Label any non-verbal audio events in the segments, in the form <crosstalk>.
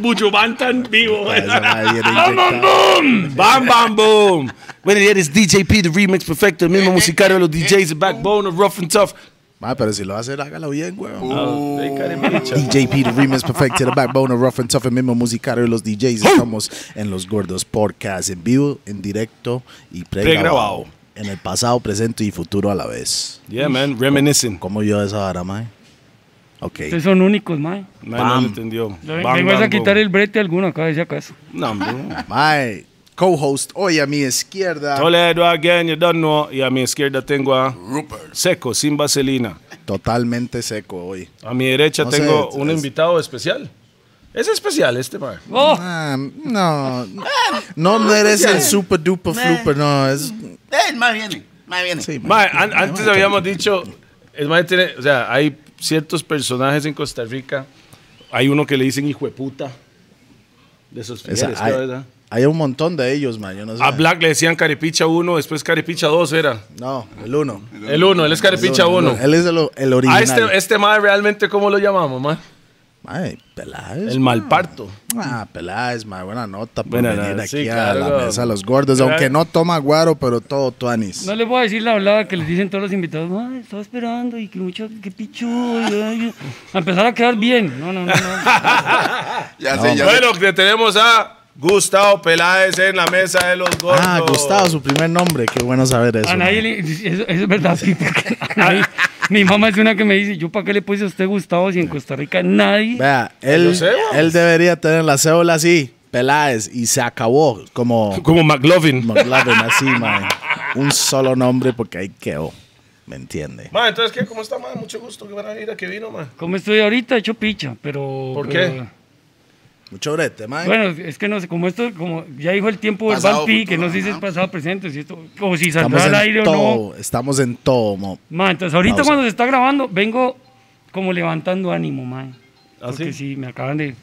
Buchumán tan vivo. ¡Bam, boom! ¡Bam, bam, boom! Bueno, y eres DJ P, The Remix Perfecto, el mismo musicario de los DJs, The Backbone of Rough and Tough. Ma, pero si lo va a hacer, hágalo bien, weón. DJ DJ P, The Remix Perfecto, The Backbone of Rough and Tough, el mismo musicario de los DJs. Estamos en Los Gordos Podcast, en vivo, en directo y pregrabado. Pregrabado. En el pasado, presente y futuro a la vez. Yeah, man, reminiscing. ¿Cómo yo esa vara, mae? Ok. Ustedes son únicos, mae. Man, no lo entendió. Le- Bam, le vas bam, a quitar boom. el brete a alguno acá, si acaso. No, bro. My co-host hoy a mi izquierda. Toledo again, you don't know. Y a mi izquierda tengo a Rupert. Seco, sin vaselina. Totalmente seco hoy. A mi derecha No sé, tengo es- un es- invitado especial. Es especial este, man. ¡Oh! Ah, no. No no eres el super duper fluper, no. Es, Eh, más viene, más viene. sí, man. Ma, an- antes habíamos dicho, el mae tiene- o sea, hay ciertos personajes en Costa Rica. Hay uno que le dicen hijo de puta. De esos fieles, Esa- hay, ¿verdad? hay un montón de ellos, man. Yo no sé. A Black le decían carepicha 1, después carepicha 2 era. No, el uno. El 1, él es El carepicha uno, el 1. uno. Él es el, el original. A este, este mae realmente, ¿cómo lo llamamos, ma? Ay, Peláez. El malparto. Ah, Peláez, man. Buena nota por Buena venir nota, aquí sí, a la claro. mesa de los gordos. Claro. Aunque no toma guaro, pero todo tuanis. No les voy a decir la hablada que les dicen todos los invitados. Ay, estaba esperando y que mucho, que pichu. y ay, A empezar a quedar bien. No, no, no. no. Ya sé, ya sé. Bueno, que tenemos a Gustavo Peláez en la mesa de los gordos. Ah, Gustavo, su primer nombre. Qué bueno saber eso. A nadie man. le- eso, eso es verdad, sí, porque a nadie- Mi mamá es una que me dice, ¿yo para qué le puse a usted Gustavo si en Costa Rica nadie? Vea, Yo él, sé, vamos. él debería tener la cédula así, Peláez, y se acabó <laughs> como Como McLovin. McLaren, así, man. Un solo nombre porque ahí quedó. ¿Me entiende? Ma, entonces, ¿qué? ¿Cómo está, ma? Mucho gusto que van a ir a que vino, ma. Como estoy ahorita, hecho picha, pero... ¿Por pero- Mucho brete, man. Bueno, es que no sé, como esto, como ya dijo el tiempo del Pasado, Valpi, que futuro, no sé si es ajá. pasado, presente, si esto, o si estamos saldrá en al aire o no. todo, estamos en todo, mo. Ma, entonces ahorita Pausa. cuando se está grabando, vengo como levantando ánimo, man. ¿Ah, Porque sí, me acaban de...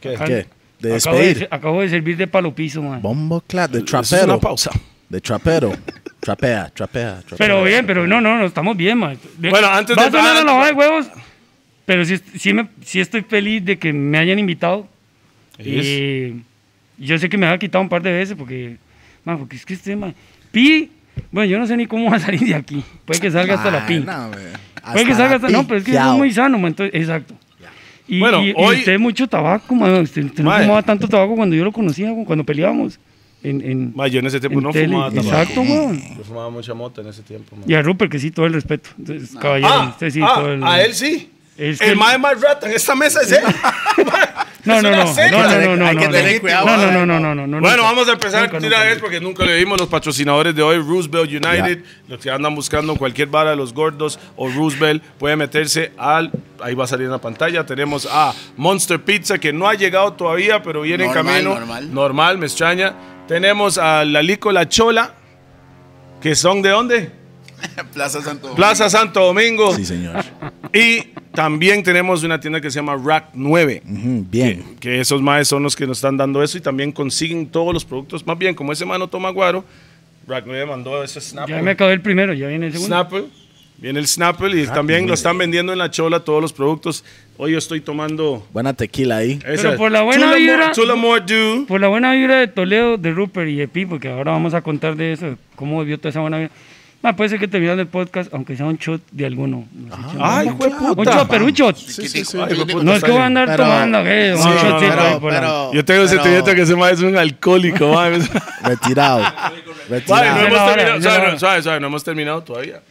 ¿Qué? acaban- ¿Qué? De acabo, de, despedir. ser- acabo de servir de palo piso, man. Bombo clap, de Eso es una trapero. pausa. De trapero. Trapea, trapea, <laughs> trapea. Pero bien, pero no, no, no, estamos bien, man. De- Bueno, antes de- va a sonar ah, a la hoja de huevos, pero sí, sí, me, sí estoy feliz de que me hayan invitado. Y yo sé que me había quitado un par de veces porque, man, porque es que este, man, pi, bueno, yo no sé ni cómo va a salir de aquí. Puede que salga hasta la Ah, pi. no, man. Puede que la salga hasta, no, pero es que eso piquiao. es muy sano, man, entonces, exacto. Y, Bueno, y- y hoy- usted mucho tabaco, man, usted, usted no Mae. fumaba tanto tabaco cuando yo lo conocía, cuando peleábamos. En, en, Ma, yo en ese tiempo pues en no tele. fumaba tabaco. Exacto, weón. Yo fumaba mucha mota en ese tiempo, ma. Y a Rupert, que sí, todo el respeto. Entonces, caballero, Ah, usted sí, ah, todo el... a él sí. Es que- el mae más rata en esta mesa es él. <laughs> No, Es no, una no, secta. no, no, no, no, Hay que no, tener no. cuidado, No, no, eh. no, no, no, no, no, Bueno, nunca. vamos a empezar Nunca, de una nunca, vez porque nunca le dimos los patrocinadores de hoy. Roosevelt United, los que andan buscando cualquier vara de los gordos o Roosevelt, puede meterse al. Ahí va a salir en la pantalla. Tenemos a Monster Pizza que no ha llegado todavía, pero viene en Normal, camino. normal. Normal, me extraña. Tenemos a Lalico La Chola, que son de dónde? <laughs> Plaza Santo. Plaza Santo Domingo. Sí, señor. Y también tenemos una tienda que se llama Rack 9. Ujú, Bien. Que esos maes son los que nos están dando eso y también consiguen todos los productos. Más bien, como ese mano toma guaro, Rack 9 mandó ese Ya me Snapple. acabó el primero, ya viene el segundo. Snapple. Viene el Snapple y también lo están vendiendo en la chola todos los productos. Hoy yo estoy tomando. Buena tequila ahí. Esa, por la buena Tula Mo- vibra- Tula More Dew. Por la buena vibra de Toledo, de Rupert y de Pi, porque ahora vamos a contar de eso, de cómo vivió toda esa buena vibra. Ma, puede ser que terminando el podcast, aunque sea un shot de alguno. Nos echamos Ay, Ah, un- güey, Un shot, pero un shot. No es que voy a andar Pero- tomando, ¿qué? Un Sí, shotcito no, no, ahí pero- por la- pero- Yo tengo ese pero- teoría que ese mae es un alcohólico, <laughs> mae. Retirado. Vale, no Ya Retirado. es la hemos hora, terminado. ya es la Suave, hora. suave, suave, no hemos terminado todavía.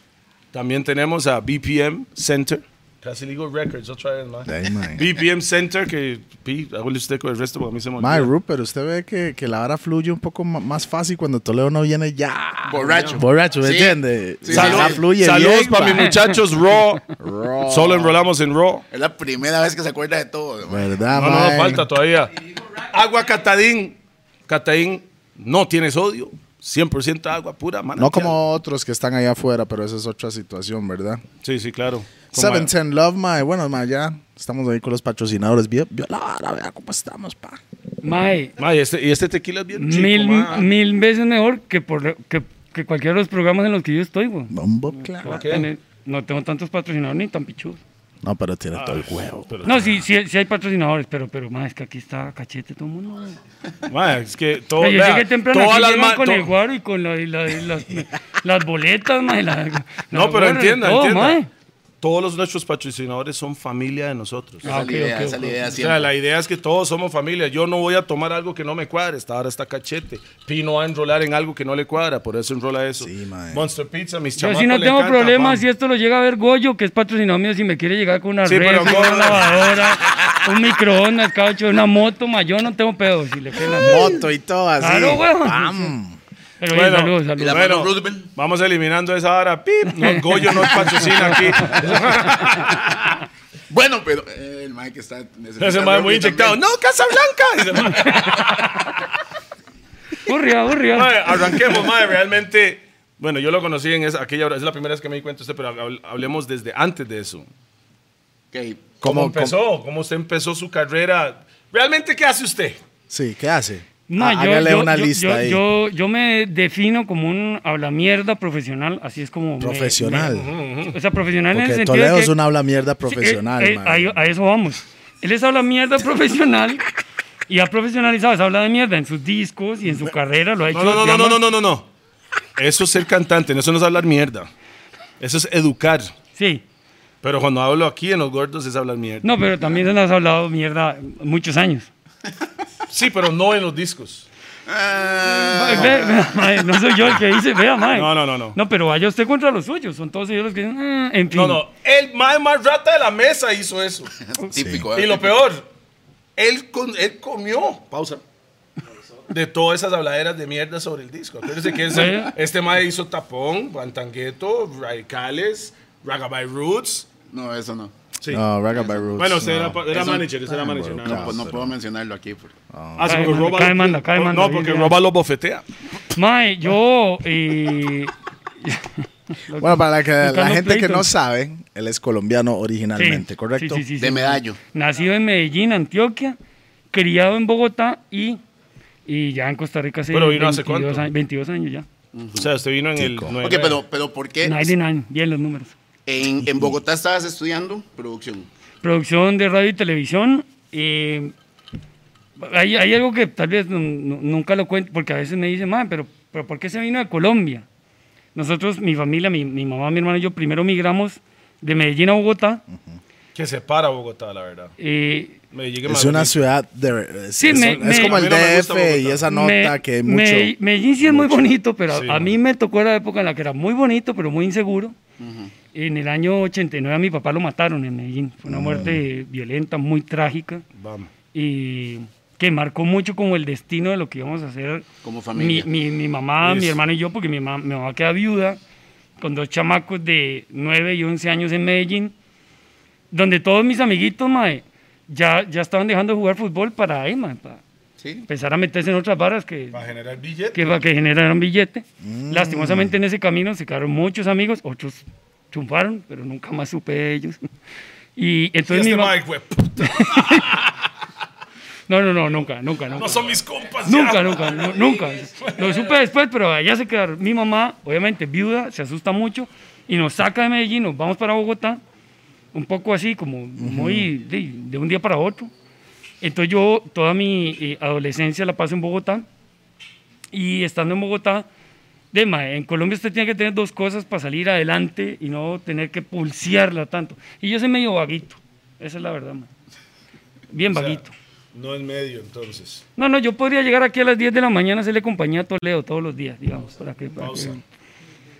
También tenemos a BPM Center. Casi le digo Records, otra vez más. Ay, man. BPM Center, que pi, hágale usted con el resto porque a mí se me Mae, olvida. Rupert, usted ve que, que la hora fluye un poco ma- más fácil cuando Toledo no viene ya. Borracho. Borracho, ¿me Sí. entiende? Sí, La sí, hora sí. fluye Saludos bien, para mae. mis muchachos Raw. Raw. Solo enrolamos en Raw. Ah, Es la primera vez que se acuerda de todo. man. ¿Verdad, No, no, Ah, mae? no, falta todavía. Agua Catadín. Catadín no tiene sodio. 100% agua pura, mano. No como otros que están allá afuera, pero esa es otra situación, ¿verdad? Sí, sí, claro. Como- 710 Love, mae. Bueno, mae, ya estamos ahí con los patrocinadores. Vio vio la hora, vea cómo estamos, pa. Mae, Ma, y este, y este tequila es bien chico, mil, ma. mil veces mejor que, por, que, que cualquiera de los programas en los que yo estoy, güey. Bombo, claro. Voy a tener- No tengo tantos patrocinadores ni tan pichudos. No, pero tiene todo Ah, el huevo. No, sí, sí, sí hay patrocinadores, pero, pero, más es que aquí está cachete todo el mundo. mae. Mae, es que todo, O sea, yo Oh, vea, llegué temprano todas aquí las llegan ma- con to- el guaro y con la- y la- y las, las boletas, mae, la- la No, pero gorra y entienda, todo, entienda. mae. Todos los nuestros patrocinadores son familia de nosotros. Esa Ah, es ok, la idea, ok, esa es la ok. idea O sea, siempre. la idea es que todos somos familia. Yo no voy a tomar algo que no me cuadre. Esta ahora está cachete. Pino va a enrolar en algo que no le cuadra. Por eso enrola eso. Sí, mae. Monster Pizza, mis Yo chamacos. sí no le tengo encanta, problemas pam. si esto lo llega a ver Goyo, que es patrocinado mío, si me quiere llegar con una Sí, red, pero una Goyo- lavadora, un microondas, caucho, una moto, ma, yo no tengo pedo si le queda la Moto y todo así. Claro, huevón. Pam. Pero Ah, Bueno, bueno, saludos, y la- saludos. Bueno, mano Roosevelt. vamos eliminando esa hora. Pip. No, <laughs> Goyo no patrocina aquí. Bueno, pero eh, el mae que está. necesita Ese mae Roosevelt muy inyectado. también. ¡No, Casablanca! Urria, urria. Mae, arranquemos, mae, realmente. Bueno, yo lo conocí en esa, aquella hora, es la primera vez que me di cuenta de usted, pero habl- hablemos desde antes de eso. Ok. ¿Cómo, empezó? ¿Cómo usted empezó su carrera? ¿Realmente qué hace usted? Sí, ¿qué hace? Ma, Ah, yo- Hágale yo- una yo- lista yo, ahí. Yo, yo me defino como un habla mierda profesional, así es como. me- Profesional. me- o sea, profesional en el Porque sentido. Toledo de que, es una habla mierda Sí, eh, profesional, eh, man. ahí- a, eso vamos. Él es habla mierda profesional y ha profesionalizado esa habla de mierda en sus discos y en su carrera. Lo ha hecho. No, no, no, no, digamos, no, no, no, no. Eso es ser cantante, eso no es hablar mierda. Eso es educar. Sí. Pero cuando hablo aquí en los gordos es hablar mierda. No, pero también se nos ha hablado mierda muchos años. Sí, pero no en los discos. Ve- ve- mae, no soy yo el que dice, vea, mae. No, no, no, no. No, pero vaya usted contra los suyos. Son todos ellos los que dicen, "Ah", en fin. No, no. El más, más rata de la mesa hizo eso. Típico. Y ¿eh? lo peor, él, con- él comió. Pausa. De todas esas habladeras de mierda sobre el disco. Acuérdense que ese- Sí. este mae hizo Tapón, Guantangueto, Radicales, Ragabay Roots. No, eso no. Sí. No, Raga by Roots. bueno, usted no. era, pa- era Eso- manager, usted era manager. Ah, bueno, nada No, más. pues no puedo mencionarlo aquí. porque- Ah, sí, Cae porque manda, Roba- cae manda, cae no, manda, No, porque ya. Roba lo bofetea. Mae, yo. eh, Bueno, para la, que- la Buscando gente que pleitos. no sabe, él es colombiano originalmente, sí, ¿correcto? sí, sí, sí, De sí. medallo. Nacido en Medellín, Antioquia, criado en Bogotá y, y ya en Costa Rica hace, Pero vino hace cuánto? años, 22 años ya. O sea, usted vino en el. Tico. 9. Ok, pero, pero ¿por qué? 99, bien los números. En, en Bogotá estabas estudiando producción. Producción de radio y televisión. eh, hay, hay algo que tal vez nu- nu- nunca lo cuento, porque a veces me dicen, "Mae, pero, pero ¿por qué se vino de Colombia? Nosotros, mi familia, mi, mi mamá, mi hermano y yo, primero migramos de Medellín a Bogotá. Que separa a Bogotá, la verdad. eh, Me llegué Es mal. una ciudad de... Es, Sí, es- me- es me- como A el mí no me DF gusta y Bogotá. esa Me- nota que mucho... Me- Medellín sí es muy bonito, pero a- Sí, a, mí me tocó la época en la que era muy bonito, pero muy inseguro. En el año 89 a mi papá lo mataron en Medellín. Fue Mm. una muerte violenta, muy trágica, Vamos. y que marcó mucho como el destino de lo que íbamos a hacer. Como familia. Mi, mi- mi mamá, mi Listo. hermano y yo, porque mi mamá, mi mamá queda viuda, con dos chamacos de 9 y 11 años en Medellín, donde todos mis amiguitos, mae, ya, ya estaban dejando de jugar fútbol para, eh, mae, para Sí. empezar a meterse en otras varas que Para generar billete. que, va- que generaron billete. Mm. Lastimosamente en ese camino se quedaron muchos amigos, otros chumparon, pero nunca más supe de ellos. <laughs> Y Y entonces este mi ma- mae, güey, puta, No, no, no, nunca, nunca, nunca. no son mis compas. ya. Nunca, nunca, nu- nunca. Lo supe después, pero allá se quedaron. Mi mamá, obviamente viuda, se asusta mucho y nos saca de Medellín, nos vamos para Bogotá, un poco así, como muy de, de un día para otro. Entonces yo toda mi eh, adolescencia la paso en Bogotá y estando en Bogotá, de mae, en Colombia usted tiene que tener dos cosas para salir adelante y no tener que pulsearla tanto. Y yo soy medio vaguito, esa es la verdad, mae. bien sea, vaguito. No en medio, entonces. No, no, yo podría llegar aquí a las 10 de la mañana a hacerle compañía a Toledo todos los días, digamos. Para que, para que- Pausa.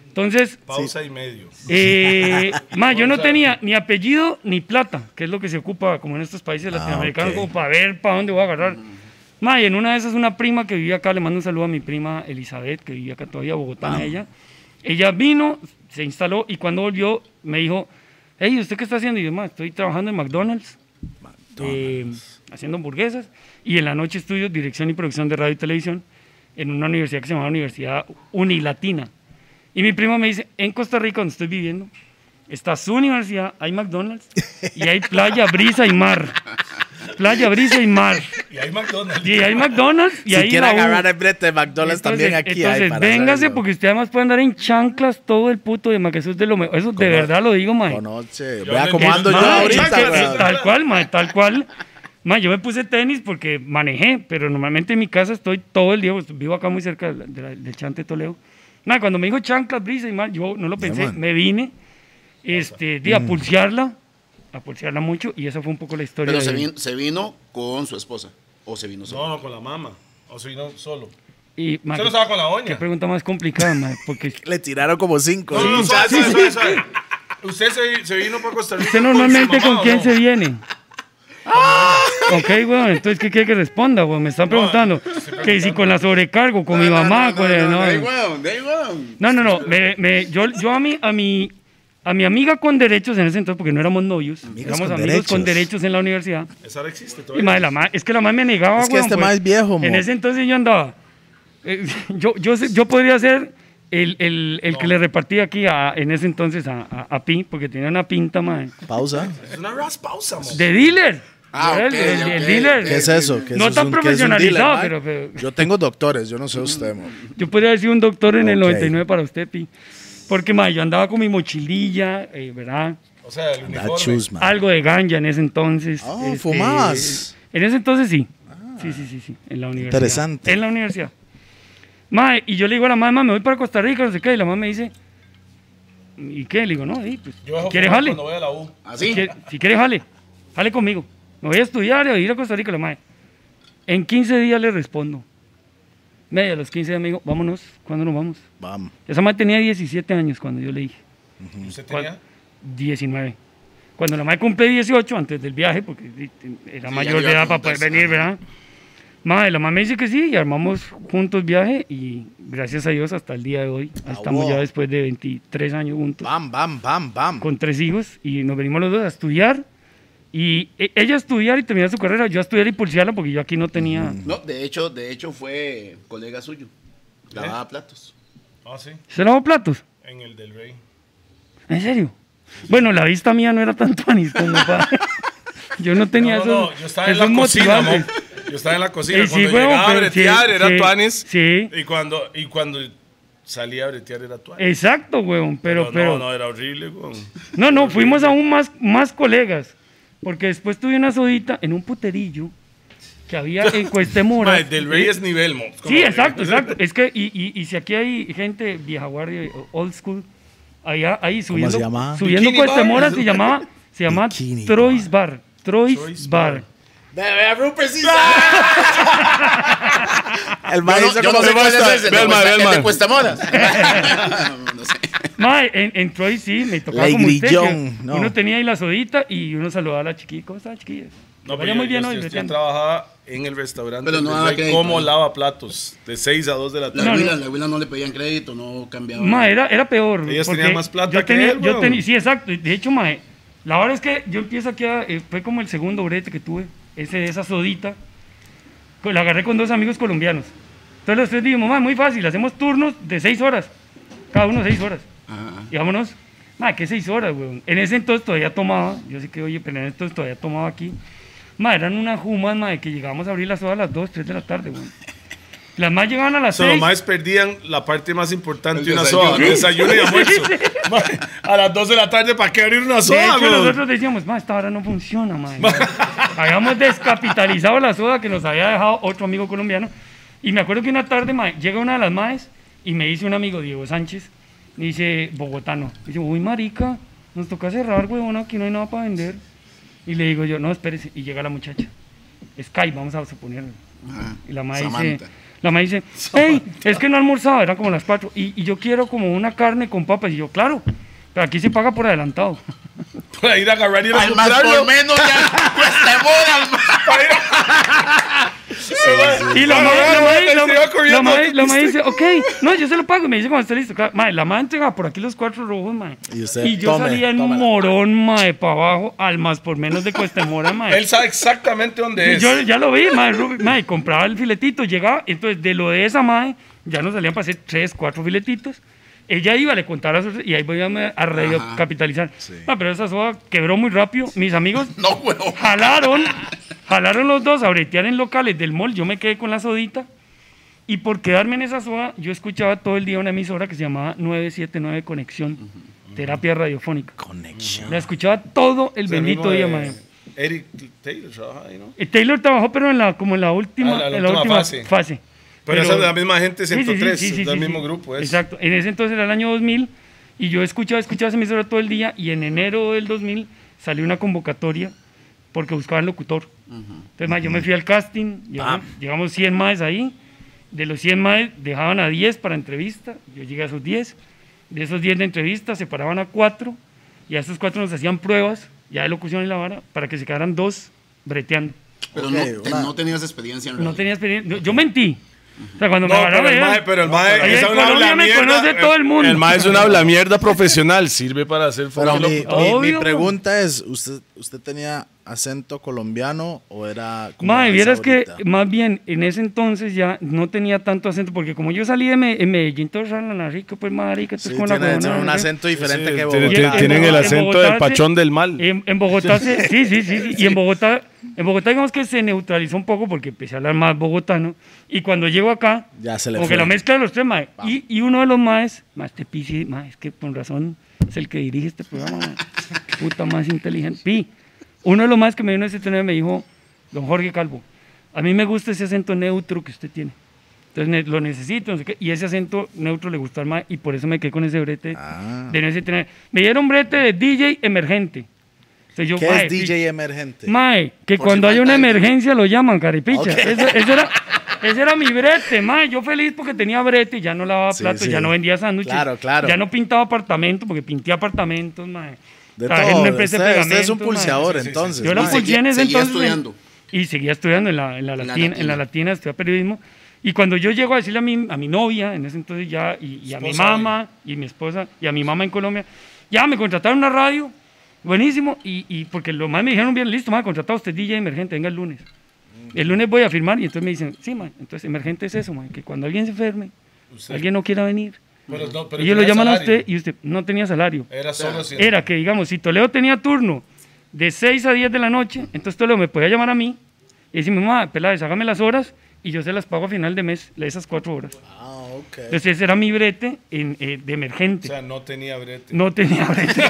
Entonces, Pausa y medio. eh, ma, yo no tenía ni apellido ni plata, que es lo que se ocupa como en estos países latinoamericanos, ok. como para ver para dónde voy a agarrar. Ma, y en una de esas una prima que vivía acá, le mando un saludo a mi prima Elizabeth, que vivía acá todavía, bogotana ella. Ella vino, se instaló y cuando volvió me dijo, hey, ¿usted qué está haciendo? Y yo, ma, estoy trabajando en McDonald's, eh, haciendo hamburguesas y en la noche estudio dirección y producción de radio y televisión en una universidad que se llama Universidad Unilatina. Y mi primo me dice, en Costa Rica, donde estoy viviendo, está su universidad, hay McDonald's y hay playa, brisa y mar. playa, brisa y mar. Y hay McDonald's. Y hay McDonald's y si ahí quiere la U. agarrar el brete de McDonald's también aquí hay entonces, para véngase hacerlo. porque usted además puede andar en chanclas todo el puto de ma, que eso es de lo mejor. Eso de Cono- verdad lo digo, mae. Conoche, Yo vea no cómo ando entiendo yo nada, ahorita, chaca, weón. está- tal cual, mae, tal cual. Mae, yo me puse tenis porque manejé, pero normalmente en mi casa estoy todo el día, pues, vivo acá muy cerca de, la- de la- de Chante Toledo. Mae, cuando me dijo chanclas, brisa y mar, yo no lo pensé, man. me vine este, de a pulsearla, a pulsearla mucho y esa fue un poco la historia. Pero se de- vino, se vino con su esposa. O se vino solo. No, no, con la mamá. O si no, solo. Ah, y, mae, Usted no estaba con la Qué doña. pregunta más complicada, mae, porque Le tiraron como cinco. No, no, no, Sí. suave, suave, suave, suave. Usted se, se vino para Costa Rica. ¿Usted con su normalmente mamá, con ¿o quién no? se ¡Ah! viene? Ok, weón, entonces, ¿qué quiere que responda, weón? Me están preguntando que si con la sobrecargo, con mi mamá, con el... No, No, no, no, no, no. no, no, me- me- yo, yo a, mi, a, mi, a mi amiga con derechos en ese entonces, porque no éramos novios, éramos con amigos con derechos. derechos en la universidad. Esa no existe Y todavía. madre, la ma- es que la madre me negaba, Es que weón, pues. este mae es viejo, En mo. ese entonces yo andaba. eh, <laughs> yo, yo, sé- yo podría ser el, el, el que le repartía aquí a- en ese entonces a, a, a Pi, porque tenía una pinta, madre. Pausa. Es una raspausa, mo. De dealer. Ah, Yo era ok, el, el- el ok, dealer. ok. ¿Qué es eso? ¿Qué No eso es tan un- qué es un dealer, profesionalizado, mae? pero- pero- Yo tengo doctores, yo no sé usted, mo. Yo podría haber sido un doctor en el Ok. 99 para usted, Pi. Porque, ma, yo andaba con mi mochililla, eh, ¿verdad? O sea, el Da uniforme. chus, man. Algo de ganja en ese entonces. este, Ah, fumabas. En ese entonces sí. Sí, sí, sí, sí. En la universidad. Interesante. En la universidad. Ma, y yo le digo a la mamá, me voy para Costa Rica, no sé qué. Y la mamá me dice, ¿y qué? Le digo, no, sí, pues, Yo dejo si ¿quieres fumar jale? Cuando voy a la U. Así. Quiere- Si quieres, jale. Jale conmigo. Me voy a estudiar y voy a ir a Costa Rica, la madre. En 15 días le respondo. Media de los 15 días me dijo, vámonos, ¿cuándo nos vamos? Vamos. Esa madre tenía 17 años cuando yo le dije. ¿Usted tenía? 19. Cuando la madre cumple 18, antes del viaje, porque di- era Sí, mayor de ya iba a edad para poder preguntarse, venir, ¿verdad? Madre, la mamá me dice que sí y armamos juntos viaje y gracias a Dios hasta el día de hoy. Ah, Estamos wow. ya después de 23 años juntos Bam, bam, bam, bam. con tres hijos y nos venimos los dos a estudiar. Y e- ella a estudiar y terminar su carrera, yo a estudiar y pulsearla porque yo aquí no tenía. No, de hecho, de hecho fue colega suyo. ¿Eh? Lavaba platos. Ah, sí. ¿Se lavó platos? En el del Rey. ¿En serio? Bueno, la vista mía no era tanto anís como para. <laughs> Yo no tenía no, esos- no, yo estaba en la esos cocina, mo. motivantes. <laughs> Yo estaba en la cocina. Eh, sí, cuando huevo, llegaba a pero bretear sí, era sí, Tuanis. sí. Y cuando, y cuando salía a bretear era Tuanis. Exacto, weón, Eh, pero, pero. no, no, era horrible, weón. No, no, fuimos aún más, más colegas. Porque después tuve una sodita en un puterillo que había <laughs> en Cuestemora. Mae, del Rey es nivel, mo. Como- Sí, <laughs> exacto, exacto. Es que, y, y, y si aquí hay gente vieja guardia, o- old school, allá, ahí subiendo. se llamaba? Subiendo Bikini Cuesta Bar. Mora se llamaba, se llamaba Bikini Troy's Bar. Troy's, Troy's Bar. Bar. El mae dice yo no como sé si cuál es fuera- ese. ve al ¿Te mar, ve cuesta- al ¿qué mar. te cuesta moda? <laughs> no sé. Mae, en, en Troy sí, me tocaba Ley como usted, que Grillón, no. Uno tenía ahí la sodita y uno saludaba a la chiquilla. ¿Cómo está, chiquilla? No, Vaya pero muy muy bien yo, hoy, yo, yo Betiana. trabajaba en el restaurante Pero no del daba Rey crédito, como ¿no? lava platos de 6 a 2 de la La tarde. No, abuela, no. la abuela no le pedían crédito, no cambiaba. Ma, era, era peor. Ellas porque tenían más plata yo que tenía, él, yo weón. tenía- Sí, exacto. De hecho, ma, eh, la verdad es que yo empiezo aquí a, eh, Fue como el segundo brete que tuve. Ese, esa sodita. que La agarré con dos amigos colombianos. Entonces los tres dijimos, ma, muy fácil. Hacemos turnos de seis horas. Cada uno seis horas. Ajá. Y vámonos. Ma, ¿qué seis horas, weón? En ese entonces todavía tomaba. Yo sé que, oye, pero en ese entonces todavía tomaba aquí. Ma, eran unas jumas, ma, de que llegábamos a abrir las horas a las 2, 3 de la tarde, weón. Las más llegaban a las So, los seis. maes perdían la parte más importante El de una desayuno. soda, desayuno y almuerzo. <laughs> <laughs> Mae, a las 2 de la tarde, ¿para qué abrir una De soda, hecho, weón? nosotros decíamos, ma, esta hora no funciona, ma. Habíamos descapitalizado la soda que nos había dejado otro amigo colombiano. Y me acuerdo que una tarde, ma, llega una de las maes y me dice un amigo, Diego Sánchez, me dice, bogotano. Dice, uy, marica, nos toca cerrar, huevón, aquí no hay nada para vender. Y le digo yo, no, espérese. Y llega la muchacha. Sky, vamos a suponer. Ajá. Y la madre dice, Samantha. la madre dice, hey, es que no almorzaba, eran como las cuatro. Y, y yo quiero como una carne con papas. Y yo, claro, pero aquí se paga por adelantado. Para ir a agarrar y ir a Al más comprarlo. por menos ya cuesta moda. al más. Para ir a- Y la Ah, madre, la no, madre, te la, iba corriendo la madre, a tu la madre dice, ok, no, yo se lo pago. Y me dice cuando esté listo. Claro, madre, la madre entrega por aquí los cuatro rojos, madre. Y usted, yo tome, salía en tómela. morón, madre, para abajo, al más por menos de Cuesta Mora, madre. Él sabe exactamente dónde es. Yo ya lo vi, madre, Rubi- madre, compraba el filetito, llegaba, entonces de lo de esa madre, ya nos salían para hacer tres, cuatro filetitos. ella iba, le contaba las y ahí voy a, a recapitalizar. Ah, pero esa soda quebró muy rápido. Mis amigos <laughs> No, huevón. jalaron, jalaron los dos a bretear en locales del mall. Yo me quedé con la sodita. Y por quedarme en esa soda, yo escuchaba todo el día una emisora que se llamaba 979 Conexión, terapia radiofónica. Conexión. La escuchaba todo el bendito día, mae. Eric Taylor trabaja ahí, ¿no? Eh, Taylor trabajó, pero en la, como en la última, Ah, la- la en la última última fase. fase. Pero esa es de la misma gente, Sí, sí, sí, 103, sí, sí, es del sí, mismo sí. grupo. Es. Exacto. En ese entonces era el año 2000 y yo escuchaba, escuchaba esa emisora todo el día y en enero del 2000 salió una convocatoria porque buscaban locutor. Entonces, ma, yo me fui al casting, llegamos, llegamos 100 maes ahí, de los 100 maes dejaban a 10 para entrevista, yo llegué a esos 10, de esos 10 de entrevista separaban a 4 y a esos 4 nos hacían pruebas, ya de locución y la vara, para que se quedaran dos breteando. Pero Ok, no, te- una- no tenías experiencia No en realidad. tenía experiencia, yo, yo mentí. O sea, cuando No, me pero agarraron, el era- mae, pero el mae Ahí es en una Colombia me hablamierda, conoce eh, todo el mundo. El mae es una habla mierda profesional, sirve para hacer Pero mi, mi- Obvio, pues. mi bro. pregunta es, ¿usted, ¿usted tenía acento colombiano o era... como Mae, es vieras que ahorita? más bien en ese entonces ya no tenía tanto acento, porque como yo salí de Me- en Medellín, todo raro, la rico, pues más rico, Sí, entonces con la tiene, huevona, tiene un no sé qué. acento Sí, diferente tiene- que Bogotá. tiene- en tienen el Bogotá- en acento Bogotá del se- pachón del mal. En, en <laughs> Bogotá, se, sí, sí, sí, sí, Y en Bogotá, en Bogotá digamos que se neutralizó un poco porque empecé a hablar más bogotano. Y cuando llego acá, Ya se le como fue. que la mezcla de los tres, mae. Y, y uno de los maes, más te pi, sí, mae, es que con razón es el que dirige este programa, mae. puta más inteligente. Pi, uno de los maes que me vino ese tono me dijo, don Jorge Calvo, a mí me gusta ese acento neutro que usted tiene. Entonces ne- lo necesito, no sé qué. Y ese acento neutro le gusta al mae, y por eso me quedé con ese brete Ah. de 979. Me dieron brete de DJ emergente. Entonces yo, ¿Qué mae, es pi- DJ emergente? Mae, que Por cuando si hay una falta algo. emergencia lo llaman, caripicha. Ok. Eso, eso era, ese era mi brete, mae. Yo feliz porque tenía brete y ya no lavaba Sí, platos, sí. ya no vendía sándwiches. Claro, claro. Ya no pintaba apartamentos porque pinté apartamentos, mae. de Trabajé en todo. una Usted, empresa usted es de un pegamentos, mae. pulseador, sí, sí. entonces. Yo la mae. seguí- apoyé en ese seguía entonces. estudiando. Y seguía estudiando en la, en la la latina, en la latina. latina estudiaba periodismo. Y cuando yo llego a decirle a mi, a mi novia, en ese entonces ya, y, y a mi Esposa, mamá, y mi esposa, y a mi mamá en Colombia, ya me contrataron una radio, buenísimo, y, y porque lo más me dijeron bien, listo, me ha contratado usted DJ emergente, venga el lunes. El lunes voy a firmar y entonces me dicen, sí, man, entonces emergente es eso, man, que cuando alguien se enferme, alguien no quiera venir, Pero no, pero ellos lo tenía llaman a salario. usted y usted no tenía salario Era solo si- era que, digamos, si Toledo tenía turno de 6 a 10 de la noche, entonces Toledo me podía llamar a mí y decirme, mamá, Peláez, hágame las horas y yo se las pago a final de mes, de esas cuatro horas. Ah, ok. Entonces ese era mi brete en, eh, de O emergente. sea, no tenía brete. no tenía brete.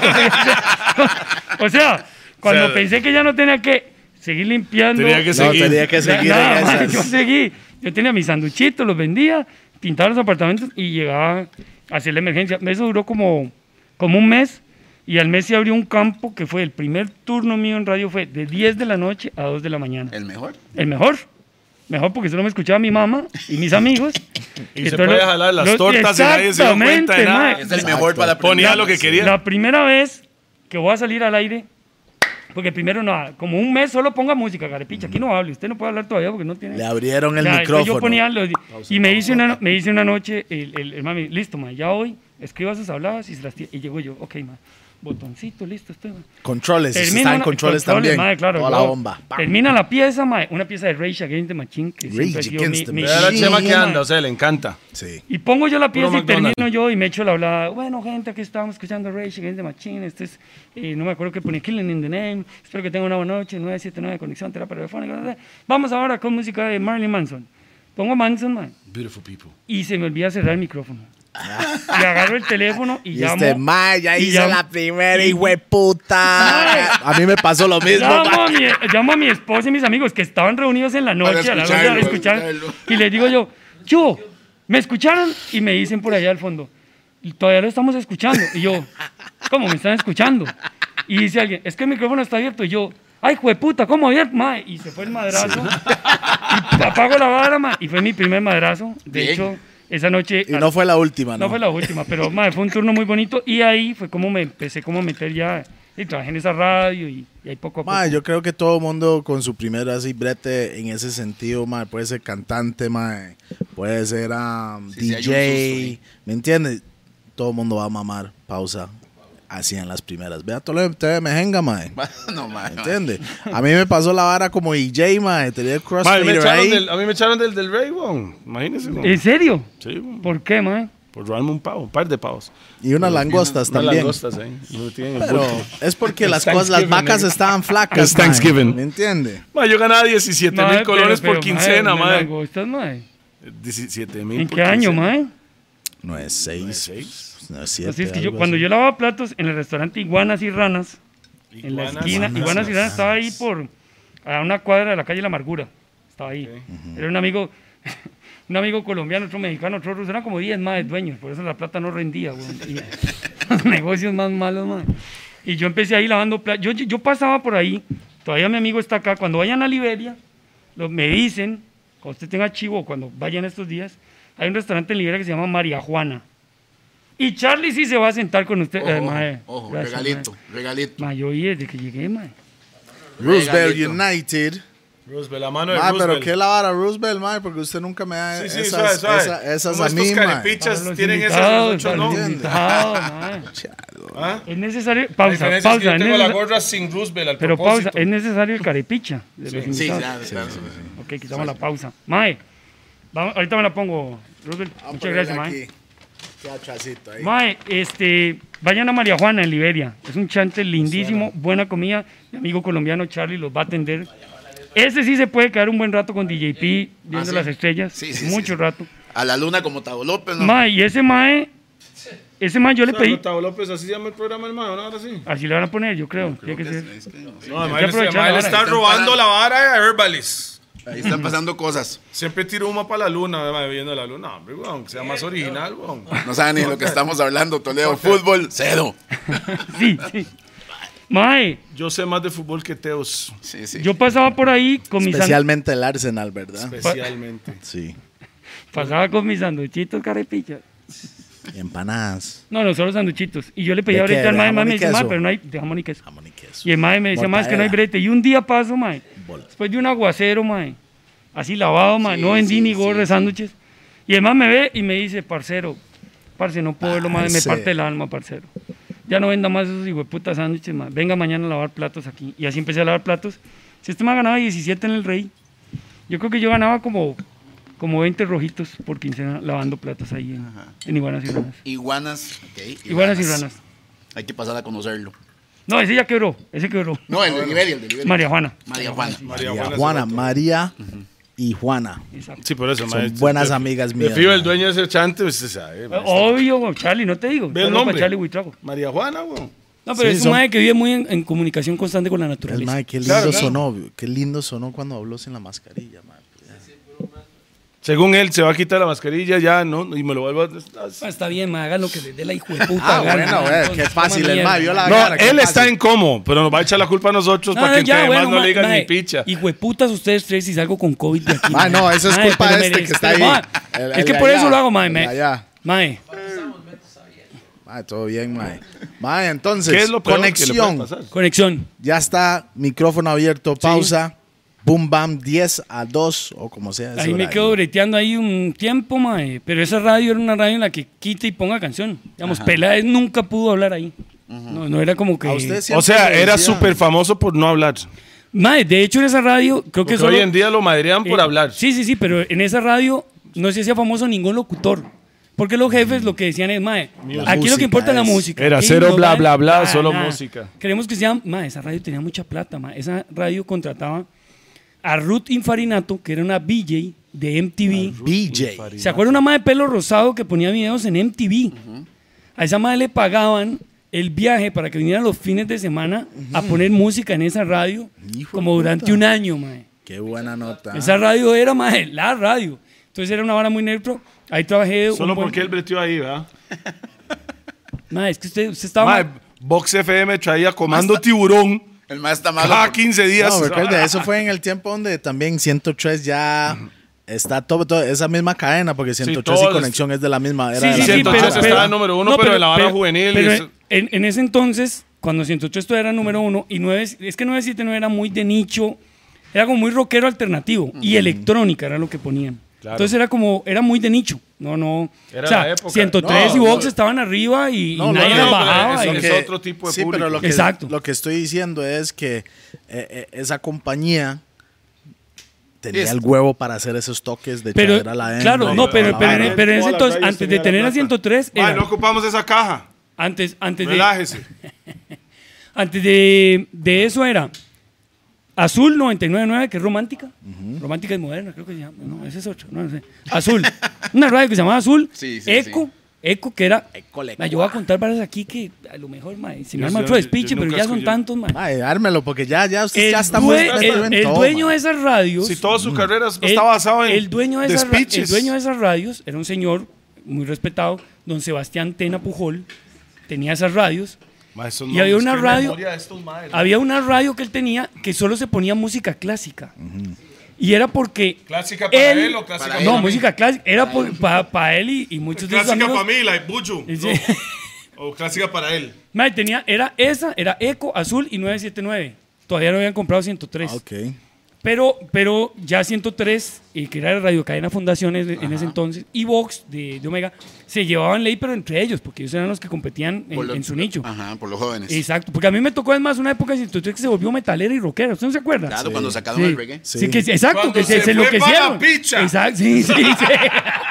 <laughs> o sea, cuando O sea, pensé que ya no tenía que seguir limpiando. Tenía que No, seguir. tenía que Na- seguir nada en más, esas. yo seguí. Yo tenía mis sanduchitos, los vendía, pintaba los apartamentos y llegaba a hacer la emergencia. Eso duró como, como un mes y al mes se abrió un campo que fue el primer turno mío en radio, fue de 10 de la noche a 2 de la mañana. El mejor. El mejor. Mejor porque solo me escuchaba mi mamá y mis amigos. <laughs> Y se Entonces, puede lo- jalar las lo- tortas y nadie se dio cuenta de exactamente, nada. mae. Es el mejor para Ponía aprender. lo que <laughs> quería. La primera vez que voy a salir al aire, porque primero nada, como un mes solo ponga música, carepicha, aquí no hable, usted no puede hablar todavía porque no tiene... Le abrieron el O sea, entonces micrófono. Yo ponía los- y me hice, una, me hice una noche, el, el, el mami, listo, ma, ya hoy, escriba sus habladas y se las tira. Y llego yo, ok, ma, botoncito, listo, estoy, ma. Controles, Termina están una- controles también. mae, claro, Toda la wow. bomba. Pam. Termina la pieza, mae, una pieza de Rage Against the Machine. Que siempre Rage ha sido Against mi- the mi- Era la Sí, chema que mae. anda, o sea, le encanta. Sí. y pongo yo la pieza y McDonald's. termino yo y me echo la hablada. Bueno, gente, aquí estamos escuchando Rage Against the Machine. Este es, eh, no me acuerdo qué pone, Killing in the Name. Espero que tengan una buena noche. 979 Conexión Terapia Telefónica. bla, bla, bla. Vamos ahora con música de Marilyn Manson. Pongo Manson, man, Beautiful people. y se me olvida cerrar el micrófono. Y agarro el teléfono y, Y llamo. este, mae, ya y hice llamo- la primera, <laughs> hueputa. A mí me pasó lo mismo, Llamo mae. a, mi, llamo a mi esposa y mis amigos que estaban reunidos en la noche a la hora de escucharlo, escuchar, para escucharlo. y les digo yo, yo, ¿me escucharon? Y me dicen por allá al fondo, "Y todavía lo estamos escuchando. Y yo, ¿cómo me están escuchando? Y dice alguien, es que el micrófono está abierto. Y yo, ay, jueputa, ¿cómo abierto? mae?" Y se fue el madrazo. Y apago la vara, mae, Y fue mi primer madrazo. De Bien. hecho, esa noche... Y no fue la última, ¿no? No fue la última, pero madre, fue un turno muy bonito y ahí fue como me empecé como a meter ya y trabajé en esa radio y, y ahí poco a poco. Mae, yo creo que todo mundo con su primer así brete en ese sentido, mae, puede ser cantante, mae, puede ser um, Sí, sí, hay un DJ, susto ¿me entiendes? Todo mundo va a mamar, pausa, así en las primeras. Vea todo lo que me jenga, mae, No, man. ¿entiendes? A mí me pasó la vara como DJ, mae, tenía Mae, el me crossfader echaron ahí. del- a mí me echaron del del Rey, weón. Imagínese, weón. ¿En serio? Sí, weón. ¿Por qué, madre? Por robarme un pavo, un par de pavos. Y unas langostas Unas también. langostas ahí. lo tienen en el Pero bulto. es porque Es las cosas, las Thanksgiving, vacas eh. estaban flacas. Es mae. Thanksgiving. ¿Me entiende? Ma, yo ganaba 17 Mae, mil pero- colones por pero, quincena, mae, madre. langostas, mae. 17 mil. ¿En qué año, mae? No es seis. No es seis. pues, No es siete. Así es que algo yo, cuando así. yo lavaba platos en el restaurante Iguanas y Ranas, en la esquina, y Iguanas y Ranas Ranas. estaba ahí por, a una cuadra de la calle La Amargura, estaba ahí. Era un amigo, un amigo colombiano, otro mexicano, otro ruso, eran como 10 más de dueños, por eso la plata no rendía, weón. Y <laughs> los negocios más malos, más. Y yo empecé ahí lavando platos, yo, yo pasaba por ahí, todavía mi amigo está acá, cuando vayan a Liberia, lo- me dicen, cuando usted tenga chivo, cuando vayan estos días, hay un restaurante en Liberia que se llama María Juana. Y Charlie sí se va a sentar con usted. eh, mae. Ojo, ojo, Gracias, regalito, regalito. mae. Mae, yo oí desde que llegué, mae. Roosevelt Regalito. United. Roosevelt, la mano de Ah, pero Roosevelt. qué la vara Roosevelt, mae, porque usted nunca me da Sí, sí, esas, suave, suave. esa- esas Como a mí, estos mae. Para carepichas los tienen esas, invitados, los ocho para no. los invitados, mae. ¿Ah? Es necesario. La Pausa, diferencia es que pausa. yo es tengo la necesa- gorra sin Roosevelt al pero pausa, propósito. es necesario el carepicha de los Sí, invitados. claro, claro. Ok, quitamos la pausa. Mae, vamos- ahorita me la pongo, Roosevelt. Vamos a Muchas poner gracias, mae. aquí. Qué atrasito ahí. Mae, este, vayan a María Juana en Liberia. Es un chante lindísimo, buena comida. Mi amigo colombiano Charlie los va a atender. Ese sí se puede quedar un buen rato con DJP viendo ¿sí? las estrellas. Sí, sí, mucho sí. rato. A la luna como Tavo López, ¿no? Mae, y ese Mae, ese Mae yo le pedí. Gustavo López, así se llama el programa, hermano, ahora sí. Así le van a poner, yo creo. tiene que ser. Es que- No, Hay que además, aprovechar él ahora. está Están robando parando. la vara a Herbalist. Ahí <laughs> están pasando cosas. Siempre tiro una para la luna, además, viendo la luna. Hombre, weón, que sea más original, weón. No saben ni de lo que estamos hablando, Toledo. Fútbol, cero. Sí, sí. Mae, Yo sé más de fútbol que Teos, Sí, sí. yo pasaba por ahí con mis san- Especialmente el Arsenal, ¿verdad? especialmente. Sí. pasaba con mis sanduchitos carepichas. Y empanadas. No, no, solo sanduchitos. Y yo le pedí ¿De ahorita qué? al ¿De Mae, Mae jamón y me dice, Mae, queso? pero no hay de jamón y queso. Jamón y queso. Y el mae me decía, mae, es que no hay Mortadela. brete. Y un día paso, mae, Bola. después de un aguacero, mae, así lavado, mae, no vendí ni gorro de sándwiches. Y el mae me ve y me dice, parcero, parce, no puedo verlo, mae, me Parce. parte el alma, parcero. Ya no venda más esos hijueputas sándwiches, mae. Venga mañana a lavar platos aquí. Y así empecé a lavar platos. Si este mae ganaba 17 en el Rey, yo creo que yo ganaba como, como 20 rojitos por quincena lavando platos ahí en, en Iguanas y Ranas. Iguanas. ok, Iguanas y Ranas. Hay que pasar a conocerlo. No, ese ya quebró, ese quebró. No, el de Liberia, el de Liberia. María Juana. María Juana. María María Juana Juana, Zapata. María y Juana. Exacto. Sí, por eso, Son mae. buenas Me- amigas Me mías, fío mae. el dueño de ese chante, pues, se sabe, Oh. mae. Obvio, güey, Charlie, no te digo. Ve el Saludos nombre. para Charlie Huitrago. María Juana, weón. No, pero Sí, es son- un mae que vive muy en, en comunicación constante con la El naturaleza. mae, qué lindo Claro, claro. sonó. Qué lindo sonó cuando habló sin la mascarilla, mae. Según él, se va a quitar la mascarilla ya, ¿no? Y me lo vuelvo a... Ah, Está bien, ma, haga lo que le dé la hijo de puta. <laughs> Ah, gana, bueno, ma, eh, entonces, qué fácil. coma El mierda. mae vio la No, cara, qué él está fácil. en como, pero nos va a echar la culpa a nosotros No, para que ya, entre demás bueno, no ma- le digan ni mae, picha. Hijo de putas, ustedes tres si salgo con COVID de aquí. Ah, no, eso es Mae, culpa pero de me este que está respeto, ahí. ma. El- es el que de por eso allá, lo hago, mae. el mae. de allá. Mae, Mae, todo bien, mae. Mae, entonces, ¿Qué es lo peor que le puede conexión. pasar? conexión. Ya está, micrófono abierto, pausa. Boom, bam, 10 a 2 o como sea. ese Ahí me horario. quedo breteando ahí un tiempo, mae. Pero esa radio era una radio en la que quita y ponga canción. Digamos, Peláez nunca pudo hablar ahí. No, no era como que. A usted siempre O sea, le era decían, súper famoso por no hablar. Mae, de hecho en esa radio, creo que Porque solo. hoy en día lo madrean por Eh, hablar. Sí, sí, sí, pero en esa radio no se hacía famoso ningún locutor. Porque los jefes lo que decían es, mae, Música aquí lo que importa es la es- música. Era Aquí cero no bla, vale bla, bla, para solo música. Queremos que sea, mae, esa radio tenía mucha plata, mae. Esa radio contrataba a Ruth Infarinato, que era una BJ de MTV. BJ. ¿Se acuerda una mae de pelo rosado que ponía videos en MTV? A esa madre le pagaban el viaje para que viniera los fines de semana a poner música en esa radio Hijo de como durante puta. un año, mae. Qué buena Ah. nota. Esa radio era más la radio. Entonces era una vara muy neutro. Ahí trabajé. un Solo buen- porque él breteó ahí, ¿verdad? Mae, es que usted, usted estaba. Mae, Box FM traía Comando Tiburón El más está malo. cada 15 días. No, recuerde, eso fue en el tiempo donde también 103 ya está todo, todo- esa misma cadena, porque 103 todo y es- conexión es de la misma. Era Sí, de sí, la sí, misma pero, 103 vara. pero- estaba número uno, pero en la vara juvenil y pero eso- en, en ese entonces, cuando 108 esto era número uno, y 9, es que 979 era muy de nicho, era como muy rockero alternativo, y electrónica era lo que ponían. Claro. Entonces era como, era muy de nicho. No, no. Era o sea, la época. 103 y No, Vox no. estaban arriba y, y No, no, nadie no, las pero bajaba. eso y- que- es otro tipo de sí, pero público. lo que, Exacto. lo que estoy diciendo es que eh, eh, esa compañía tenía Es- el huevo para hacer esos toques de Pero, echadera a la hembra claro, y no, toda pero, la pero, vara. en- pero en ese Todas las entonces, radios antes de tenían la tener a plata. 103, Mae, era- no ocupamos esa caja. antes, antes de, Relájese. Antes de, de eso era Azul 999, que es romántica. Romántica y moderna, creo que se llama. No, ese es otro. No, no sé. <laughs> Azul. Una radio que se llamaba Azul. Sí, sí, Eco. Eco, que era. Eco, Lecoa. Ma, yo voy a contar varias aquí que a lo mejor, ma, Yo se me arma sé, yo- yo otro despiche, pero nunca ya son escuché. tantos, ma. Ah, Mae, ármelo, porque ya, ya usted El, ya está due- muy el- el dueño de esas radios. Mm. Si toda su carrera el- está basada en el dueño de esas ra- El despiches. dueño de esas radios era un señor muy respetado, don Sebastián Tena Pujol. Tenía esas radios. Mae, esos y había nombres, una qué radio- memoria de estos maes. Había una radio que él tenía que solo se ponía música clásica. Y era porque. Clásica para él o clásica para para él, No, mí. música clásica. Era para él y, y muchos de sus Clásica amigos. para mí, la de Buchu. Sí. <laughs> No. O clásica para él. Madre, tenía, era esa, era Eco, Azul y 979. Todavía no habían comprado 103. Ah, Ok. Pero, pero ya 103, eh, que era la Radio Cadena Fundaciones en ese entonces, y Vox de, de Omega, se llevaban ley, pero entre ellos, porque ellos eran los que competían en, Por los- en su nicho. Ajá, por los jóvenes. Exacto, porque a mí me tocó además una época de 103 que se volvió metalera y rockera. ¿Usted no se acuerda? Claro, cuando sacaron Sí. el reggae. Sí, Sí. que, sí, exacto, Cuando que se, se fue se, para enloquecieron. la picha. Exacto, sí, sí, sí. <laughs>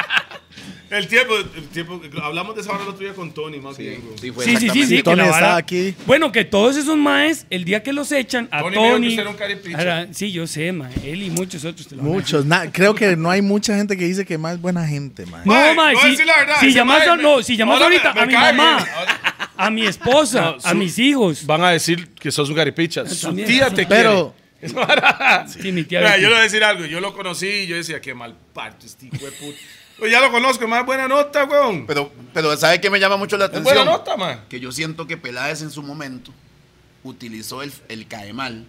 El tiempo, el tiempo, hablamos de esa hora el otro día con Tony, más bien, güey. Sí, fue Sí, sí, sí, sí, exactamente. que Tony la está vara- aquí. Bueno, que todos esos maes, el día que los echan, a Tony, Tony. veo que usted era un carepicha. Ahora, sí, yo sé, mae. Él y muchos otros. Te lo van a Muchos. na- creo que no hay mucha gente que dice que más buena gente, mae. No, Mae, mae, voy a si, decir la verdad, si ese llamas, mae a- me- no, si llamas ahora me- ahorita me a mi cae mamá, bien. Ahora- a mi esposa, No, su- a mis hijos. Van a decir que sos un garipicha. Su También. tía te Pero- quiere. <laughs> Sí, mi tía Mira, Betty. yo le voy a decir algo. Yo lo conocí y yo decía, qué mal parto este hijo de puta. Pues ya lo conozco, más buena nota, weón. Pero, pero ¿sabe qué me llama mucho la Es atención? buena nota, man. que yo siento que Peláez en su momento utilizó el, el caemal.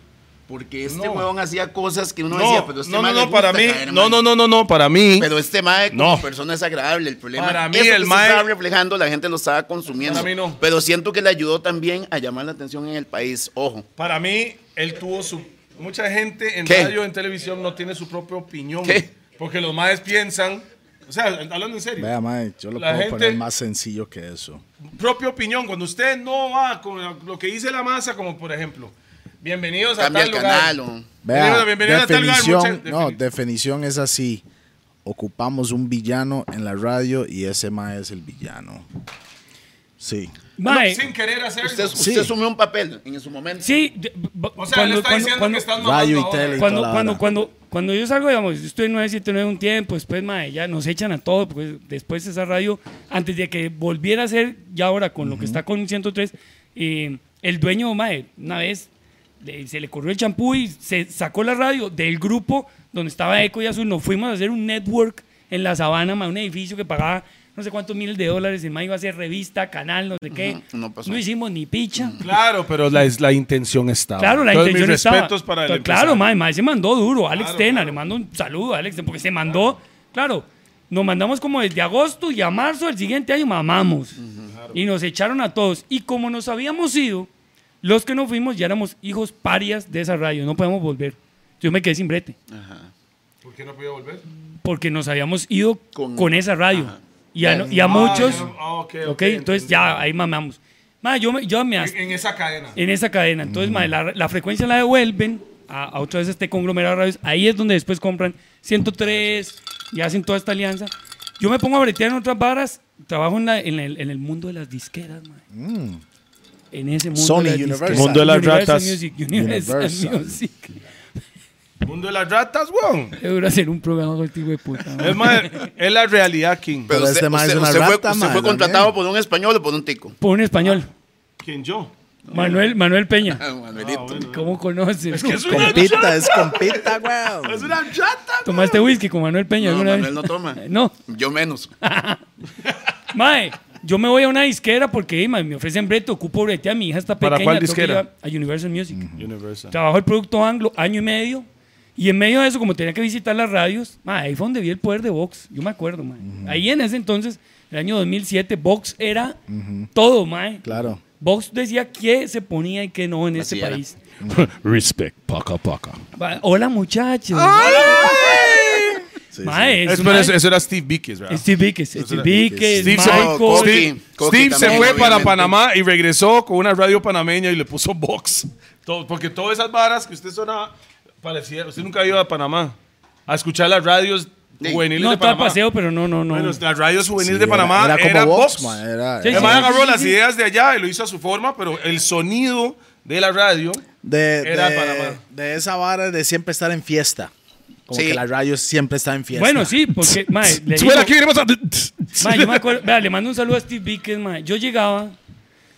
Porque este No. huevón hacía cosas que uno No, decía, pero no, este no, mae le no, gusta para mí. caer No, mal. no, no, no, no, para mí. Pero este mae como No. persona es agradable. El problema Para mí eso que el se mae- estaba reflejando, la gente lo estaba consumiendo. Para mí no. Pero siento que le ayudó también a llamar la atención en el país. Ojo. Para mí, él tuvo su. Mucha gente en ¿Qué? radio, en televisión, no tiene su propia opinión. ¿Qué? Porque los maes piensan. O sea, hablando en serio. Vea, mae, yo lo La puedo gente- poner más sencillo que eso. propia opinión. Cuando usted no va con la- lo que dice la masa, como por ejemplo, bienvenidos a Cambia tal el lugar. canal. o- Vea, Bienvenido- bienvenido a tal lugar, definición, mucha- no, defini- definición es así. Ocupamos un villano en la radio y ese mae es el villano. Sí. Mae, Sin querer hacer. Usted, usted Sí. asumió un papel en su momento. sí, de- b- O sea, cuando- él está cuando- diciendo cuando- que están Radio y mamando ahora. tele. y Cuando, toda la cuando, vara. cuando, cuando yo salgo, digamos, yo estoy en 979 un tiempo, después, mae, ya nos echan a todos, porque después esa radio, antes de que volviera a ser, ya ahora con lo que está con 103, eh, el dueño, mae, una vez le- se le corrió el champú y se sacó la radio del grupo donde estaba Eco y Azul, nos fuimos a hacer un network en la sabana, mae, un edificio que pagaba no sé cuántos miles de dólares, el mae iba a hacer revista, canal, no sé qué, Ujú, no pasó. hicimos ni picha. Claro, pero la, es- la intención estaba. Claro, la Entonces, intención mis estaba. respetos para el Ta- claro, empresario. mae, mae, se mandó duro. Alex Claro, Tena, claro. le mando un saludo a Alex, Tena, porque se mandó, claro, nos mandamos como desde agosto y a marzo del siguiente año mamamos. Y nos echaron a todos. Y como nos habíamos ido, los que nos fuimos ya éramos hijos parias de esa radio, no podíamos volver. Yo me quedé sin brete, Ajá. ¿Por qué no podía volver? porque nos habíamos ido Con- con, esa radio. Ajá. Y a, Ya, y a ah, muchos, ya, ah, ok, ok, ok, entonces entendí. ya ahí mamamos. Mae, yo me, yo me as- En, en esa cadena. en esa cadena. Mm. Entonces, mae, la, la frecuencia la devuelven a, a otra vez este conglomerado de radios. Ahí es donde después compran 103 y hacen toda esta alianza. Yo me pongo a bretear en otras barras. Trabajo en, la- en el, en el mundo de las disqueras, mae. En ese mundo. Mm. Sony de las Universal. disqueras. Mundo de las Universal ratas. Music, Universal Universal. Music. Mundo de las ratas, weón. Debería hacer un programa con el tipo de puta. mae. Es, más, es la realidad, King. Pero, Pero usted, este mae es usted- una usted fue, rata, usted mae, fue también. contratado por un español o por un tico. Por un español. ¿Quién yo? Manuel, Manuel Peña. <laughs> Ah, Manuelito. ¿Cómo conoces? Compita, es compita, weón. Es una rata. ¿Tomaste whisky con Manuel Peña No, alguna vez? Manuel no toma. No. <laughs> Yo menos. Mae, yo me voy a una disquera porque eh, mae, me ofrecen brete, ocupo brete a mi hija está pequeña. ¿Para cuál tengo que disquera? ir A a Universal Music. <laughs> Universal. Trabajo el producto anglo año y medio. Y en medio de eso, como tenía que visitar las radios, mae, ahí fue donde vi el poder de Vox. Yo me acuerdo, mae. Ahí en ese entonces, el año 2007, Vox era todo, mae. Claro. Vox decía qué se ponía y qué no en Así este era. país. Respect, paca, paca. Va- Hola, muchachos. Mae, es Es- pero una- eso, eso era Steve Vickes, ¿verdad? Steve Vickers, Steve Vickers, Steve, se- Michael. Coqui, Steve- Coqui Steve se también, fue para obviamente. Panamá y regresó con una radio panameña y le puso box. Todo- porque todas esas varas que usted sonaba parecía. Usted nunca iba a Panamá. a escuchar las radios Sí. juveniles No, de estaba Panamá. paseo, pero no, no, no. Bueno, las radios juveniles de era- Panamá era era, como Vox, Vox. man, era- El Sí, man sí, agarró sí, sí, las sí. ideas de allá y lo hizo a su forma, pero el sonido de la radio. De, Era de- Panamá. de esa vara de siempre estar en fiesta. Como Sí. que la radio siempre está en fiesta. Bueno, <laughs> sí, porque, mae, le digo- Suena aquí, venimos a. Mae, yo me acuerdo- vea, le mando un saludo a Steve Vickers, mae. Yo llegaba,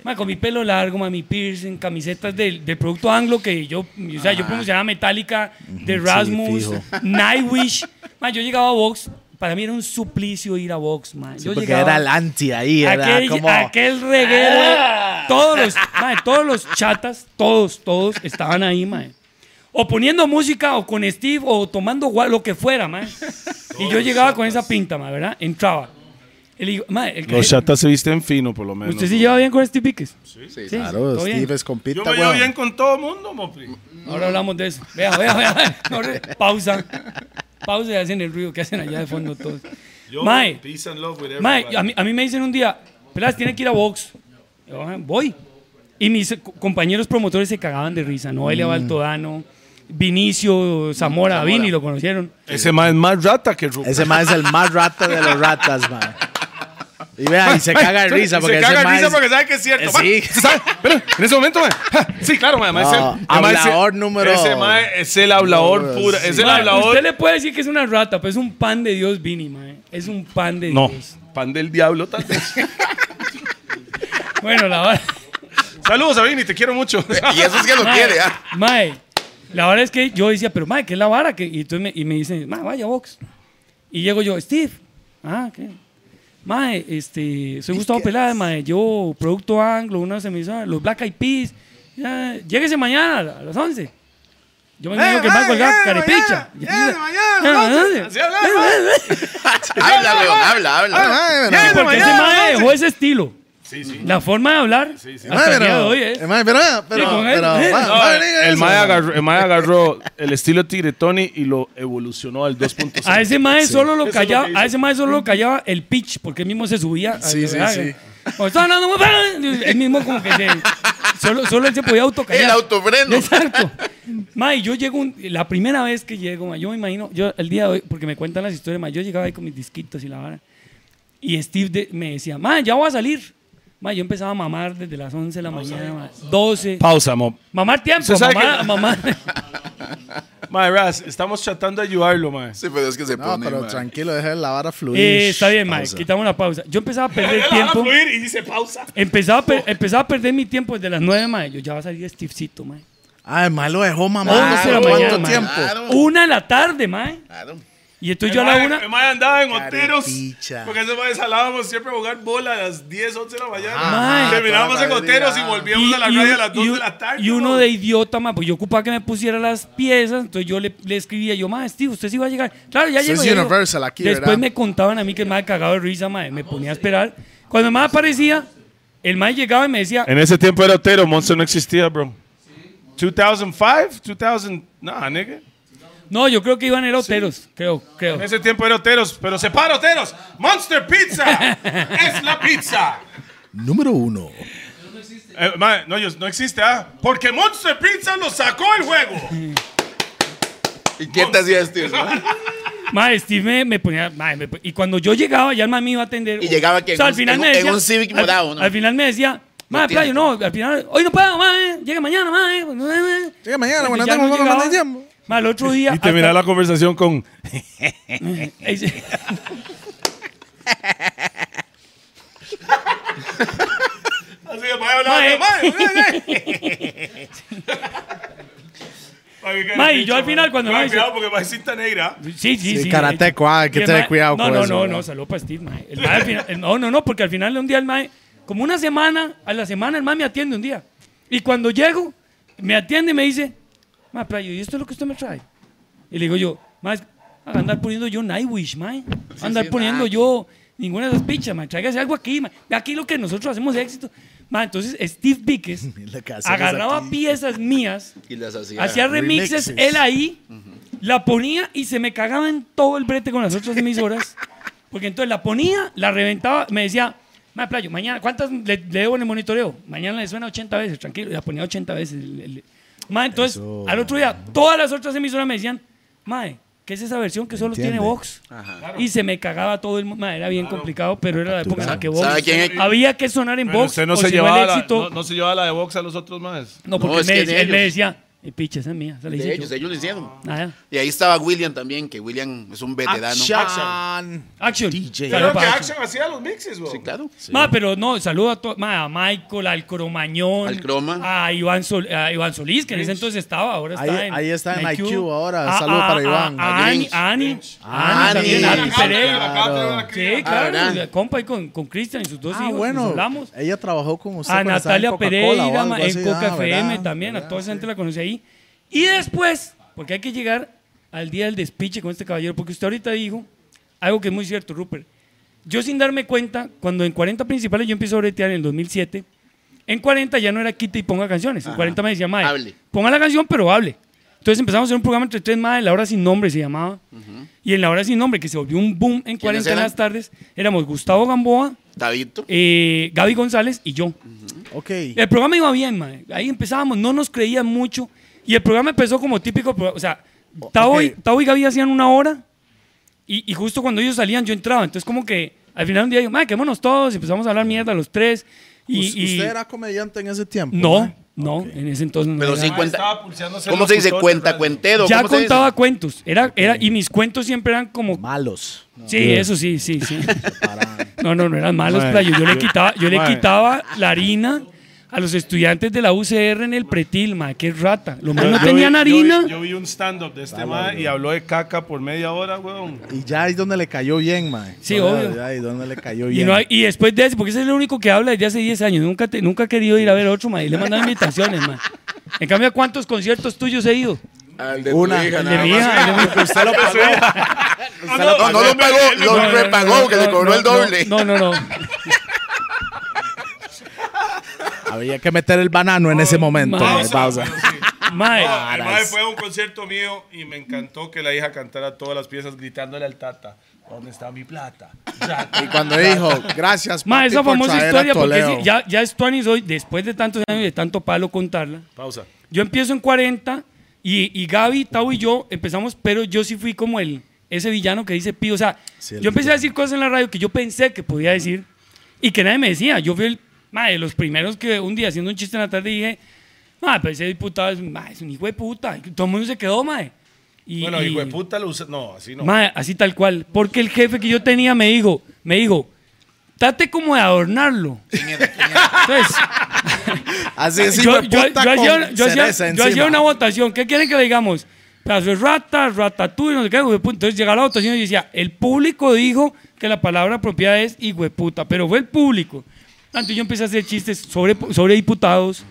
mae, con mi pelo largo, mae, mi piercing, camisetas del, del producto anglo que yo, o sea, yo pronunciaba Metallica, de Rasmus, Ah. fijo. Nightwish. Mae, yo llegaba a Vox, para mí era un suplicio ir a Vox, mae. Sí, yo porque llegaba, era el anti ahí, era aquel, como... aquel reguero, todos los, mae, todos los chatas, todos, todos estaban ahí, mae. O poniendo música, o con Steve, o tomando gua- lo que fuera, mae. Y yo llegaba con esa pinta, mae, ¿verdad? Entraba. Y le digo, mae, el que- Los chatas se visten fino, por lo menos. ¿Usted sí lleva bien con Steve Piques? Sí, Claro, todo bien. Steve es compita, Yo me llevo weón. bien con todo el mundo, Mopri. Ahora hablamos de eso. Vea, vea, vea. <laughs> No, re- pausa. Pausa y hacen el ruido que hacen allá de fondo todos. Yo, Mae, peace and love with Mae, everybody. a mí, a mí me dicen un día, Pelas, tiene que ir a box. Yo, "Ah, voy. Y mis eh, co- compañeros promotores se cagaban de risa. Noelia Baltodano, Vinicio Zamora, Vini lo conocieron. Ese man es más rata que Rupa. Ese más es el más rata de los ratas, man. Y vea, y se caga de risa porque se ese caga en mae risa es- porque sabe que es cierto. Eh, man. sí. ¿Se sabe? Pero en ese momento, man. Ja, Sí, claro, man. además No, el- además hablador número- Ese man es el hablador Número, pura. Es el Mae, Usted hablador. le puede decir que es una rata, pero es un pan de Dios, Vini, mae. Es un pan de No, Dios. pan del diablo, tal <laughs> vez. Bueno, la <laughs> verdad. Saludos a Vini, te quiero mucho. <laughs> Y eso es que lo Mae, <laughs> quiere, ¿ah? Mae, la vara es que yo decía, pero mae, ¿qué es la vara? que Y, entonces me, y me dicen, mae, vaya box. Y llego yo, Steve. Ah, ¿qué? Mae, este, soy Gustavo Peláez, mae, yo producto anglo, una semisa, los Black Eyed Peas. Ya, lléguese mañana a la- a las 11. Yo me imagino que va a colgar carepicha. Ya, mañana, Así hablaba, man. Habla, weón, habla, habla. Ay, Ya, no, bueno. Porque ese mañana, mae no, dejó ese estilo. Sí, sí. La forma de hablar Ay, hasta el día de hoy es... eh, mae, pero, pero, con él, pero, eh. mae, No, mae, el, diga el eso, mae mae. agarró, el mae agarró el estilo Tigre Tony y lo evolucionó al <laughs> 2.0. A ese mae solo Eso lo es lo callaba, que hizo. a ese mae solo lo callaba el pitch, porque él mismo se subía. Sí, sí, ¿verdad? sí. Cuando estaba hablando, él mismo como que se, solo, solo él se podía autocallar. El autofreno. Exacto. Mae, yo llego, un- la primera vez que llego, mae, yo me imagino, yo el día de hoy, porque me cuentan las historias, mae, yo llegaba ahí con mis disquitos y la vara. Y Steve de- me decía, mae, ya voy a salir. Mae, yo empezaba a mamar desde las 11 de la mañana, mae, 12. Pausa, mo. Mamar tiempo, Usted sabe mamar, que- <laughs> mamar. Mae, Raz, estamos tratando de ayudarlo, mae. Sí, pero es que se No, pone. pero mae. tranquilo, deja la vara fluir. Eh, está bien, mae, Pausa. quitamos la pausa. Yo empezaba a <laughs> perder tiempo. y dice pausa. Empezaba a, Oh. per- empezaba a perder mi tiempo desde las 9 de mayo. Ya va a salir Stevecito, mae. Ay, mae, lo dejó mamado. Once de la ¿Cuánto Ah, mañana, mae. tiempo? Claro, Una de la tarde, mae. claro. Y entonces yo a la El una. mae andaba en Monteros. Carepicha. Porque ese mae salábamos siempre a jugar bola a las 10, 11 de la Ah, mañana. Mae. Terminábamos en Toda la Monteros y madrugada. volvíamos y- a la y- radio a las 2 y- de la tarde. y uno mo. de idiota, mae, pues yo ocupaba que me pusiera las piezas. Entonces yo le, le escribía, yo, mae, Steve, usted sí va a llegar. Claro, ya Eso llegó. es ya llegó. Universal aquí, Después ¿verdad? me contaban a mí que el mae cagado de risa, mae. Me ponía a esperar. Cuando el mae aparecía, el mae llegaba y me decía, En ese tiempo era Otero, Monster no existía, bro. 2005, 2000, nah, nigga. no, yo creo que iban a ir a Oteros. Creo, creo. En ese tiempo era Oteros, pero se para Oteros. Monster <laughs> Pizza es la pizza. Número uno. Eh, mae, no, yo- no existe, ¿ah? Porque Monster Pizza lo sacó el juego. ¿Y quién te hacía esto? no? Mae, Steve me, me ponía. mae, me po- y cuando yo llegaba, ya el mae me iba a atender. Y llegaba que O sea, en al un- final en me un- en decía. un Civic al- morado, ¿no? Al final me decía. Mae, tiene playo, no. Al final. Hoy no puedo, mae. Llega mañana, mae. pues, no, no, no". Llega mañana, Porque bueno, ya tengo no poco llegaba. más de tiempo. Mae, el otro día. Y terminar hasta- <laughs> la conversación con. Ahí se- Así que, mae, hablaba, mae, mae, <laughs> mae. Mae, y yo al final cuando Mae, mae, cuidado porque mae, cinta negra. Sí, sí, sí. karateco, ah, que Y el tener mae- cuidado no, con no, eso, No, no, ¿verdad? no, saludo para Steve, mae. El mae al final- el- no, no, no, porque al final de un día el mae, como una semana, a la semana el mae me atiende un día. Y cuando llego, me atiende y me dice, mae, playo, ¿y esto es lo que usted me trae? Y le digo yo, mae, es- ah, andar poniendo yo Nightwish, mae. Andar sí, poniendo mae. yo ninguna de esas pichas, mae. Tráigase algo aquí, mae. Aquí lo que nosotros hacemos es éxito. Mae, entonces Steve Vickers Lo que hacemos agarraba aquí. piezas mías Y las hacía. Hacía remixes, remixes. él ahí, la ponía y se me cagaba en todo el brete con las otras <laughs> emisoras. Porque entonces la ponía, la reventaba, me decía, "Mae, Playo, mañana, ¿cuántas le, le debo en el monitoreo? Mañana le suena 80 veces, tranquilo. Y la ponía 80 veces. el- el- Mae, entonces, al otro día, todas las otras emisoras me decían, Mae, que es esa versión que solo Entiende. tiene Vox. Y se me cagaba todo el mundo. Era bien complicado, pero era la época en la que Vox. ¿Sabe quién es? Había que sonar en Pero Vox. usted no o se, si no llevaba el la, éxito. no, no se llevaba la de box a los otros más. No, porque No, él, es me, que decía- de él me ellos. decía, y picha, esa es mía. esa la hice De ellos, yo". ellos lo hicieron. Nada. Y ahí estaba William también, que William es un veterano. Action. Action. DJ. Saludo Creo que para Action hacía los mixes, güey. Sí, claro. Ma, pero no, saludo a, to- ma, a Michael, al Cromañón, Al Croma. a, Iván Sol- a Iván Solís, que en ese entonces estaba, ahora está Ahí- en ahí está en IQ. IQ ahora. A- Saludo a- para a- Iván. A, A Ani, Grinch. a Ani, Ah, a Ani también, sí, Ani claro. Pereira. Sí, claro, Ah, ¿verdad? compa y con, con Cristian y sus dos Ah, hijos, bueno. nos hablamos. Ella trabajó con usted. A cuando estaba en Natalia Coca-Cola o Pereira algo ma, así, en Coca ah, FM ¿verdad? también, a toda esa gente la conocí ahí. Y después, porque hay que llegar al día del despiche con este caballero, porque usted ahorita dijo algo que es muy cierto, Rupert. Yo sin darme cuenta, cuando en 40 principales yo empiezo a bretear en el 2007, en 40 ya no era quita y ponga canciones. En 40 me decía, mae, Hable. ponga la canción, pero hable. Entonces empezamos a hacer un programa entre tres, mae, La Hora Sin Nombre se llamaba. Y en La Hora Sin Nombre, que se volvió un boom en 40 en eran? las tardes, éramos Gustavo Gamboa, Tabito. eh, Gaby González y yo. Ok. El programa iba bien, mae. Ahí empezábamos, no nos creían mucho. Y el programa empezó como típico, pro- o sea, Tavo, y, ok. Tavo y Gaby hacían una hora y, y justo cuando ellos salían yo entraba. Entonces como que al final un día digo, mae, quémonos todos, empezamos a hablar mierda los tres. Y, Us- y- ¿Usted era comediante en ese tiempo? No, ¿verdad? no, en ese entonces no. Pero era. sí cuenta. estaba pulseándose ¿Cómo se dice? locutor de Cuenta radio. cuentero. ya ¿cómo se dice? contaba cuentos. Era, era, y mis cuentos siempre eran como... Malos. sí, eso sí, sí, sí. No, no, no eran malos playos. Yo le quitaba, yo le Mae. quitaba la harina a los estudiantes de la UCR en el pretil, ma, qué rata. Los más Yo- no yo tenían vi- harina. Yo Ah, vi, yo vi un stand-up de este mae y habló de caca por media hora, <laughs> weón. Y ya es donde le cayó bien, mae. Sí, Donde- obvio. Ya es donde le cayó y, bien. no hay- y después de ese, porque ese es el único que habla desde hace 10 años. Nunca, te- nunca ha querido ir a ver otro, ma, y le mandan invitaciones, ma. En cambio, ¿a cuántos conciertos tuyos he ido? Al de Una. tu hija, El de nada mi más. hija, el de mi- Usted Ah, lo <laughs> pagó. Usted lo No, pagó. no lo pagó, lo No, no, repagó, no, que no, le cobró no, el doble. No, no, no. Había que meter el banano en ese momento. mae. mae, pausa. <laughs> Mae, Ah, El mae Ah, fue a un concierto mío y me encantó que la hija cantara todas las piezas gritándole al tata. ¿Dónde está mi plata? <laughs> Ya, Y cuando dijo, gracias, Ma, papi, esa por famosa traer a historia, porque Toledo. sí, ya, ya es Tuanis hoy, después de tantos años y de tanto palo contarla. Pausa. Yo empiezo en 40 y, y Gaby, Tau y yo empezamos, pero yo sí fui como el, ese villano que dice Pío. O sea, Sí, el yo empecé a decir cosas en la radio que yo pensé que podía decir y que nadie me decía. Yo fui el, ma, de los primeros que un día haciendo un chiste en la tarde dije, ma, pero ese diputado es, ma, es un hijo de puta. Y todo el mundo se quedó, ma. Y, Bueno, y- hijo de puta lo usa. No, así no. Mae, así tal cual. Porque el jefe que yo tenía me dijo, me dijo, trate como de adornarlo. Entonces, Así es, yo, hijo de yo- puta yo hacía, con yo hacía- cereza yo hacía encima. una votación. ¿Qué quieren que le digamos? Pedazo de rata, ratatouille, no sé qué, hueputa. Entonces llegaba la votación y decía, el público dijo que la palabra propiedad es hijueputa, pero fue el público. Entonces yo empecé a hacer chistes sobre, sobre diputados.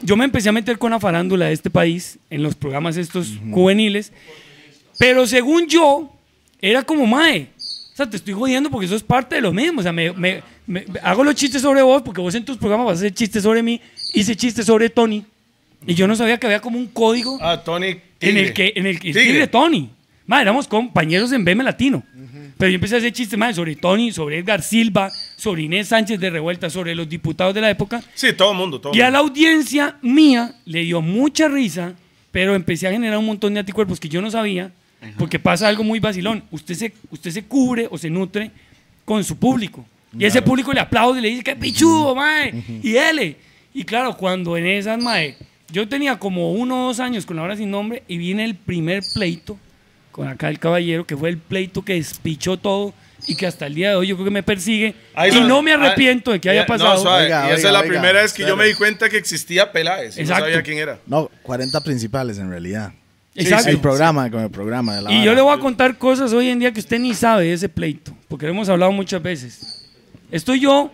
Yo me empecé a meter con la farándula de este país en los programas estos juveniles. Pero según yo, era como mae. O sea, te estoy jodiendo porque eso es parte de lo mismo. O sea, me, me- me- hago los chistes sobre vos porque vos en tus programas vas a hacer chistes sobre mí. Hice chistes sobre Tony. Y yo no sabía que había como un código Ah, Tony. en Tigre. el que. En el, que- el Tigre. tigre Tony. Mae, éramos compañeros en BM Latino. Pero yo empecé a hacer chistes mae, sobre Tony, sobre Edgar Silva, sobre Inés Sánchez de Revuelta, sobre los diputados de la época. Sí, todo el mundo, todo Y a mundo. la audiencia mía le dio mucha risa, pero empecé a generar un montón de anticuerpos que yo no sabía, porque pasa algo muy vacilón. Usted se, usted se cubre o se nutre con su público. Y ese público le aplaude y le dice, ¡qué pichudo, mae! Y él. Y claro, cuando en esas, mae, yo tenía como uno o dos años con la hora sin nombre y viene el primer pleito con acá el caballero, que fue el pleito que despichó todo y que hasta el día de hoy yo creo que me persigue. Ahí y son- no me ah, arrepiento de que haya ya, pasado. No, suave. Oiga, y esa oiga, es la oiga, primera vez que yo espere. me di cuenta que existía Peláez. y Exacto. No sabía quién era. No, 40 principales en realidad. Exacto. El programa, con el programa de la Y vara. yo le voy a contar cosas hoy en día que usted ni sabe de ese pleito, porque lo hemos hablado muchas veces. Estoy yo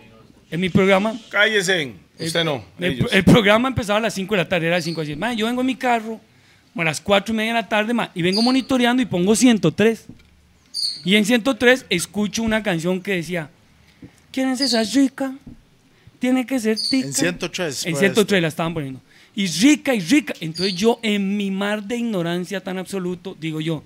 en mi programa. Cállese. Usted no. El, ellos. el programa empezaba a las 5 de la tarde, era de 5 a 10. Ma, yo vengo en mi carro como a las 4 y media de la tarde ma, y vengo monitoreando y pongo 103. Y en 103 escucho una canción que decía: ¿Quién es esa chica? Tiene que ser tica. En 103. En fue 103 la estaban poniendo. Y rica, y rica. Entonces yo, en mi mar de ignorancia tan absoluto, digo yo,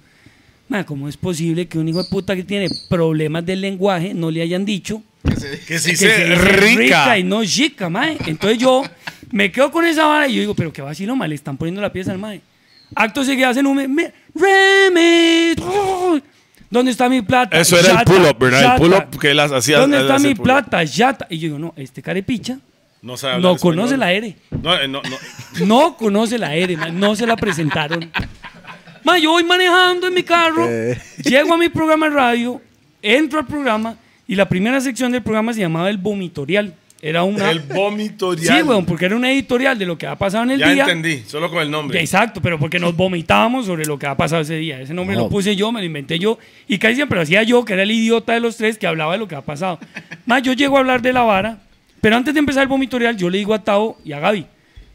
"Ma, ¿cómo es posible que un hijo de puta que tiene problemas del lenguaje no le hayan dicho que sí eh, que se se dice rica. y no chica, mae? Entonces yo me quedo con esa vara y yo digo, pero qué vacilo, mae, le están poniendo la pieza al mae. Acto seguido hacen un... me- me- Remy. ¿Dónde está mi plata? Eso era el Yata, pull-up, ¿verdad? El yata. pull-up que él hacía- ¿Dónde él está hacía mi el pull-up. plata? Yata. Y yo digo, no, este carepicha No sabe hablar no español. conoce la R. No, eh, <laughs> no, no. No conoce la R, ma, no se la presentaron. Ma, yo voy manejando en mi carro, Eh. llego a mi programa de radio, entro al programa y la primera sección del programa se llamaba El Vomitorial. Era una... El vomitorial. Sí, weón, porque era una editorial de lo que ha pasado en el Ya día. entendí, solo con el nombre. Exacto, pero porque nos vomitábamos sobre lo que ha pasado ese día. Ese nombre Oh. lo puse yo, me lo inventé yo. Y casi siempre lo hacía yo, que era el idiota de los tres que hablaba de lo que ha pasado. Más, yo llego a hablar de la vara, pero antes de empezar el vomitorial, yo le digo a Tao y a Gaby: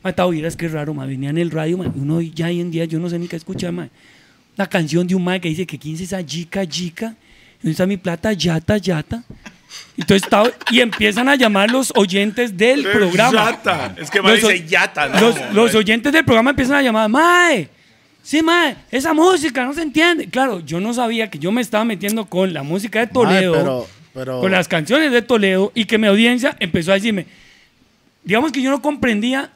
Ma, Tao, vieras qué raro, ma, venía en el radio, ma, uno ya hoy en día, yo no sé ni qué escuchar, ma. Una canción de un ma que dice que 15 es a chica, chica. ¿Dónde está mi plata? Yata, yata. Entonces, Tao, y empiezan a llamar los oyentes del Eh, programa. Yata. Es que me Los- dice yata. ¿no? Los, los oyentes del programa empiezan a llamar, Mae, sí, Mae, esa música no se entiende. Claro, yo no sabía que yo me estaba metiendo con la música de Toledo, pero- pero- con las canciones de Toledo, y que mi audiencia empezó a decirme, digamos que yo no comprendía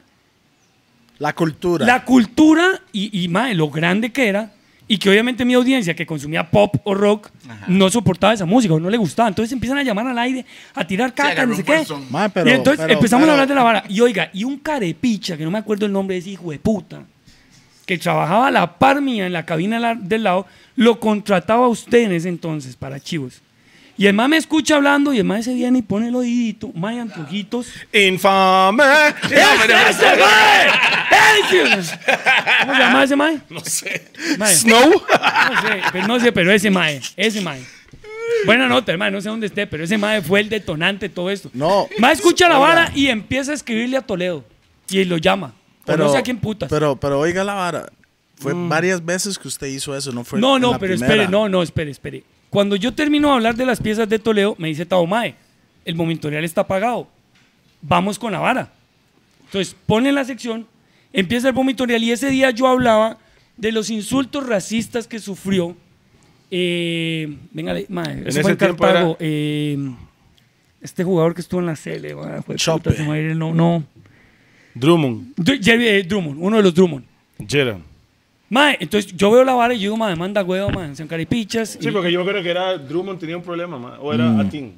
La cultura. la cultura y, y mae, lo grande que era. Y que obviamente mi audiencia que consumía pop o rock no soportaba esa música o no le gustaba. Entonces empiezan a llamar al aire, a tirar caca, agarró no sé un qué. bolsón. Mae, pero- y entonces pero- empezamos pero- a hablar de la vara. Y oiga, y un carepicha, que no me acuerdo el nombre de ese hijo de puta, que trabajaba a la par mía en la cabina la- del lado, lo contrataba a usted en ese entonces para chivos. Y el mae me escucha hablando y el mae se viene y pone el oídito, mae antojitos. <laughs> Infame. ¡Ese, ese, mae! ¡Ese! ¿Cómo se llama ese mae? No sé. Mae. Snow. No sé, pero, no sé, pero ese mae, ese mae. Buena nota, hermano, no sé dónde esté, pero ese mae fue el detonante de todo esto. No. Mae escucha la Oiga. vara y empieza a escribirle a Toledo. Y lo llama. Pero, no sé a quién putas. Mm. Pero, pero oiga la vara. Fue varias veces que usted hizo eso, no fue. no, en no, la pero primera. espere, no, no, espere, espere. Cuando yo termino de hablar de las piezas de Toledo, me dice Tao Mae, el momentorial está apagado. Vamos con la vara. Entonces, pone la sección, empieza el vomitorial y ese día yo hablaba de los insultos racistas que sufrió. Eh, venga, madre, ese eso fue en tiempo Cartago. eh, este jugador que estuvo en la Cele, madre, fue Chope. puta, se me va a ir el no, no. Drummond. Dr- Jerry eh, Drummond, uno de los Drummond. Jera. Mae, entonces yo veo la vara y yo digo, madre, manda huevo, madre, sean caripichas. Sí, Y- porque yo creo que era Drummond tenía un problema, ma, o era Mm. Atin.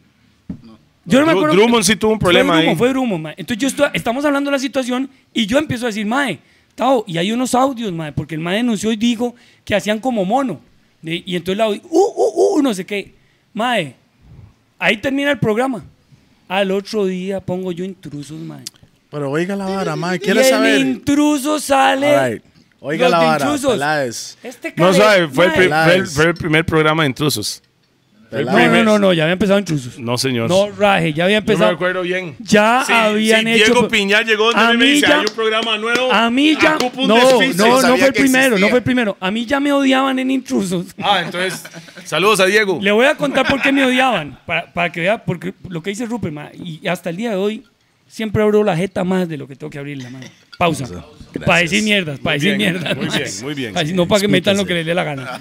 yo no me Dru- acuerdo. Drummond sí tuvo un problema Fue Drummond, ahí. fue Drummond, mae. Entonces yo estoy- estamos hablando de la situación y yo empiezo a decir, mae, Tao, y hay unos audios, mae, porque el mae denunció y dijo que hacían como mono. De- y entonces la audio, uh, uh, uh, no sé qué. Mae, ahí termina el programa. Al otro día pongo yo intrusos, mae. Pero oiga la vara, mae. Y ¿Quiere en saber? intrusos sale. All right. Oiga los la de vara, intrusos. Peláez. Este No care- sabe, fue el, mae. pri- Peláez. fue el- fue el primer programa de intrusos. No, Peláez. no, no, no, ya había empezado intrusos. No, señor. No, Raje, ya había Yo me empezado. acuerdo bien. Ya Sí, habían sí, hecho. Diego Piñar llegó donde A mí me mí dice, ya- hay un programa nuevo. <laughs> A mí ya. ocupa un No, desfile". no, no Sabía fue el que primero, no existía. fue el primero. A mí ya me odiaban <laughs> en intrusos. Ah, entonces, saludos a Diego. Le voy a contar por qué me odiaban. Para, para que vea, porque lo que dice Rupert, ma, y hasta el día de hoy, siempre abro la jeta más de lo que tengo que abrirla, ma. Pausa. Para decir mierdas, para decir bien, mierdas. muy ma. bien, muy bien. Pa' decir- no <laughs> para que metan lo que les dé <laughs> la gana.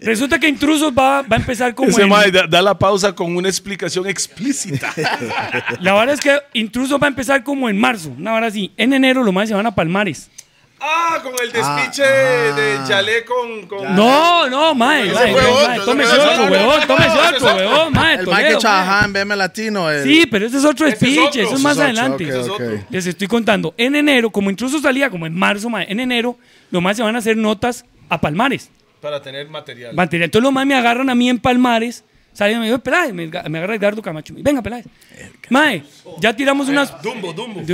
Resulta que Intrusos va, va a empezar como. Ese en- mae da, da la pausa con una explicación explícita. La verdad es que Intrusos va a empezar como en marzo. Una hora así. En enero los más se van a Palmares. <laughs> ah, con el despiche Ah, ah. de Chalet con... con- No, no, mae. mae, fue mae, otro, mae, ese Tómese fue otro, otro. huevón. Tómese No, ese es otro, otro. El huevón. Mae, mae que Toledo, mae. trabajaba en BM Latino. el- Sí, pero ese es otro Ese es speech. otro. Eso es Ese más es otro, adelante. ok, Ese es otro. ok. Les estoy contando. En enero, como intruso salía como en marzo, mae, en enero, los más se van a hacer notas a Palmares. Para tener material. Material. Entonces los más me agarran a mí en Palmares. Salen y me digo, Peláez, me, me agarra Edgardo Camacho. Venga, Peláez. Mae, ya tiramos unas... Dumbo, <laughs> Dumbo.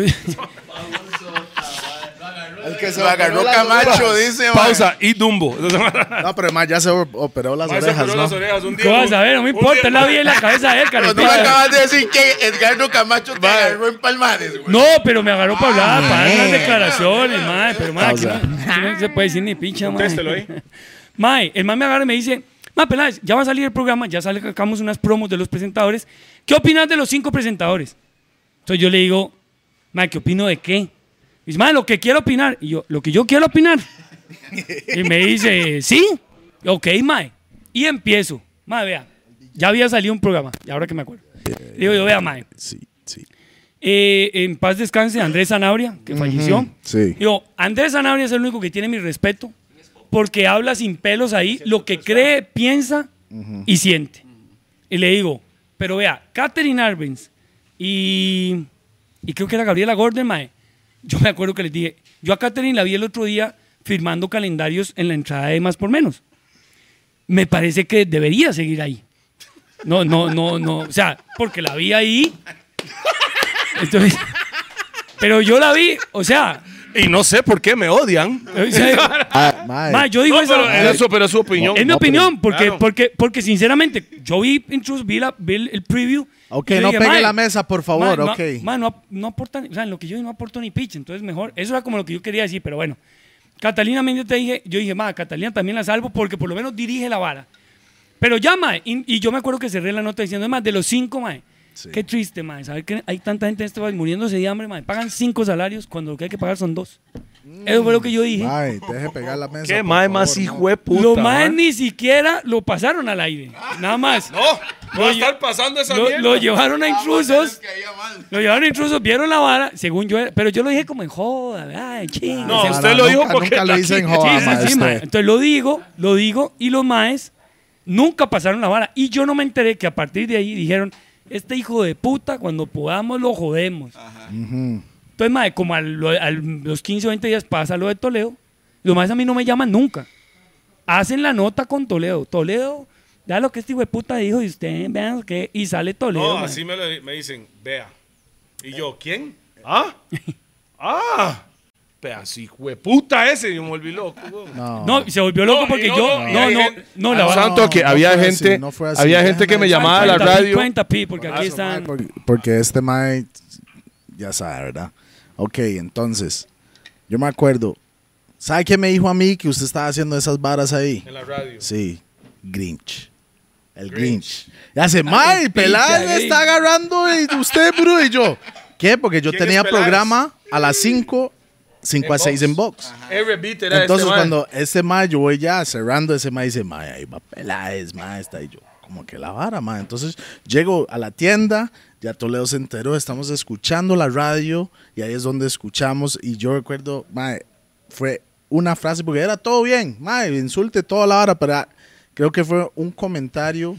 El que se lo agarró Camacho, dice, mae. Pausa y Dumbo. No, pero el mae ya se operó las Mae se orejas, operó ¿no? las orejas un día. ¿Qué vas un- a ver? No me un importa, día- es la vida en la cabeza de él, Pero tú me carepita. acabas de decir que Edgardo Camacho te agarró en Palmares, güey. No, pero me agarró para hablar, para dar unas declaraciones, mae. Pero, mae, aquí no, aquí no se puede decir ni pincha, mae. Ah, Contéstelo ahí. <laughs> Mae, el mae me agarra y me dice, mae, Peláez, ya va a salir el programa, ya sale- sacamos unas promos de los presentadores. ¿Qué opinas de los cinco presentadores? Entonces yo le digo, mae, ¿qué opino de qué? Y dice, mae, lo que quiero opinar. Y yo, lo que yo quiero opinar. Y me dice, sí, ok, mae. Y empiezo. Mae, vea, ya había salido un programa, y ahora que me acuerdo. Digo yo, vea, mae. Sí, sí. Eh, en paz descanse Andrés Sanabria, que falleció. sí. Digo, Andrés Sanabria es el único que tiene mi respeto porque habla sin pelos ahí lo que cree, piensa y siente. Y le digo, pero vea, Katherine Arbenz y, y creo que era Gabriela Gordon, mae. Yo me acuerdo que les dije, yo a Katherine la vi el otro día firmando calendarios en la entrada de Más por Menos. Me parece que debería seguir ahí. No, no, no, no. O sea, porque la vi ahí. Entonces, pero yo la vi, o sea, Y no sé por qué me odian. <laughs> o sea, Ah, mae. ma, yo digo No, eso. pero eso, pero es su opinión. Es mi No, pero- opinión, porque, Claro. porque, porque sinceramente, yo vi Intrusos, vi, la- vi el- el preview. Ok, y yo no pegue "Mae, la mesa, por favor, mae, no- ok. mae, no, ap- no aporta, ni- o sea, en lo que yo no aporto ni pitch, entonces mejor. Eso era como lo que yo quería decir, pero bueno. Catalina Méndez te dije, yo dije, ma, Catalina también la salvo porque por lo menos dirige la vara. Pero ya, mae, y, y yo me acuerdo que cerré la nota diciendo, más de los cinco, mae, qué triste, mae, saber que hay tanta gente en este país muriéndose de hambre, mae, pagan cinco salarios cuando lo que hay que pagar son dos. Mm. Eso fue lo que yo dije. Mae, deje pegar la mesa. ¿Qué por mae favor, más no. hijo de puta? Lo más mae? ni siquiera lo pasaron al aire. Nada más. No, no va a lle- estar pasando esa Lo, mierda. Ah, lo llevaron a intrusos. caía mal. Lo llevaron a intrusos, vieron la vara, según yo era. Pero yo lo dije como en joda, ¿verdad? En chinga. No, o sea, usted lo dijo nunca- porque Nunca lo aquí- hice en sí, joda, sí, mae, sí, usted. mae. Entonces lo digo, lo digo, y los maes nunca pasaron la vara. Y yo no me enteré que a partir de ahí dijeron, este hijo de puta, cuando podamos lo jodemos. Entonces, mae, como a, lo- a los 15 o 20 días pasa lo de Toledo, los maes a mí no me llaman nunca. Hacen la nota con Toledo. Toledo, da lo que este hijo de puta dijo y ustedes vean que... Y sale Toledo, No, mae. así me, lo- me dicen, vea. Y yo, ¿quién? ¿Ah? <laughs> ¡Ah! Pedazo hijo de puta ese, yo me volví loco. weón. No, y se volvió loco No, porque y no, yo... no, y No, hay no, gente- Ah, no, la vara... Santo, que No, no había fue así, gente- no fue así. había gente que me Déjame- llamaba Cuenta, pi, Cuenta, pi, porque aquí Mae, están... porque, porque este mae, ya sabe, ¿verdad? Ok, entonces, yo me acuerdo. ¿Sabe qué me dijo a mí que usted estaba haciendo esas varas ahí? En la radio. Sí, Grinch. El Grinch. Ya se, mae, Peláez pinche me está agarrando y usted, bro, y yo. ¿Qué? Porque yo ¿Quién es tenía Peláez? programa a las 5, 5 a En 6 en box. Every beat era Entonces, este, mae. cuando ese mae, yo voy ya cerrando, ese mae dice, mae, ahí va Peláez, mae, está ahí yo. Como que la vara, mae. Entonces, llego a la tienda, ya Toledo se enteró, estamos escuchando la radio, y ahí es donde escuchamos, y yo recuerdo, mae, fue una frase, porque era todo bien, mae, insulte toda la vara, pero ah, creo que fue un comentario,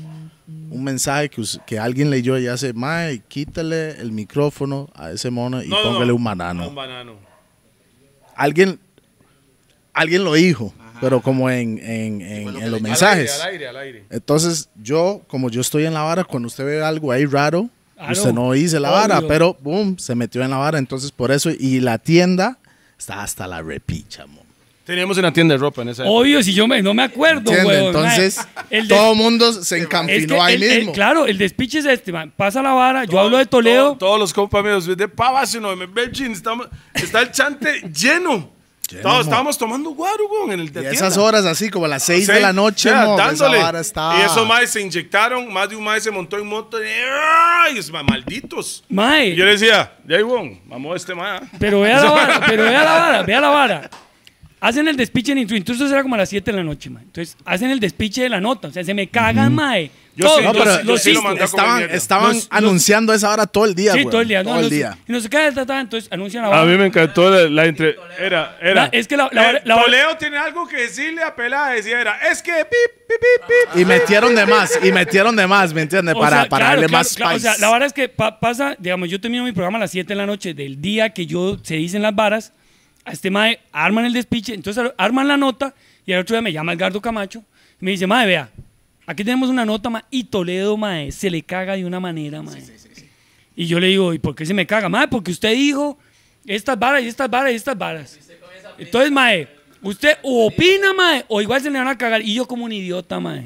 un mensaje que, us- que alguien leyó y hace, mae, quítale el micrófono a ese mono y No, no, no. póngale un banano Un banano. alguien alguien lo dijo, pero como en, en- en- lo en que los le- mensajes. Al aire, al aire, al aire. Entonces, yo, como yo estoy en la vara, cuando usted ve algo ahí raro, Claro. usted no dice la vara, Obvio. pero boom, se metió en la vara. Entonces, por eso, y la tienda está hasta la repicha, mo. Teníamos una tienda de ropa en esa época. Obvio, si yo me, no me acuerdo, ¿Entiende? huevón, Entonces, mae. El de- todo el mundo se es encampinó que ahí el- el- mismo. claro, el despiche es este, mae. Pasa la vara, yo hablo de Todo- Toledo. todo- todos los compas míos, de Pavasino, de Medellín, estamos- está el chante <laughs> lleno. Todos mo. estábamos tomando guaro, weón, en el de y la esas tienda. horas así, como a las 6 Sí, de la noche, o sea, mo, esa dándole. vara está- Y esos maes se inyectaron, más de un mae se montó en moto y, ¡ay! es ma- malditos. Mae, Y yo le decía, ya Ivonne, vamos a este mae. ah". pero vea <laughs> la vara, pero vea la vara, vea la vara. Hacen el despiche en intrusos, entonces era como a las 7 de la noche, mae. Entonces, hacen el despiche de la nota, o sea, se me cagan, mae. Yo Todos, sí, No, los- pero yo los sí lo cistos. mandé a comer estaban, mierda. estaban Los- los- anunciando esa vara todo el día, Sí, güey, todo el día. no, Todo el los- día. Y no se cae, ta, ta, entonces anuncian la vara. A mí me encantó la, la entre... Era, era. La- es que la- la- Eh, la- Toledo tiene algo que decirle a Peláez y era, es que pip, pip, pip, pip. Y metieron de más, y metieron de más, ¿me entiendes? O Para, sea, para claro, darle claro, más claro. O sea, spice. la vara es que pa- pasa, digamos, yo termino mi programa a las 7 de la noche del día que yo se dicen las varas. A este mae arman el despiche, entonces ar- arman la nota y al otro día me llama Edgardo Camacho y me dice, mae, vea, aquí tenemos una nota, mae, y Toledo, mae, se le caga de una manera, mae. Y yo le digo, ¿y por qué se me caga? Mae, porque usted dijo estas varas y estas varas y estas varas. Entonces, mae, usted o opina, mae, o igual se le van a cagar. Y yo como un idiota, mae.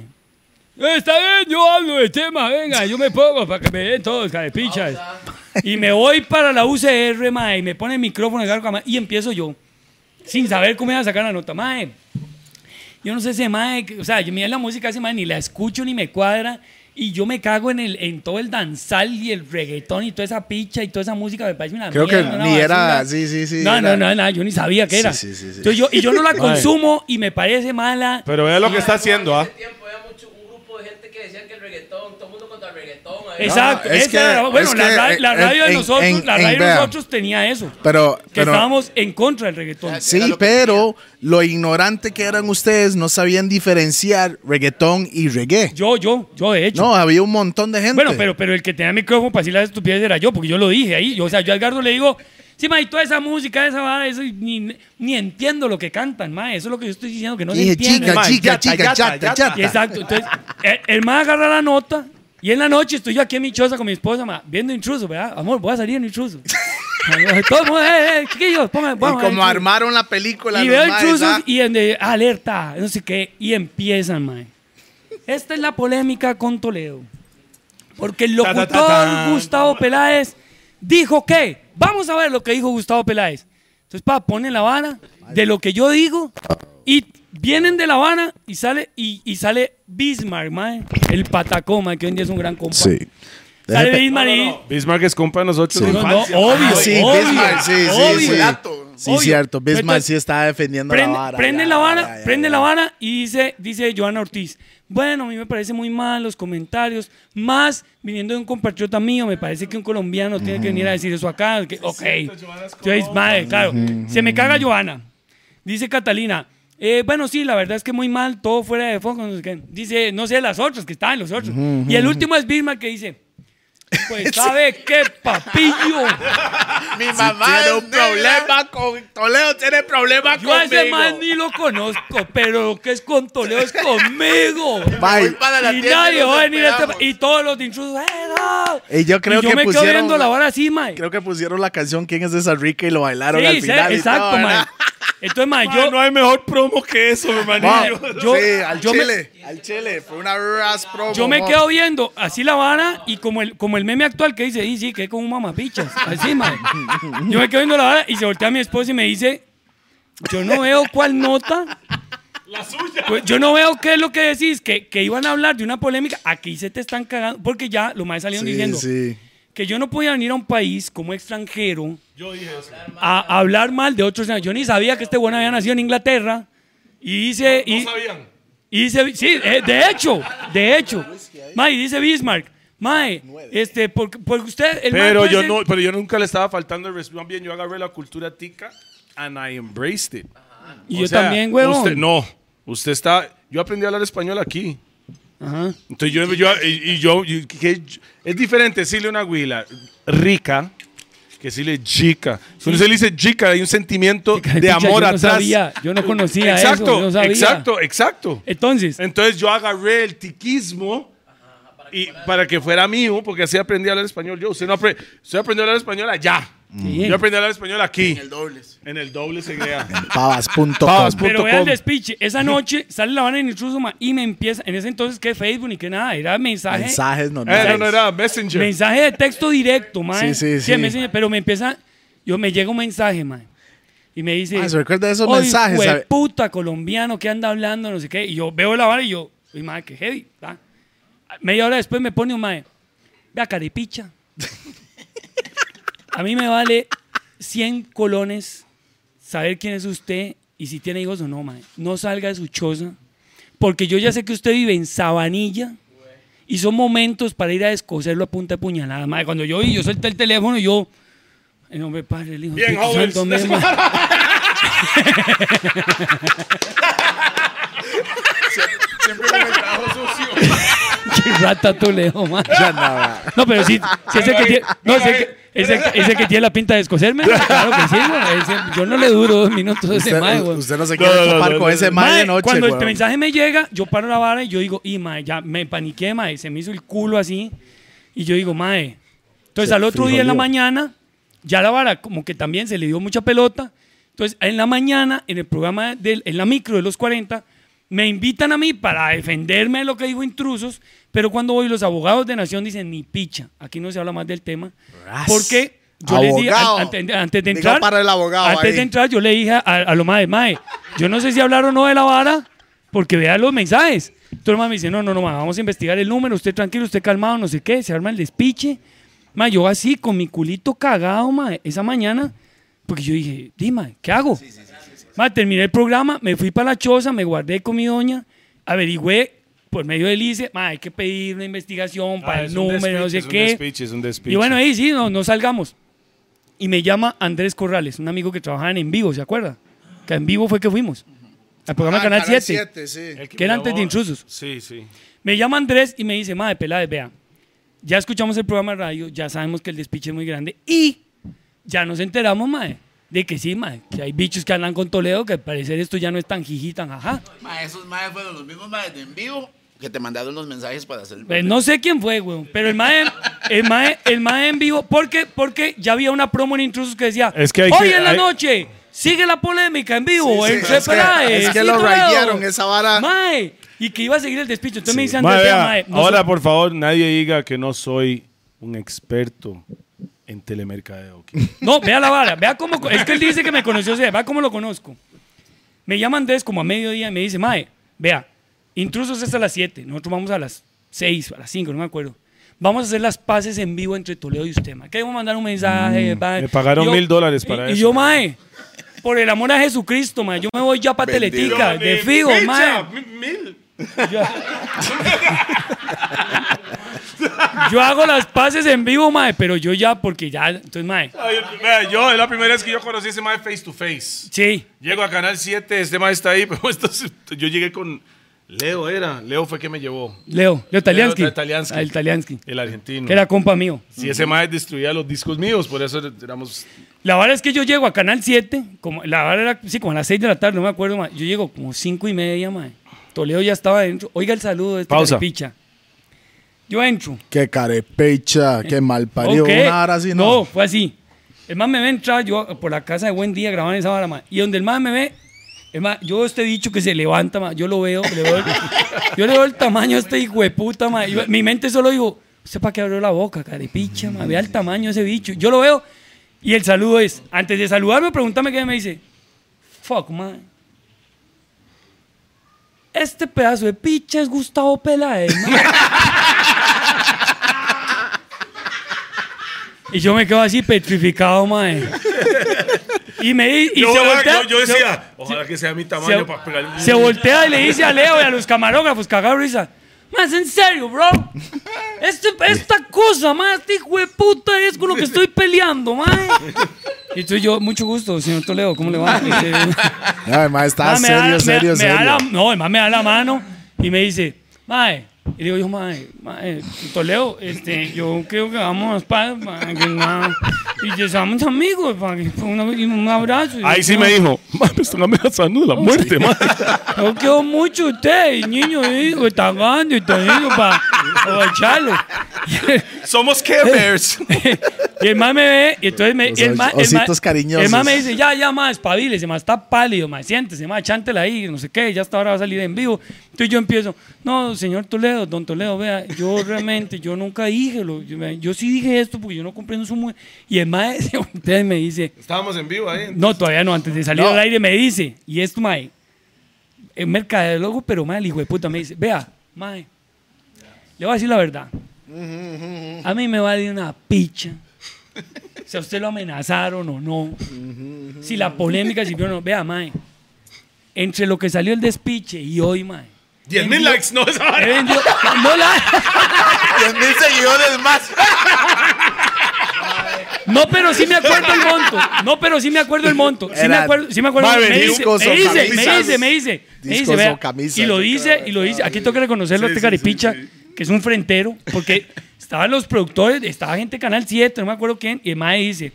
Está bien, yo hablo de tema, venga, yo me pongo para que me den todos, carepichas. Y me voy para la UCR, mae, y me pone el micrófono de cama y empiezo yo, sin saber cómo iba a sacar la nota, mae. Yo no sé ese mae, que- o sea, yo mira la música ese mae, ni la escucho ni me cuadra, y yo me cago en, el, en todo el danzal y el reggaetón y toda esa picha y toda esa música, me parece una Creo que mierda, una ni era- basura. sí, sí, sí, No, era- no, no, no, yo ni sabía que Sí, era. sí, sí, sí. Entonces yo, y yo <laughs> no la consumo y me parece mala. Pero vea lo que está haciendo, ¿ah? tiempo había mucho, un grupo de gente que decían que el reggaetón, todo el mundo contra el reggaetón, había Exacto. No, es esa era- que- bueno, es la, que ra- la en- radio de en- nosotros, en- la en- radio de vea. nosotros tenía eso. Pero, que pero- estábamos en contra del reggaetón. Así Sí, Era lo que pero lo ignorante que eran ustedes, no sabían diferenciar reggaetón y reggae. Yo, yo, yo de hecho. No, había un montón de gente. bueno, pero, pero el que tenía micrófono para decir las estupideces era yo, porque yo lo dije ahí. Yo, o sea, yo a Edgardo le digo, sí, ma, y toda esa música, esa vara, eso, y ni, ni entiendo lo que cantan, ma. Eso es lo que yo estoy diciendo, que no se Dije, entiende. chica, ma". chica, yata, yata, chica, chata, yata. Y chata. Exacto. Entonces, el, el ma agarra la nota y en la noche estoy yo aquí en mi choza con mi esposa, ma, viendo intruso, ¿verdad? Amor, voy a salir <laughs> en intruso. Todo el mundo, eh, eh, chiquillos, pongan, Y vamos a ver como Intrusos. armaron la película. Y los veo maes, intrusos ah, y en de, alerta, no sé qué, y empiezan, mae. Esta es la polémica con Toledo. Porque el ta, locutor ta, tan. Gustavo Peláez dijo que, vamos a ver lo que dijo Gustavo Peláez. Entonces, pa, ponen la vara de lo que yo digo y vienen de La Habana y sale, y, y sale Bismarck, mae. El patacón, mae, que hoy en día es un gran compa. Sí. Sale Deje- Bismarck y... Bismarck es compa de nosotros. No, de no, infancia. obvio, Ah, sí, obvio, Bismarck, sí, sí, obvio. sí. Dato. Sí, Obvio. cierto. Bismarck Entonces, sí estaba defendiendo prende, la vara. prende ya, la vara, ya, ya, prende ya. la vara y dice, dice Joana Ortiz. Bueno, a mí me parece muy mal los comentarios, más viniendo de un compatriota mío, me parece que un colombiano tiene que venir a decir eso acá. que- ok. Entonces, madre, claro. Se me caga Joana. Dice Catalina. eh, bueno, sí, la verdad es que muy mal, todo fuera de foco. no sé qué. Dice, no sé, las otras que estaban, los otros. Y el último es Bismarck que dice, <laughs> pues, ¿sabe qué, papillo? Mi mamá Tiene es un negra. problema con Toledo, tiene problema Yo a ese conmigo. man ni lo conozco, pero lo que es con Toledo es conmigo. Voy Bye. para la Y tienda nadie nos va a venir a este- esperamos. Y todos los de intrusos. ¡eh, no! Y yo creo que me quedo pusieron viendo la la- vara así, mae. Creo que pusieron la canción ¿Quién es esa rica? y lo bailaron Sí, al sí, final. y exacto, todo, mae. ¿verdad? Entonces, mae, Ay, yo. no hay mejor promo que eso, Ma, hermanillo. yo- sí, al yo me- chile, al chile. Fue una ras promo. Yo me ma. quedo viendo así la vara y como el, como el meme actual que dice, sí, sí, que con <laughs> un mamapichas. Así, mae. Yo me quedo viendo la vara y se voltea a mi esposa y me dice, yo no veo cuál nota. La suya. yo no veo qué es lo que decís, que, que iban a hablar de una polémica. Aquí se te están cagando, porque ya lo más salieron Sí, diciendo sí. que yo no podía venir a un país como extranjero a a hablar mal de otros. Yo ni sabía que este bueno había nacido en Inglaterra. Y dice, y- sabían. y dice, sí, eh, de hecho, de hecho. Mae, dice Bismarck, Mae, este, porque, porque usted. El mae Pero puede yo, ser- no, pero yo nunca le estaba faltando el respeto. Más Bien, yo agarré la cultura tica and I embraced it. Y O yo sea, también, huevón. Usted, <laughs> no, Ah. usted está. Yo aprendí a hablar español aquí. Ajá. Entonces yo, yo- y, y yo, y que- es diferente decirle a una huila rica que decirle chica. Si uno se le dice chica, hay un sentimiento de Picha, amor yo no atrás. sabía, yo no conocía eso, exacto, yo no sabía. Exacto, exacto. Entonces, Entonces yo agarré el tiquismo y para que fuera mío, porque así aprendí a hablar español yo. Usted, no apre- usted aprendió a hablar español allá. Sí. Mm, Yo aprendí a hablar español aquí. El dobles. En el doble CGA. Pavas.com. pero vean el Pavas.com. despiche. Esa noche sale la banda en intruso mae, y me empieza. En ese entonces, ¿qué Facebook ni qué nada? Era mensaje. Mensajes Eh, normales. no, no era Messenger. Mensaje de texto directo, mae. Sí, sí, sí. Messenger, pero me empieza, yo me llega un mensaje, mae. Y me dice, Ah, se recuerda esos "Oy, mensajes, jue ¿sabe? puta colombiano que anda hablando, no sé qué." Y yo veo la vara y yo, "Uy, mae, qué heavy." ¿verdad? Media hora después me pone un mae, "Vea caripicha." A mí me vale 100 colones saber quién es usted y si tiene hijos o no, mae. No salga de su choza, porque yo ya sé que usted vive en Sabanilla. Y son momentos para ir a descoserlo a punta de puñalada. Madre, cuando yo vi, yo solté el teléfono y yo. El hombre padre, el hijo. Bien, Espíritu jóvenes, Santo, la amén, madre. Siempre con el trabajo sucio. <laughs> Qué rata tú, Leo, madre. Ya nada. No, pero sí, sí ese que tiene. No, ese que, ese, ese que tiene la pinta de <laughs> escocerme. Claro que sí, güey. Ese- yo no le duro dos minutos a ese Usted, madre, güey. usted no se quiere topar con ese mal Mae, de noche. cuando weón. este mensaje me llega, yo paro la vara y yo digo, y mae, ya me paniqué, mae, se me hizo el culo así. Y yo digo, mae. Entonces Se al otro día en la frijolió. mañana, ya la vara como que también se le dio mucha pelota. Entonces en la mañana, en el programa, del, en la micro de los 40, me invitan a mí para defenderme de lo que dijo intrusos, pero cuando voy los abogados de Nación dicen, ni picha, aquí no se habla más del tema. Ras. Porque yo les dije, Abogado. an- ante- antes de Diga entrar, para el abogado antes ahí. de entrar, yo le dije a, a lo mae, mae, yo no sé si hablar o no de la vara, porque vea los mensajes. Entonces el mae me dice, no, no, no, mae, vamos a investigar el número, usted tranquilo, usted calmado, no sé qué, se arma el despiche. Mae, yo así, con mi culito cagado, mae, esa mañana, porque yo dije, dime, ¿qué hago? Mae, terminé el programa, me fui para la choza, me guardé con mi doña, averigüé por medio del ICE, ma, hay que pedir una investigación para el Ah, es un número, despiche, no sé es un qué. despiche, es un despiche. Y bueno, ahí sí, no, no salgamos. Y me llama Andrés Corrales, un amigo que trabajaba en En Vivo, ¿se acuerda? Que en Vivo fue que fuimos. Al programa Ah, Canal 7. sí. El que era me antes de llamó- Intrusos. Sí, sí. Me llama Andrés y me dice, madre, Peláez, vea, ya escuchamos el programa de radio, ya sabemos que el despiche es muy grande y ya nos enteramos, madre, de que sí, madre, que hay bichos que andan con Toledo, que al parecer esto ya no es tan jiji, tan jajá. Ma, esos maes fueron los mismos maes de en vivo que te mandaron los mensajes para hacer. Eh, no sé quién fue, güey, pero el mae, el mae, el mae en vivo, porque, porque ya había una promo en Intrusos que decía, Es que hay hoy que- en la hay- noche, sigue la polémica en vivo, Sí, sí, en es Red que- Peláez, es que sí, lo Toledo". rayaron, esa vara. Mae, y que iba a seguir el despicho. Entonces me dice Andrés, Mae, vea, vea, mae, no ahora, so- por favor, nadie diga que no soy un experto en telemercadeo. ¿ok? No, vea la vara, vea cómo. Es que él dice que me conoció, o sea, vea cómo lo conozco. Me llama Andrés como a mediodía y me dice, Mae, vea, intrusos es a las 7, nosotros vamos a las 6, a las 5, no me acuerdo. Vamos a hacer las paces en vivo entre Toledo y usted, Mae. Que vamos a mandar un mensaje, mae. Mm, me pagaron Y yo- mil dólares para y- Y eso. yo, Mae, por el amor a Jesucristo, Mae, yo me voy ya para Bendito. Teletica, <laughs> de fijo, Mae. Mil. Yo hago las paces en vivo, Mae, pero yo ya, porque ya, entonces, Mae, Ay, vea, yo, es la primera vez que yo conocí a ese mae face to face. sí. Llego a Canal 7, este mae está ahí, <laughs> pero entonces yo llegué con Leo, era. Leo fue que me llevó, Leo, Leo Taliansky. Leo Taliansky. Ah, El Taliansky. el argentino. Que era compa mío. Si ese mae destruía los discos míos, por eso éramos... La vara es que yo llego a Canal 7, como, la vara era sí, como a las 6 de la tarde, no me acuerdo, más. yo llego como 5 y media, mae. Toledo ya estaba adentro. Oiga el saludo de este Pausa. carepicha. Yo entro. Qué carepecha, qué mal parió. Ok. Una vara así, ¿no? fue así. El más me ve entrar yo por la casa de Buen Día grabando esa vara, mae. Y donde el más me ve, el mae, yo este bicho que se levanta, mae, yo lo veo, le veo el- <laughs> yo le veo el tamaño a este hijo de puta, mae. Yo- mi mente solo dijo, ¿usted para qué abrió la boca, carepicha, mae? Vea el tamaño de ese bicho. Yo lo veo y el saludo es, antes de saludarme, pregúntame qué me dice. Fuck, man. Este pedazo de picha es Gustavo Peláez, man. <laughs> y yo me quedo así petrificado, mae. Y me di- y se voltea. se- ojalá que sea mi se, se voltea y le dice a Leo y a los camarógrafos cagado de risa. Más en serio, bro. Este- esta cosa, más este hijo de puta es con lo que estoy peleando, más. Y entonces yo, mucho gusto, señor Toledo, ¿cómo le <laughs> va? Y dice, No, además está Ma, me da- serio, me- serio, me serio. da la- no, el ma me da la mano y me dice, mae. Y digo yo, mae, mae, Toledo, este, yo creo que vamos a las paz, mae, que nada. Y ya somos amigos, pa, que fue una- y un abrazo. Y Ahí yo, sí no, me dijo, "Ma, me están amenazando de la muerte, ma". <laughs> Yo quiero mucho a usted, niño, hijo, está grande, está niño, para aprovecharlo. <laughs> <laughs> Somos Care Bears. <laughs> Y el más me ve, y entonces me. Los y el ma- el ma- ositos cariñosos. El más me dice, ya, ya, más, espabile, se más está pálido, más siéntese, más chántela ahí, no sé qué, ya hasta ahora va a salir en vivo. Entonces yo empiezo, no, señor Toledo, don Toledo, vea, yo realmente, yo nunca dije, lo, yo, me- yo sí dije esto porque yo no comprendo su mujer. Y el más <laughs> se voltea y me dice, Estábamos en vivo ahí. no, todavía no, antes de salir No. al aire me dice, y esto, mae, es mercadólogo, pero mae, el hijo de puta me dice, vea, mae, le voy a decir la verdad. A mí me vale una picha. Si a usted lo amenazaron o no. Si la polémica sirvió o no. Vea, mae, entre lo que salió el despiche y hoy, mae. 10 mil likes, no, esa <laughs> he vara. vendido- no la- 10 mil seguidores más. No, pero sí me acuerdo el monto. No, pero sí me acuerdo el monto. Sí me Era- acuerdo, sí me acuerdo. Madre, Me dice, discos me o dice, me camisas. dice, me dice, me Discos dice, o vea. camisas. Y lo dice, y lo dice. Aquí tengo que reconocerlo a este caripicha, que es un frentero, porque <laughs> estaban los productores, estaba gente de Canal 7, no me acuerdo quién, y el mae dice,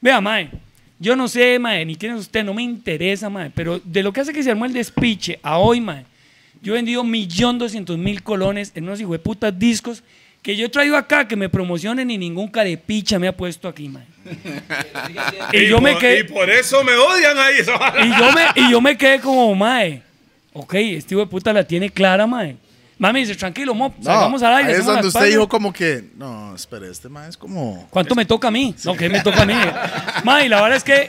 vea, mae, yo no sé, mae, ni quién es usted, no me interesa, mae, pero de lo que hace que se armó el despiche a hoy, mae, yo he vendido millón doscientos mil colones en unos hijueputas discos que yo he traído acá, que me promocionen y ningún carepicha me ha puesto aquí, mae. y yo me por- quedé... y por eso me odian ahí, esa vara. Y yo me, y yo me quedé como, mae, ok, este hijo de puta la tiene clara, mae. Mami dice, tranquilo, mop, No, salgamos al aire. ahí es hacemos donde las usted paces". dijo como que, no, espere, este man es como... ¿Cuánto me toca a mí? No, que me toca a mí. mae, la verdad es que...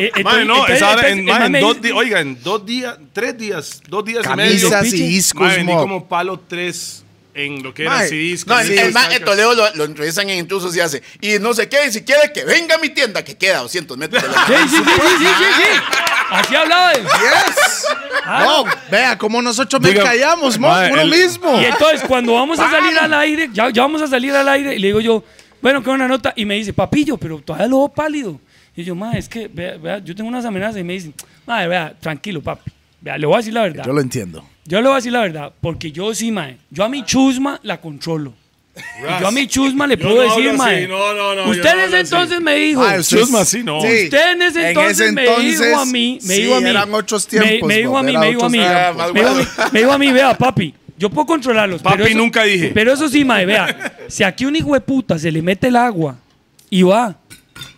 eh, Mae, entonces- no, entonces, esa vara, entonces, en, el mae, mae en me dos dice- di- oiga, en dos días, tres días, dos días y medio. Camisas y Piche. discos, Mae, vendí mo. como palo tres en lo que era Mae, CDs. no, el, camisetas, el mae de tacas. Toledo lo, lo entrevistan en Intrusos y hace, y no sé qué, y si quiere que venga a mi tienda, que queda a 200 metros de la Sí, sí, sí, sí, sí, sí, sí. Así hablaba. él. Yes. No, vea cómo nosotros me Diga, callamos, mo, mae, uno el- mismo. Y entonces, cuando vamos a salir al aire, ya, ya vamos a salir al aire, y le digo yo, bueno, qué una nota. Y me dice, papillo, pero todavía lo veo pálido. Y yo, ma, es que, vea, vea, yo tengo unas amenazas. Y me dicen, ma, vea, tranquilo, papi. Vea, le voy a decir la verdad. Yo lo entiendo. Yo le voy a decir la verdad, porque yo sí, mae. Yo a mi chusma la controlo. Y Yo a mi chusma le Yo puedo no hablo decir, así, mae. no, no, no, yo Usted no en hablo ese así. entonces me dijo. Ah, Usted usted- chusma, sí, no. en ese entonces, me dijo a mí, me sí, dijo a mí. Eran otros me- tiempos. Me, dijo mo, a mí, eran me dijo a otros mí. Ah, tiempos. más Me dijo a bueno. mí, me dijo a mí, vea, papi. Yo puedo controlarlos. pero Papi, eso- nunca dije. Pero eso sí, mae, vea. Si aquí un hijo de puta se le mete el agua y va,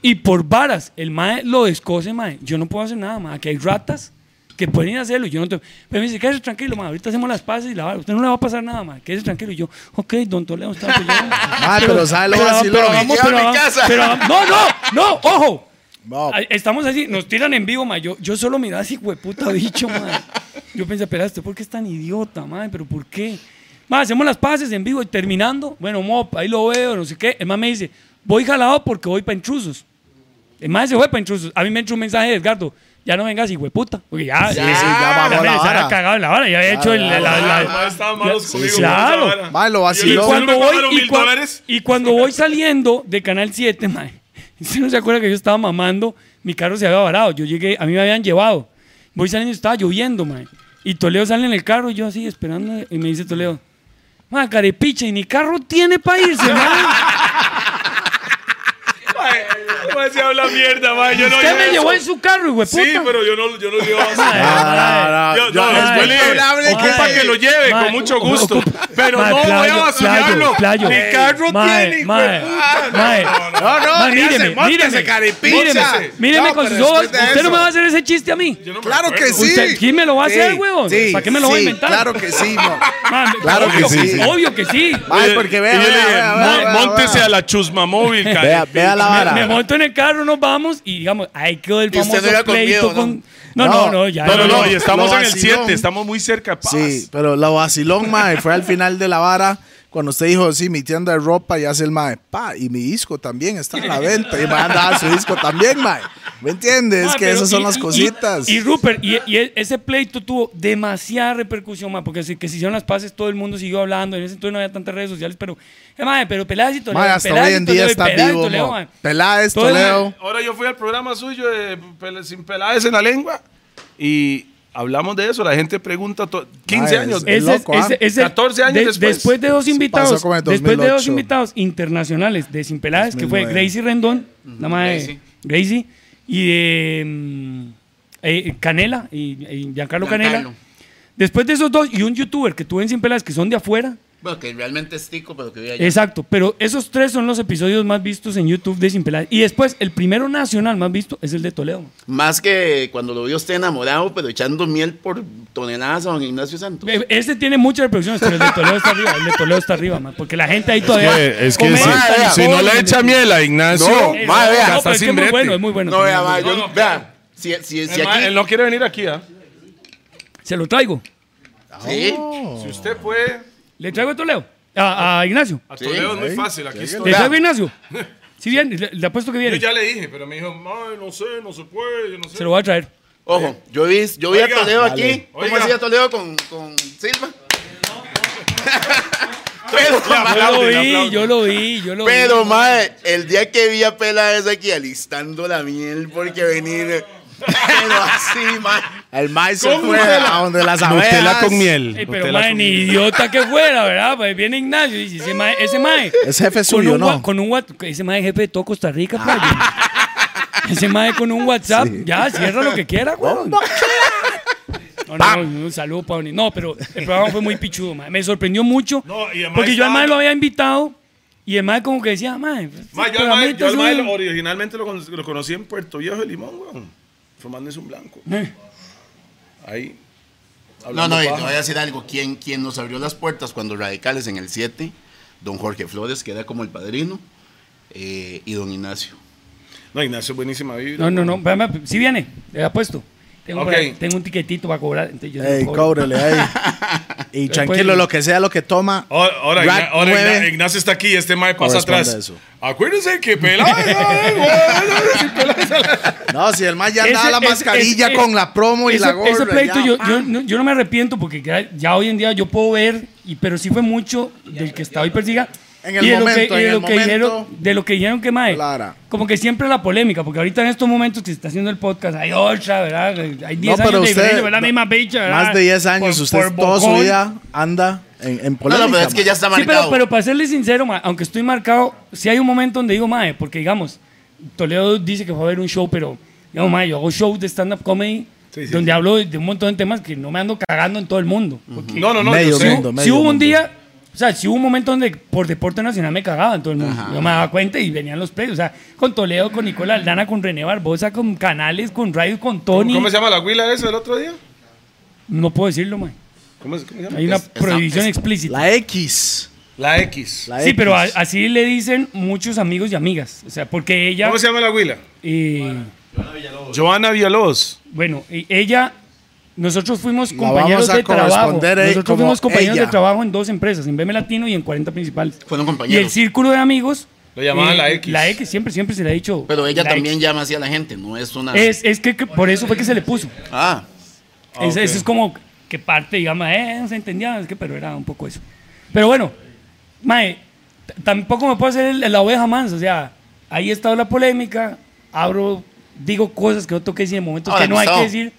y por varas, el mae lo descose, mae. Yo no puedo hacer nada, mae. Aquí hay ratas que pueden ir a hacerlo. y Yo no te... Pero me dice, quédese tranquilo, mae. Ahorita hacemos las paces y la vara. Usted no le va a pasar nada, mae. Quédese tranquilo. Y yo, ok, don Toledo está apoyando. Ah, pero sabe lo vacilón. pero vamos, Llévame pero a mi vamos, casa. pero vamos. No, no, no, ojo. No. Ay, Estamos así, nos tiran en vivo, ma. Yo, yo solo miraba así, hueputa bicho, ma. Yo pensé, pero ¿usted por qué es tan idiota, ma? ¿Pero por qué? Ma, hacemos las pases en vivo y terminando, bueno, mop, ahí lo veo, no sé qué. El ma me dice, voy jalado porque voy para intrusos. El ma se fue para intrusos. A mí me entró un mensaje de Edgardo, ya no vengas, hueputa. Porque ya, Sí, ya, sí, ya ya bajó me la les había vara. cagado en la hora, ya había hecho el, la- la- Ah, la- mae, estaban malos Sí, conmigo. claro. Mae, lo y vaciló. cuando, me voy, pagaron y, mil cua- dólares. y cuando voy saliendo de Canal 7, <laughs> mae, usted no se acuerda que yo estaba mamando, mi carro se había varado, yo llegué, a mí me habían llevado. Voy saliendo y estaba lloviendo, mae. Y Toledo sale en el carro, y yo así esperando, y me dice Toledo, mae, carepiche, y ni carro tiene para irse, <laughs> mae. Mae, mae, se habla mierda, mae. Yo no Usted oí me eso. llevó en su carro, güey, puta. Sí, pues, pero yo no, yo no llevo así. Mae, mae. Yo, no, Yo- después le Responsable que- ocupa que lo lleve, con mucho gusto. Ocupa- pero Mae, no voy a playo, vacilarlo. playo, Mi playo. carro Mae, tiene, hijo de mae, puta. mae. No, no, Mae, ya se míreme, monta, míreme, se caripincha. míreme, míreme No, con pero sus ojos. después de Usted no eso. me va a hacer ese chiste a mí. Yo no me Claro que acuerdo. sí. Usted- ¿quién me lo va a hacer, Sí, huevón? sí, ¿Para qué me lo va a sí, inventar? Claro que sí, mo. Mae, Claro que obvio sí, sí. Obvio que sí. Mae, porque vea, Y yo le vea, dije, vea, "Mo- vea, vea, Móntese vea. a la chusma móvil, cara". Vea, vea la vara. Me monto en el carro, nos vamos y digamos, hay que el Y usted famoso no era con pleito miedo, con... No, ¿no? no, no, ya. No, no, no, y estamos Lo en el vacilón. 7, estamos muy cerca. Paz. Sí, pero la vacilón, mae, fue al final de la vara. Cuando usted dijo, sí, mi tienda de ropa y hace el mae, pa, y mi disco también está a la venta. Y me han dado su disco también, mae. ¿Me entiendes? Mae, que pero esas son y- las y- cositas. Y, y Rupert, y, y e- ese pleito tuvo demasiada repercusión, ma, porque así que se hicieron las paces, todo el mundo siguió hablando. En ese entonces no había tantas redes sociales, pero, eh, mae, pero Peláez y Toledo. mae, hasta Peláez hoy y en día Toledo, y está Peláez y vivo, Toledo, mo. ma. Peláez, Todo el- Toledo. Ahora yo fui al programa suyo de Pele- Sin Pelades en la Lengua y hablamos de eso. La gente pregunta to- 15 Mae, años. es- Ese es- loco, ¿ah? ese- ese- 14 años después. de dos invitados, pasó como en el después de dos 2008. invitados internacionales de Sin Pelades, que fue 2009. Gracie Rendón, la madre Gracie. Gracie, y de mm, eh, Canela, y, y Giancarlo Canela. Giancarlo. Después de esos dos, y un youtuber que tuve en Sin Pelades, que son de afuera. Bueno, que realmente es tico, pero que vive allá. Exacto, pero esos tres son los episodios más vistos en YouTube de Sin Pelades. Y después, el primero nacional más visto es el de Toledo. Más que cuando lo vio usted enamorado, pero echando miel por toneladas a don Ignacio Santos. E- Este tiene muchas reproducciones, pero el de Toledo está arriba. El de Toledo está arriba, man, porque la gente ahí todavía. Mae, es que comenta si, y si no todo, le echa y- miel a Ignacio, No, Eh, mae, vea, no, hasta pero es que sin es muy brete. bueno, es muy bueno. no, vea, mae, también. yo, no, vea. Si, si, si El mae, él aquí. no quiere venir aquí, ¿ah? Se lo traigo. Sí. Si usted puede, ¿Le traigo a Toledo? A, a Ignacio. a Toledo es muy fácil. Aquí estoy. ¿Le Vea. traigo <laughs> a Ignacio? Si bien, le, le apuesto que Yo viene. ya le dije, pero me dijo, "Mae, no sé, no se puede, yo no sé. Se lo voy a traer. Ojo, yo vi, yo vi Oiga, a Toledo dale. aquí. Oiga. ¿Cómo hacía Toledo con, con Silva? <laughs> Yo pero, lo Aplaude, vi, aplaude. yo lo vi, yo lo vi. pero, mae, el día que vi a Pela es aquí alistando la miel porque venir. Pero así, mae. El mae se ¿Cómo fue Nutella? a donde las abejas. Nutella con miel. Ey, pero, Nutella mae, con ni idiota que fuera, ¿verdad? Pues viene Ignacio y dice, ese mae, ese mae. Es jefe con suyo, un wa- ¿no? Con un WhatsApp, ese mae jefe de todo Costa Rica, playo. <laughs> Ese mae con un WhatsApp, ya, cierra lo que quiera, güey. <laughs> No, no, un saludo para Oni. No, pero el programa fue muy pichudo, mae. Me sorprendió mucho. No, y además porque yo al mae estaba- lo había invitado y el mae como que decía, mae, Mae, este yo al mae- programita yo al mae es un- lo- originalmente lo, con- lo conocí en Puerto Viejo de Limón, weón. Formándose un blanco. Eh. Ahí. No, hablando no, eh. y te paja. voy a decir algo. ¿Quién, quién nos abrió las puertas cuando radicales en el 7? Don Jorge Flores, que era como el padrino, eh, y don Ignacio. No, Ignacio, buenísima vibra. No, no, no, si viene, le apuesto. Tengo, Ok. por ahí- tengo un tiquetito para cobrar. Entonces yo Ey, cobro. cóbrele <laughs> ahí. Y tranquilo, lo que sea lo que toma. Oh. Ahora, ahora rack Igna- ahora Igna- nueve. Ignacio está aquí, este mae pasa Corresponde atrás. eso. Acuérdense <laughs> que Peláez. ay, güey, si Peláez- No, si el más ya Ese- andaba la ese- mascarilla ese- con la promo y ese- la gorra. Ese pleito ya, yo, pa. yo no, yo no me arrepiento porque ya, ya hoy en día yo puedo ver, y, pero sí fue mucho del que está hoy persiga. En el y de lo momento, que, y de en lo el que dijeron, momento. de lo que dijeron que mae, Clara. como que siempre la polémica, porque ahorita en estos momentos que se está haciendo el podcast, hay otra, ¿verdad? Hay 10 No, pero años de usted- diferencia, ¿verdad? no, Misma bicha, ¿verdad? Más de 10 años, Por- usted por toda su bocón. vida anda en, en No, polémica. no, pero es que man. ya está Sí, marcado. pero, pero para serle sincero, ma, aunque estoy marcado, sí hay un momento donde digo, mae, porque digamos, Toledo dice que fue a ver un show, pero digamos, mae, yo hago shows de stand-up comedy donde hablo de, de un montón de temas que no me ando cagando en todo el mundo. Porque No, no, no, Medio yo sé. mundo. si hubo un mundo. día, o sea, si hubo un momento donde por deporte nacional me cagaba en todo el mundo. Yo me daba cuenta y venían los playos, o sea, con Toledo, con Nicolás Aldana, con René Barbosa, con Canales, con Rayo, con Tony. ¿Cómo se llama la huila esa del otro día? No puedo decirlo, mae. ¿Cómo, es- cómo se llama? Hay una Es- esa- prohibición es- explícita. La X. La X. la Sí, X. pero a- así le dicen muchos amigos y amigas. O sea, porque ella. ¿Cómo se llama la huila? eh, Joana Villalobos. bueno, eh, ella. Nosotros fuimos La vamos compañeros a de trabajo. corresponder, eh, Nosotros como fuimos compañeros ella. de trabajo en dos empresas, en BM Latino y en 40 Principales. Y Fueron compañeros. el círculo de amigos. eh, Lo llamaban la X. La X, siempre, siempre se le ha dicho. Pero ella la también X. llama así a la gente, no es una. Es, es que, que por eso fue que se le puso. Ah, Es- Eso es como que parte, digamos, eh, no se entendía, es que, pero era un poco eso. Pero bueno, mae, t- tampoco me puedo hacer el- la oveja mansa, o sea, ahí ha estado la polémica, abro, digo cosas que no tengo que decir en momentos Ahora, que no hay que Gustavo. decir,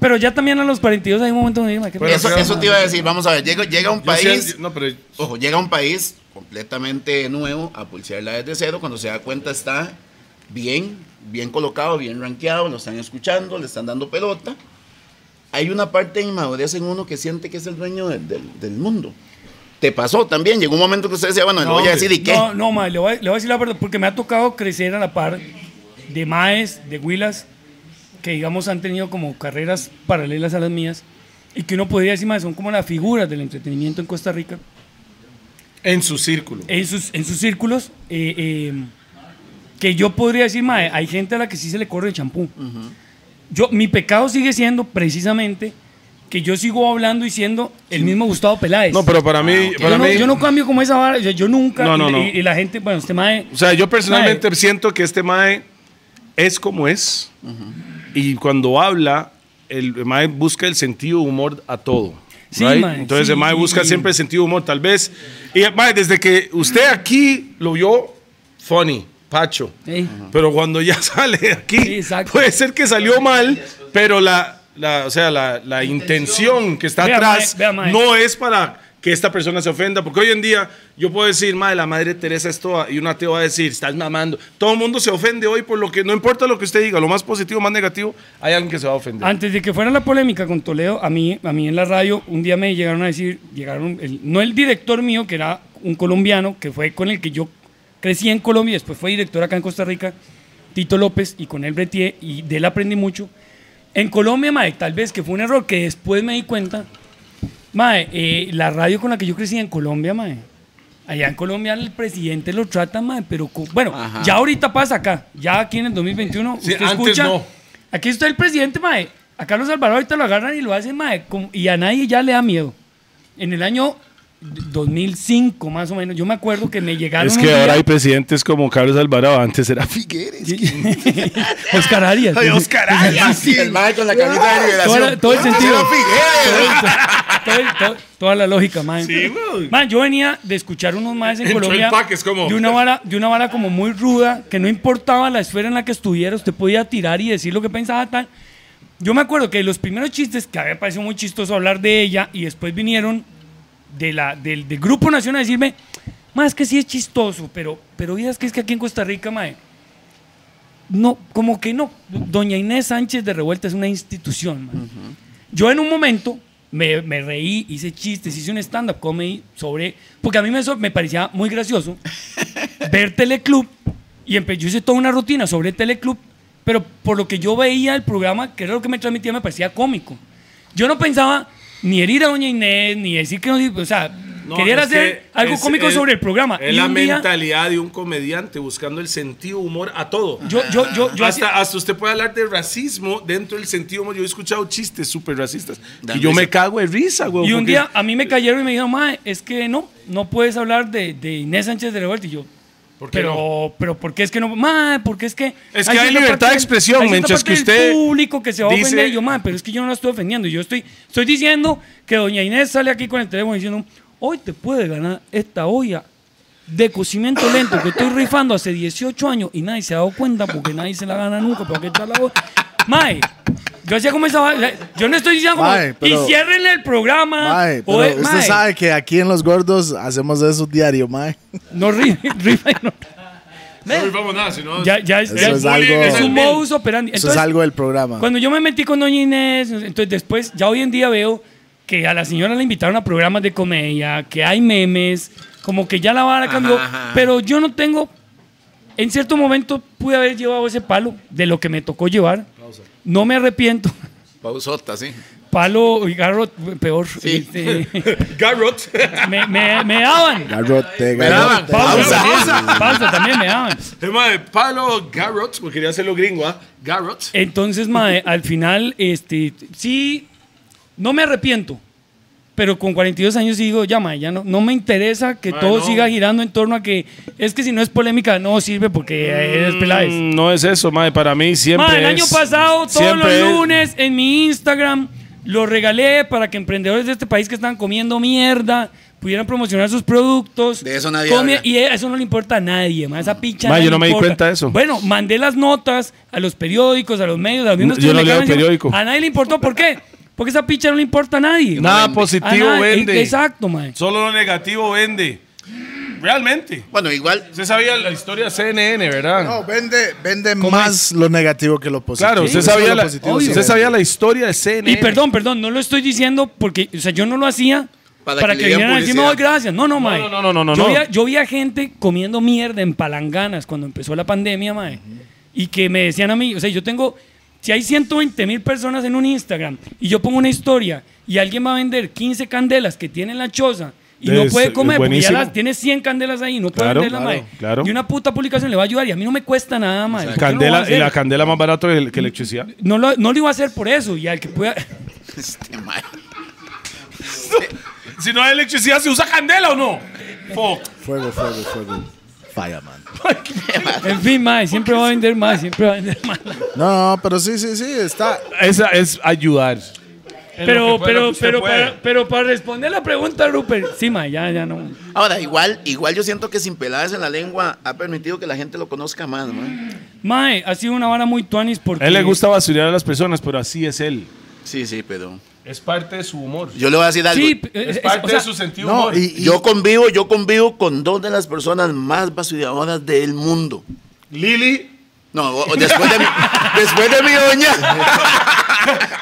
pero ya también a los 42 hay un momento donde digo, mae, qué Pero eso, creo- eso te iba a decir. Vamos a ver, llega, llega un Yo sí- país. no, pero Ojo, llega a un país completamente nuevo a pulsearla desde cero. Cuando se da cuenta, está bien, bien colocado, bien rankeado. Lo están escuchando, le están dando pelota. Hay una parte de inmadurez en uno que siente que es el dueño del, del- del mundo. Te pasó también. Llegó un momento que usted decía, bueno, No, le voy a hombre. decir, ¿y qué? No, no, mae, le voy, a- le voy a decir la verdad, porque me ha tocado crecer a la par de maes, de huilas, que digamos han tenido como carreras paralelas a las mías, y que uno podría decir, mae, son como las figuras del entretenimiento en Costa Rica. en su círculo. en sus, en sus círculos eh, eh, que yo podría decir, mae, hay gente a la que sí se le corre el champú. Yo, mi pecado sigue siendo precisamente que yo sigo hablando y siendo el mismo Gustavo Peláez. Ah, No, pero para mí. yo, para no, mí yo no cambio como esa vara, o sea, yo nunca, No, no, y- no. Y, y la gente, bueno, este mae, O sea, yo personalmente Mae. siento que este Mae es como es. Y cuando habla, el Mae busca el sentido de humor a todo. Sí, right? mae, Entonces sí, el Mae sí, busca sí. siempre el sentido de humor, tal vez. Y Mae, desde que usted aquí lo vio, funny, Pacho. eh, Pero cuando ya <laughs> sale de aquí, Sí, exacto. puede ser que salió mal, pero la, la- o sea, la, la intención que está Vea, atrás mae, vea, mae. no es para que esta persona se ofenda, porque hoy en día yo puedo decir, madre, la madre Teresa es toda, y un ateo va a decir, estás mamando. Todo el mundo se ofende hoy por lo que, no importa lo que usted diga, lo más positivo, más negativo, hay alguien que se va a ofender. Antes de que fuera la polémica con Toledo, a mí, a mí en la radio un día me llegaron a decir, llegaron, el- no el director mío, que era un colombiano, que fue con el que yo crecí en Colombia, después fue director acá en Costa Rica, Tito López, y con él Bretier, y de él aprendí mucho. En Colombia, Mae, tal vez que fue un error que después me di cuenta, Mae, eh, la radio con la que yo crecí en Colombia, Mae. Allá en Colombia el presidente lo trata, Mae, pero co- bueno, Ajá. ya ahorita pasa acá, ya aquí en el 2021 Sí, usted antes escucha, no. Aquí está el presidente, mae. A Carlos Alvarado ahorita lo agarran y lo hacen, mae. como- y a nadie ya le da miedo. En el año 2005, más o menos, yo me acuerdo que me llegaron. Es un que día- ahora hay presidentes como Carlos Alvarado, antes era Figueres. <laughs> Oscar Arias. Ah, sí, el mae con la camisa de Toda la- liberación. todo el sentido. Era Figueres. Todo el- todo- toda la lógica, mae. Mae, yo venía de escuchar unos maes en Entró el Colombia. pack, es como- De una vara, de una vara como muy ruda, que no importaba la esfera en la que estuviera, usted podía tirar y decir lo que pensaba tal. Yo me acuerdo que los primeros chistes que había parecido muy chistoso hablar de ella y después vinieron de la, del, del Grupo Nacional a decirme, más que sí es chistoso, pero, pero vieras que es que aquí en Costa Rica, mae, no, como que no. Doña Inés Sánchez de Revuelta es una institución, mae. Yo en un momento me, me reí, hice chistes, hice un stand-up comedy sobre... Porque a mí me, sor- me parecía <laughs> muy gracioso ver Teleclub y empe- yo hice toda una rutina sobre Teleclub, pero por lo que yo veía el programa, que era lo que me transmitía, me parecía cómico. Yo no pensaba ni herir a Doña Inés, ni decir que no... O sea, No, Querían es hacer que algo es- cómico es- sobre el programa. Es y la un día, mentalidad de un comediante buscando el sentido humor a todo. yo, yo, yo, yo hacía- hasta, hasta usted puede hablar de racismo dentro del sentido humor. Yo he escuchado chistes súper racistas. Da Y yo risa. me cago de risa, güey. Y un porque- día a mí me cayeron y me dijeron, mae, es que no, no puedes hablar de, de Inés Sánchez de Revuelta. Y yo, ¿Por qué pero, pero ¿por qué es que no? Mae, porque es que... Es que hay cierta libertad de expresión, hay cierta Mencho, es parte que del usted público que se va a dice- ofender. Y yo, mae, pero es que yo no la estoy ofendiendo. Yo estoy, estoy diciendo que doña Inés sale aquí con el teléfono diciendo, hoy te puede ganar esta olla de cocimiento lento que estoy rifando hace 18 años y nadie se ha dado cuenta porque nadie se la gana nunca. Pero aquí está la olla. Mae, yo hacía como esa... va- la- Yo no estoy diciendo como... Mae, pero- y ciérrenle el programa. Mae, pero O es- usted mae, sabe que aquí en Los Gordos hacemos eso diario, mae. No <laughs> ri- rifa y no- No rifamos nada, sino- Ya, ya es, Eso ya es es bullying, algo- es un modus operandi. Eso Entonces, es algo del Ah. programa. Cuando yo me metí con Doña Inés, entonces después, ya hoy en día veo que a la señora le invitaron a programas de comedia, que hay memes, como que ya la vara cambió. ajá. Pero yo no tengo. En cierto momento pude haber llevado ese palo de lo que me tocó llevar. No me arrepiento. Pausota, sí. Palo y garro, peor. Sí. <laughs> Este, Garrot. me, me- me daban. Garrote, Me daban garrote. Pausa. pausa. Pausa, también me daban. Tema de Palo Garrot, porque quería hacerlo gringo, ¿ah? Garrot. Entonces, mae, al final, este, sí, no me arrepiento, pero con 42 años sí digo, ya, mae, ya no, no me interesa que Mae, todo no. siga girando en torno a que, es que si no es polémica, no sirve porque Eh, eres Peláez. Mm, No es eso, mae. Para mí siempre. Mae, el año es- pasado, todos siempre los es- lunes, en mi Instagram, lo regalé para que emprendedores de este país que están comiendo mierda pudieran promocionar sus productos. De eso nadie habla. Y e, eso no le importa a nadie, mae, esa picha. Mae, no yo le no me di importa. cuenta de eso. Bueno, mandé las notas a los periódicos, a los medios, a los mismos Yo que no me leo cagan encima. periódico. A nadie le importó, ¿por qué? Porque esa picha no le importa a nadie. Nada Vende. positivo A nadie, vende. Ah, eh, Exacto, mae. Solo lo negativo vende. Realmente. Bueno, igual Usted sabía la historia de CNN, ¿verdad? No, vende, vende más lo negativo que lo positivo. claro, usted, Eso es sabía lo la, positivo, usted sí, vende. sabía la historia de CNN. Y perdón, perdón, no lo estoy diciendo porque, o sea, yo no lo hacía Para para, que que, le dieran vinieran a decirme, "Ay, publicidad". gracias. No, no, mae. no, no, no, no, Yo, no. vi a, yo vi a gente comiendo mierda en palanganas cuando empezó la pandemia, mae. Y que me decían a mí, o sea, yo tengo, si hay 120 mil personas en un Instagram y yo pongo una historia y alguien va a vender 15 candelas que tiene en la choza. Y no Es- puede comer, porque ya buenísimo. las, tiene 100 candelas ahí, no puede Claro, venderlas, claro, mae. claro. Y una puta publicación le va a ayudar y a mí no me cuesta nada, mae. ¿Por qué no lo voy a Candela, y hacer? la candela más barato que, que electricidad. no, lo, no lo iba a hacer por eso y al que pueda... Este mae. Si no hay electricidad, ¿se usa candela o no? Fuck. Fuego, fuego, fuego. Falla, man. En fin, mae, siempre va a vender más, siempre va a vender <laughs> más. No, pero sí, sí, sí, está. Esa es ayudar. pueda, Pero, lo pero, que usted pero, pueda. para, pero para responder la pregunta, Rupert, sí, mae, ya, ya no. Ahora, igual, igual yo siento que sin peladas en la lengua ha permitido que la gente lo conozca más, mae. Mae, ha sido una vara muy tuanis porque. A él le gusta basurear a las personas, pero así es él. Sí, sí, pero. Es parte de su humor. Yo le voy a decir algo. Sí, es- Es es- parte o sea, de su sentido No, humor. y, y- Yo convivo, yo convivo con dos de las personas más basuradoras del mundo. Lili, No, o- o <laughs> después de mi, después de mi doña,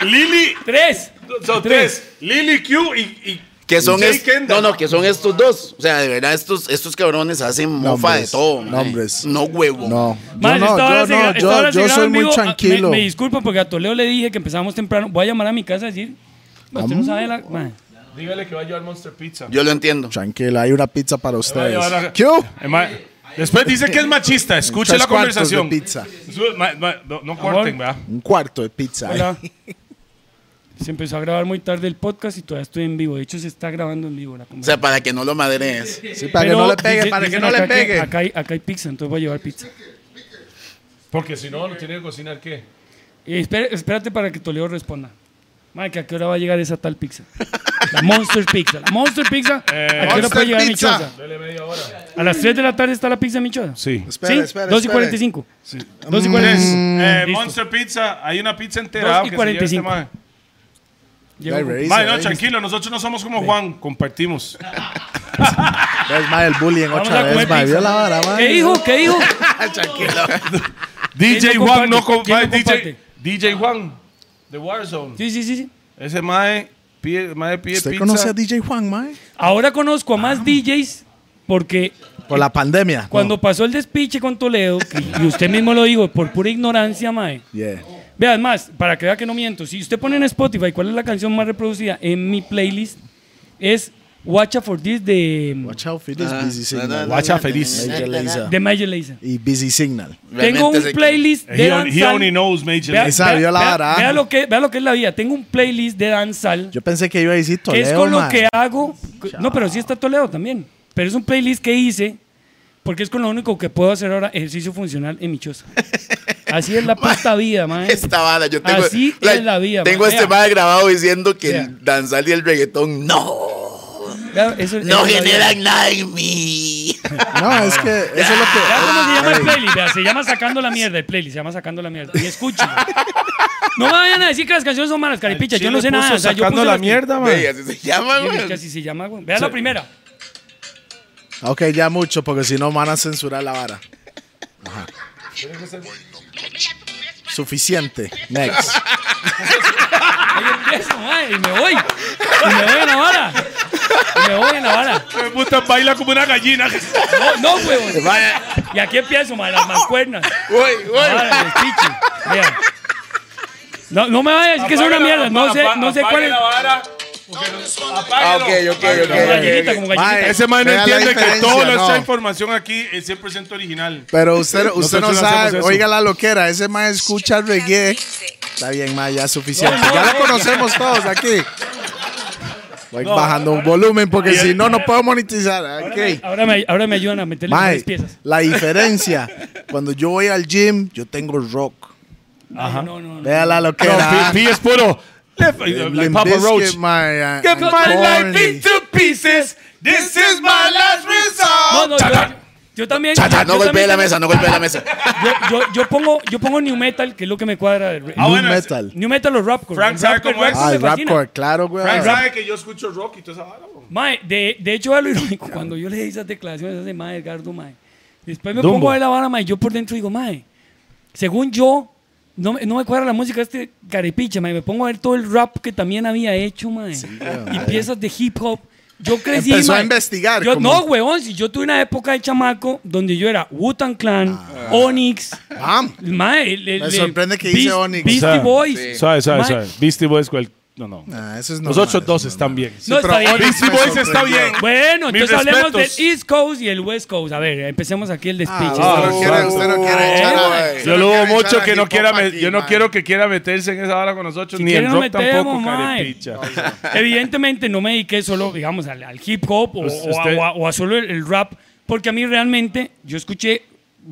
Lili, Tres. son tres. Lili Q y, y que son Jay es- no, Kendall. no, que son estos dos. O sea, de verdad estos estos cabrones hacen mofa de Nombres, todo, mae. nombres. No huevo. No, Mae, yo no, esta hora yo se no, gra- esta hora yo, se yo graba soy en muy vivo. Ah, tranquilo. Me, me disculpan porque a Toledo le dije que empezamos temprano. Voy a llamar a mi casa a decir. "Ma, Usted no sabe la. mae". Dígale que va a llevar Monster Pizza. Yo lo entiendo. Tranquilo, hay una pizza para ustedes. ahora- ¿Qué? Eh, ma- Después dice que es machista. Escuche Tres la cuartos de conversación. pizza. Su- ma- ma- no, no corten, ¿verdad? Un cuarto de pizza. Hola. Se empezó a grabar muy tarde el podcast y todavía estoy en vivo. De hecho, se está grabando en vivo la O conversación. sea, para que no lo madrees. <laughs> Sí, para Pero que no le pegue, dice- para que dicen no le acá ah, pegue. Acá hay, acá hay pizza, entonces voy a llevar pizza. Porque si no, no tiene que cocinar qué. Eh, espera- espérate para que Toledo responda. Mike, ¿a qué hora va a llegar esa tal pizza? La Monster Pizza. La Monster Pizza. ¿A qué hora Eh, Monster puede llegar Pizza. Michosa? A las 3 de la tarde está la pizza Michosa. Sí. Espere, ¿Sí? espere, 2 y espere. Mm, 45. Dos y cuarenta. Eh, Listo. Monster Pizza, hay una pizza entera. Dos y que se cuarenta y lleve cinco. este Llego Ay, con- Rey, Mae, se Mae, no, ve. tranquilo, nosotros no somos como Juan, <laughs> compartimos. Ves, mae, el bullying Vamos otra a comer vez, mae. pizza. Vio la vara, mae. ¿Qué dijo? ¿Qué dijo? DJ no Juan no comparte? comparte. ¿Quién no DJ, DJ Juan, The Warzone. Sí, sí, sí. sí. Ese Mae pide, mae pide ¿Usted pizza. conoce a DJ Juan, mae? Ahora conozco a Ah. más DJs porque Por la pandemia. cuando pasó el despiche con Toledo, que- y usted mismo lo dijo, por pura ignorancia, Mae. No. Yeah. Vean más, para que vea que no miento, si usted pone en Spotify cuál es la canción más reproducida en mi playlist, es Watcha for This de, Watch out for this Ah, busy na, na, signal. na, Guacha na, feliz. na, na, Major na, na. Lazer. de Major Lazer. Y busy signal. Realmente Tengo un es el- playlist de He, on- he danzal. only knows Major Vea, Lazer. Esa vea- vio la vea- vara. vea lo que, vea lo que es la vida. Tengo un playlist de danzal. Yo pensé que iba a decir que Toledo, es con lo mae. que hago. No, pero sí está Toledo también. Pero es un playlist que hice porque es con lo único que puedo hacer ahora ejercicio funcional en mi <laughs> choza. Así es la puta vida, mae. <laughs> Esta vara, yo tengo. Así es la vida, Tengo ma. este Vea. mal grabado diciendo que Vea. el danzal y el reggaetón no. Claro, eso- eso No es la vida. Ah, generan nada en mí. No, es <laughs> que eso es lo que. Vea cómo se llama el playlist. vea, se llama Sacando la Mierda. El playlist se llama Sacando la Mierda. Y escúchalo. No me vayan a decir que las canciones son malas, caripicha. Yo no sé Chile nada. puso o sea, yo sacando puse la las que- mierda, man. <laughs> Ve, así se llama, Sí, es güey. que así se llama, güey. Vea la primera. Ok, ya mucho, porque si no, van a censurar la vara. Ajá. Suficiente. Next. Ahí empiezo, madre, y me voy. Y me voy en la vara. Y me voy en la vara. Me gusta, baila como una gallina. No, no, huevón. Vaya. Y aquí empiezo, madre, las mancuernas. Güey, güey. Ahora, el pichi. Vea. No, no me vaya a decir que es una mierda. No sé, no sé cuál es. Ah, ok, ok, ok, Como ok. gallinita, <laughs> como gallinita. Ese man no Vea la entiende que diferencia, toda esta no. información aquí es 100% original. Pero usted, usted no Nosotros hacemos sabe, eso. oiga la loquera, ese mae escucha reggae. Está bien, mae, ya es suficiente. No, no, ya la no, conocemos todos aquí. Voy bajando un volumen porque si no, no puedo monetizar. Ahora Ok. me- Ahora me, ahora me ayudan a meterle Mae, las piezas. la diferencia, cuando yo voy al gym, yo tengo rock. Ajá. No, no, no. Vea la loquera. P es puro. Left- Like Limp Papa Bizkit, Roach. mae, and- Get and my life Corny. into pieces. This is my last No, no, resort. yo, Cha, cha. yo también. Cha, cha, yo No golpee también la tengo- mesa, no golpee la mesa. Yo, yo, yo pongo, yo pongo new metal, que es lo que me cuadra. de- Ah, Nu bueno, es- metal. New metal o rapcore. Frank El sabe rapcore- cómo es. rapcore Ah, me el fascina. rapcore, claro, güey. Frank Ah. sabe que yo escucho rock y toda esa vara, bro. Mae, de, de hecho, a lo irónico, cuando yo leí esas declaraciones hace mae, Edgardo, mae. Después me Dumbo. pongo a ver la vara, mae, yo por dentro digo, mae, según yo, no, me- no me cuadra la música de este carepicha, mae. Me pongo a ver todo el rap que también había hecho, mae. y piezas de hip hop. Yo crecí, Empezó a mae. investigar, Yo, como- No, huevón, si yo tuve una época de chamaco donde yo era Wu-Tang Clan, Onyx, Bam. mae. el- el- Ah. Me el- sorprende que Beast- dice Onyx. Beastie O sea, Boys. Suave, suave, Mae, suave. Beastie Boys, cual. No, no. Nah, Ah, eso es Los normal, otros dos eso es están normal. bien. No, pero está bien. Onyx Beastie me Boys está sorprendió. bien. Bueno, Mis entonces hablemos respetos. del East Coast y el West Coast. A ver, empecemos aquí el Ah, despiche. usted, Ah, no quiere, ah, usted no quiere echar a- usted Yo lo no quiere hubo echar mucho a que no hip quiera, hop me- aquí, yo no man. quiero que quiera meterse en esa hora con nosotros, ni quiere en no rock tampoco, metemos, mae. carepicha. Evidentemente no me dediqué solo, digamos, al, al hip hop o, Pues o a- usted- o a, o a solo el, el rap, porque a mí realmente yo escuché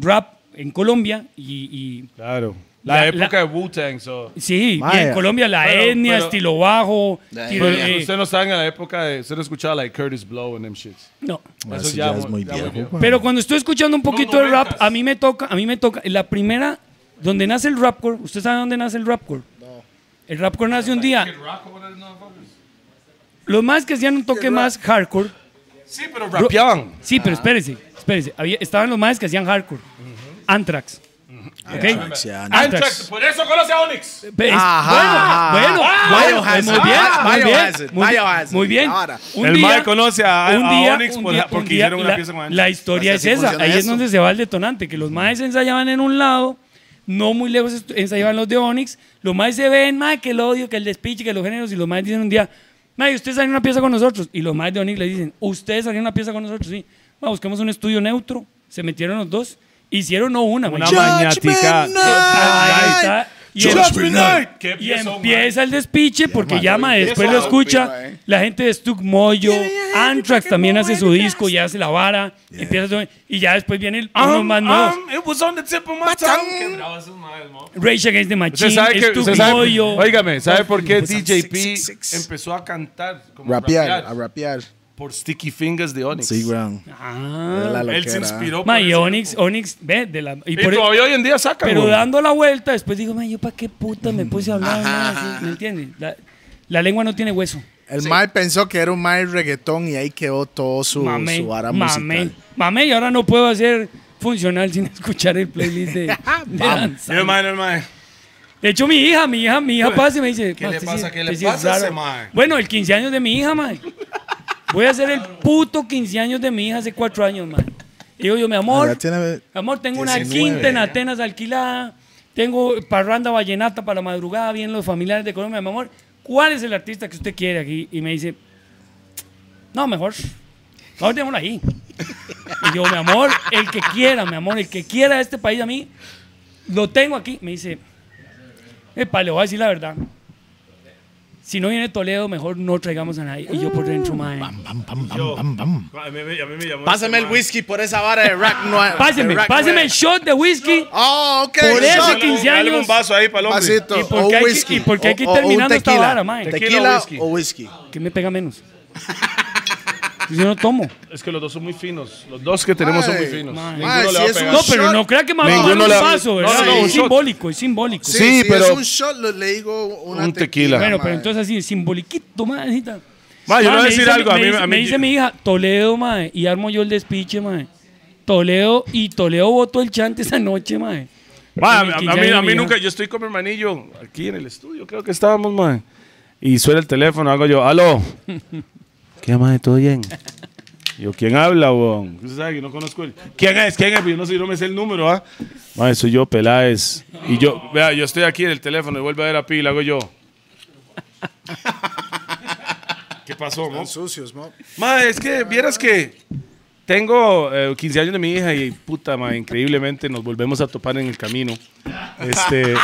rap en Colombia y, Claro. La- La, la- época de Wu-Tang, so. y- sí, y en Mae. Colombia la Pero- etnia, pero- estilo bajo, La tiro- etnia. eh, Usted no está en la época de. Usted no escuchaba like Curtis Blow and them shits. no. Bueno, Eso eso ya ya es muy ya viejo, muy viejo. güey. Pero cuando estoy escuchando un poquito de rap, noventas. a mí me toca, a mí me toca. La primera, donde nace el rapcore, ¿usted sabe dónde nace el rapcore? No. El rapcore nace un día. Los más que hacían un toque más hardcore. Sí, pero rapeaban. Sí, Ah. pero espérese, espérese. Había- estaban los más que hacían hardcore. Anthrax. ¿Ok? Anthrax, ya, Ah, Anthrax, por eso conoce a Onyx. Pe- es- Ajá, bueno, ajá. bueno, Biohazard. bueno, muy bien, Ah, muy bien, Biohazard, muy bien, Biohazard. muy bien. Ahora. Un El día- mae conoce a- Ah, a Onyx por- porque hicieron una la, pieza con Onyx. la historia es Así esa, funciona ahí es eso. donde se va el detonante, que los maes ensayaban en un lado, no muy lejos estu- ensayaban los de Onyx, los maes se ven, mae, que el odio, que el despiche, que los géneros, y los maes dicen un día, mae, ustedes salen una pieza con nosotros, y los maes de Onyx le dicen, ustedes salen una pieza con nosotros, sí, mae, buscamos un estudio neutro, se metieron los dos, hicieron no una, Una mae. mañatica. Judgment Ahí Night. está. Y Judgment empieza- Night. Qué Y pieza, empieza el despiche porque llama, después lo pieza, escucha. mae. eh. La gente de Stuck Moyo, Anthrax también hace su disco y hace la vara. Empieza a- y ya después viene el, uno más nuevo. um, it was on the tip of my tongue. Qué bravo esos maes, mo. Rage Against the Usted Machine, sabe que, usted Stuck sabe, Moyo. óigame, ¿sabe por qué Pues, DJP six, six, six. empezó a cantar como Rapear, rapear? a rapear. por Sticky Fingers de Onyx? Sí, weón. Era la Ah, Él loquera. se inspiró Ma, por y ese Onyx, grupo. Onyx, ve, de la... y Y, por- e- todavía hoy en día saca, pero güey. dando la vuelta, después digo, "Ma, yo para qué puta me puse a hablar, ma, así", ¿me entiendes? La, la lengua no tiene hueso. El Mae pensó que era un Mae reggaetón y ahí quedó todo su, Mamé, su vara mamé, musical. mamé, y ahora no puedo hacer funcional sin <laughs> escuchar el <laughs> playlist de, de danza. Yo, mae, no, mae. De hecho, mi hija, mi hija, mi hija pasa y me dice, ¿Qué "Ma, le usted pasa? sí- ¿Qué le usted sí es pasa a ese raro". mae? Bueno, el 15 años de mi hija, mae. Voy a hacer el puto 15 años de mi hija hace cuatro años, mae. Y digo yo, mi amor, Ahora tiene- amor, tengo una 19, quinta en Atenas alquilada, tengo parranda vallenata para la madrugada, vienen los familiares de Colombia, mi amor, ¿cuál es el artista que usted quiere aquí? Y me dice, No, mejor. Mejor démoslo ahí. Y yo, mi amor, el que quiera, mi amor, el que quiera de este país a mí, lo tengo aquí. Me dice, epa, le voy a decir la verdad. Si no viene Toledo, mejor no traigamos a nadie. Y yo por dentro, Mm. madre. Pam, pam, pam, pam, pam. A mí me- a mí me llamó este Pásame pues, el man. whisky por esa <laughs> vara de rack noir. Páseme, páseme el shot de whisky. Oh, ok. Por eso shot. Dale un- 15 dale años. un vaso ahí para el hombre. Vasito, ¿Y por o qué hay que- whisky. y por qué hay que ir O- o un terminando esta tequila. vara, mae? Tequila o Tequila whisky. o whisky. Que me pega menos. Yo no tomo. Es que los dos son muy finos. Los dos que tenemos son muy Ay, finos. man. Ninguno Ay, le si va a es un pegar. No, pero shot. no crea que me va a Ninguno tomar un le- vaso, ¿verdad? no, no, un es shot. simbólico, es simbólico. Sí, Sí, si pero- es un shot, lo- le digo una Un tequila. Bueno, mae. pero entonces así, simboliquito, madre. necesita. Ma, yo le voy a Ma, me decir dice- algo, a Me, mí- dice, a mí- me dice mi hija, Toledo, madre, y armo yo el despiche, madre. Toledo, y Toledo votó el chante esa noche, madre. Ma, a, En el a- a mí, a mí quinceañero, nunca, yo estoy con mi hermanillo aquí en el estudio, creo que estábamos, man. Y suena el teléfono, hago yo, aló. <laughs> ¿Qué más? ¿Todo bien? <laughs> Yo, ¿quién habla, weón? Usted sabe que no conozco él. ¿Quién es? ¿Quién es? Yo no sé, yo no me sé el número, ¿ah? Ma, soy yo, Peláez. Y yo, vea, yo estoy aquí en el teléfono y vuelvo a ver a Pila, hago yo. <laughs> ¿Qué pasó, mo? Están sucios, mo. Ma, es que vieras que tengo eh, 15 años de mi hija y puta, ma, increíblemente nos volvemos a topar en el camino. Este,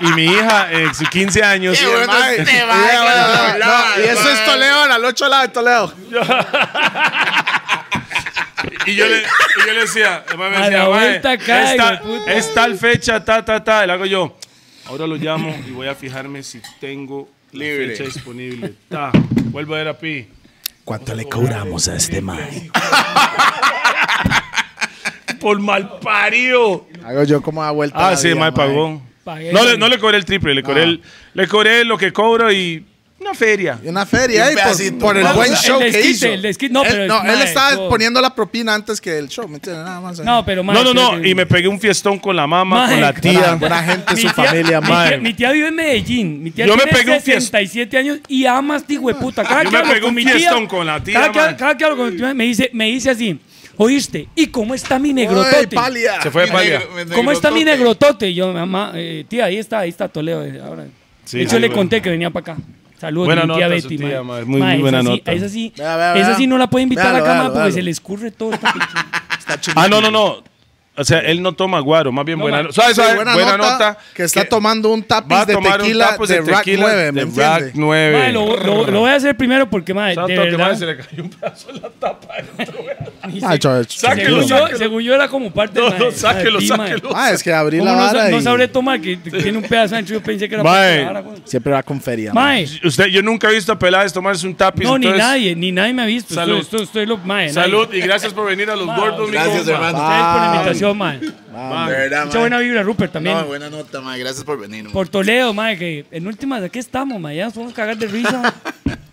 y mi hija en sus 15 años. Y el mae- y el mae- no, Y eso es Toledo, al 8 lado de Toledo. Y yo le, y yo le decía, el mae me A decía, la mae, vuelta acá, esta, hijo de puta. es tal fecha, ta, ta, ta. Y le hago yo, ahora lo llamo y voy a fijarme si tengo la Libre. fecha disponible. Ta, vuelvo a ver a Pi. ¿Cuánto le cobramos a este <laughs> mae? Por mal parido. Hago yo como a vuelta. Ah, la sí, vida, mae pagó. Pagué. Ah. No le, no le cobré el triple, le cobré, el- le cobré lo que cobro y una feria. Y una feria, Y un ahí, por- pedacito. por, el No, buen el show que desquite, hizo. el desquite, no, Él- pero es no, él mae, estaba todo. poniendo la propina antes que el show, ¿me entiendes? Nada más. eh. ahí. No, pero, madre. no, no, espérate. no. Y me pegué un fiestón con la mamá, Mae, con la Buena, tía. buena gente, Mi su tía- familia, mi tía- mae. Mi tía vive en Medellín. Mi tía Yo me tiene pegué un fiest- 67 años y ama a este hijo de puta. Yo Cada que me hablo pegué con un mi tía, fiestón con la tía, cada que- man. cada que hablo con mi tía, me dice, me dice así, ¿oíste? ¿Y cómo está mi Ay, negrotote? palia. Se fue de palia. ¿Cómo está mi negrotote? Y yo, mamá, eh, tía, ahí está, ahí está Toledo. eh, Ahora. Sí, de hecho, sí, le bueno. conté que venía para acá. Saludos, Buena mi tía nota su Betty. tía, mae. mae, muy- muy Mae, esa buena sí- nota. Esa sí, Vea, vea, vea. esa sí no la puede invitar Véalo, a la cama véalo, porque véalo. se le escurre todo. <laughs> esta picha. Ah, no, no, no. O sea, él no toma guaro, más bien No, buena, ma- suave, Sí, suave, buena, nota, Que está tomando un va tapiz a de tomar un tequila tapo de, de Rack tequila 9, ¿me de Rack entiendes? 9. Mae, lo, lo- lo voy a hacer primero porque, madre, de Tanto que verdad. madre, <laughs> se le cayó un pedazo en la tapa. Ah, chaval, Sáquelo, Según yo, sáquelo. según yo era como parte No, de la- no, sáquelo, de ti, mae. sáquelo. Ah, es que abrí ¿Cómo la no, vara sa- no y sabré tomar que que tiene un pedazo ancho, yo pensé que era Mae. parte de la vara, güey. siempre va con feria. mae. Mae, Usted, yo nunca he visto a Peláez tomarse un tapiz. no, ni entonces- nadie, ni nadie me ha visto. Salud. Estoy, estoy, estoy lo, mae, nadie. Salud y gracias por venir a los gordos, Gracias, mijo. hermano. Ustedes por la invitación, mae. Mucha buena vibra, Rupert, también. No, buena nota, mae. Gracias por venir. mae. Por Toledo, mae, que en últimas, aquí estamos, mae. Ya nos vamos a cagar <laughs> de risa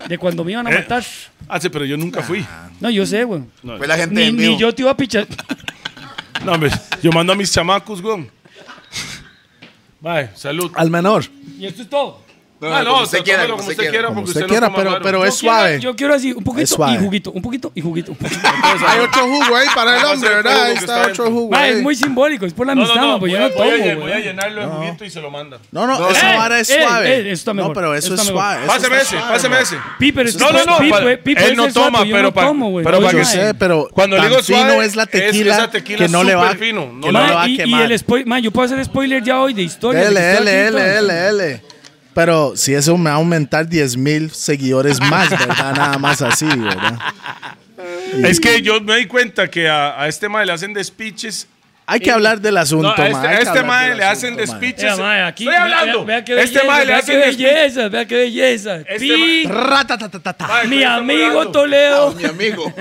de cuando me iban a matar. Ah, sí, pero yo nunca fui. No, yo sé, güey. Fue la gente Ni, en ni vivo. yo te iba a pichar. <laughs> No, hombre, yo mando a mis chamacos, güey. Bye, salud. Al menor. Y esto es todo. No, no, Ah, como usted quiera, como usted quiera. porque Como usted no quiera, toma pero, guaro. pero es Yo quiero- suave. Yo quiero así, un Es poquito y suave. juguito, un poquito y juguito. Un poquito. Hay otro jugo ahí <laughs> para el Va Pues, a hombre, ser ¿verdad? todo lo Ahí que está está otro dentro. jugo. Mae, ahí. es muy simbólico, es por la No, no, amistad, no, mae, voy, pues yo a, no tomo, voy, a, llen- güey. voy a llenarlo de juguito y se lo manda. No, no, No, esa eh, vara es eh, suave. eh, esto está mejor, No, pero eso esto es está mejor. suave. eso Pásame está ese, suave, pásame mae. ese. Pi, pero es que No, no, esto- no, pi, para- pues, pi, él pues, no es el toma, suave, yo pero no para- tomo, güey. pero No, para yo que Yo no. se- sé, pero Cuando tan le digo fino suave, es la es- tequila, esa tequila que no le va a, superfino, no que le no Mae, le va a y, y quemar. el spoiler, mae, yo puedo hacer spoiler ya hoy de historia. de L, que estoy L, aquí, L, entonces. L, L. Pero si eso me va a aumentar 10 mil seguidores más, ¿verdad? Nada más así, ¿verdad? Es que yo me di cuenta que a, a este mae le hacen despiches. Hay Eh, que hablar del asunto, No, a mae, este, hay a que este hablar mae del le hacen asunto, mae. despiches. Vea, mae, aquí. Estoy vea- hablando. vea qué este belleza, mae le vea qué hacen despiches. belleza, vea qué belleza. Este Pi, Ratatatatá. Mae, mi estoy amigo hablando. Ah, Toledo Mi amigo.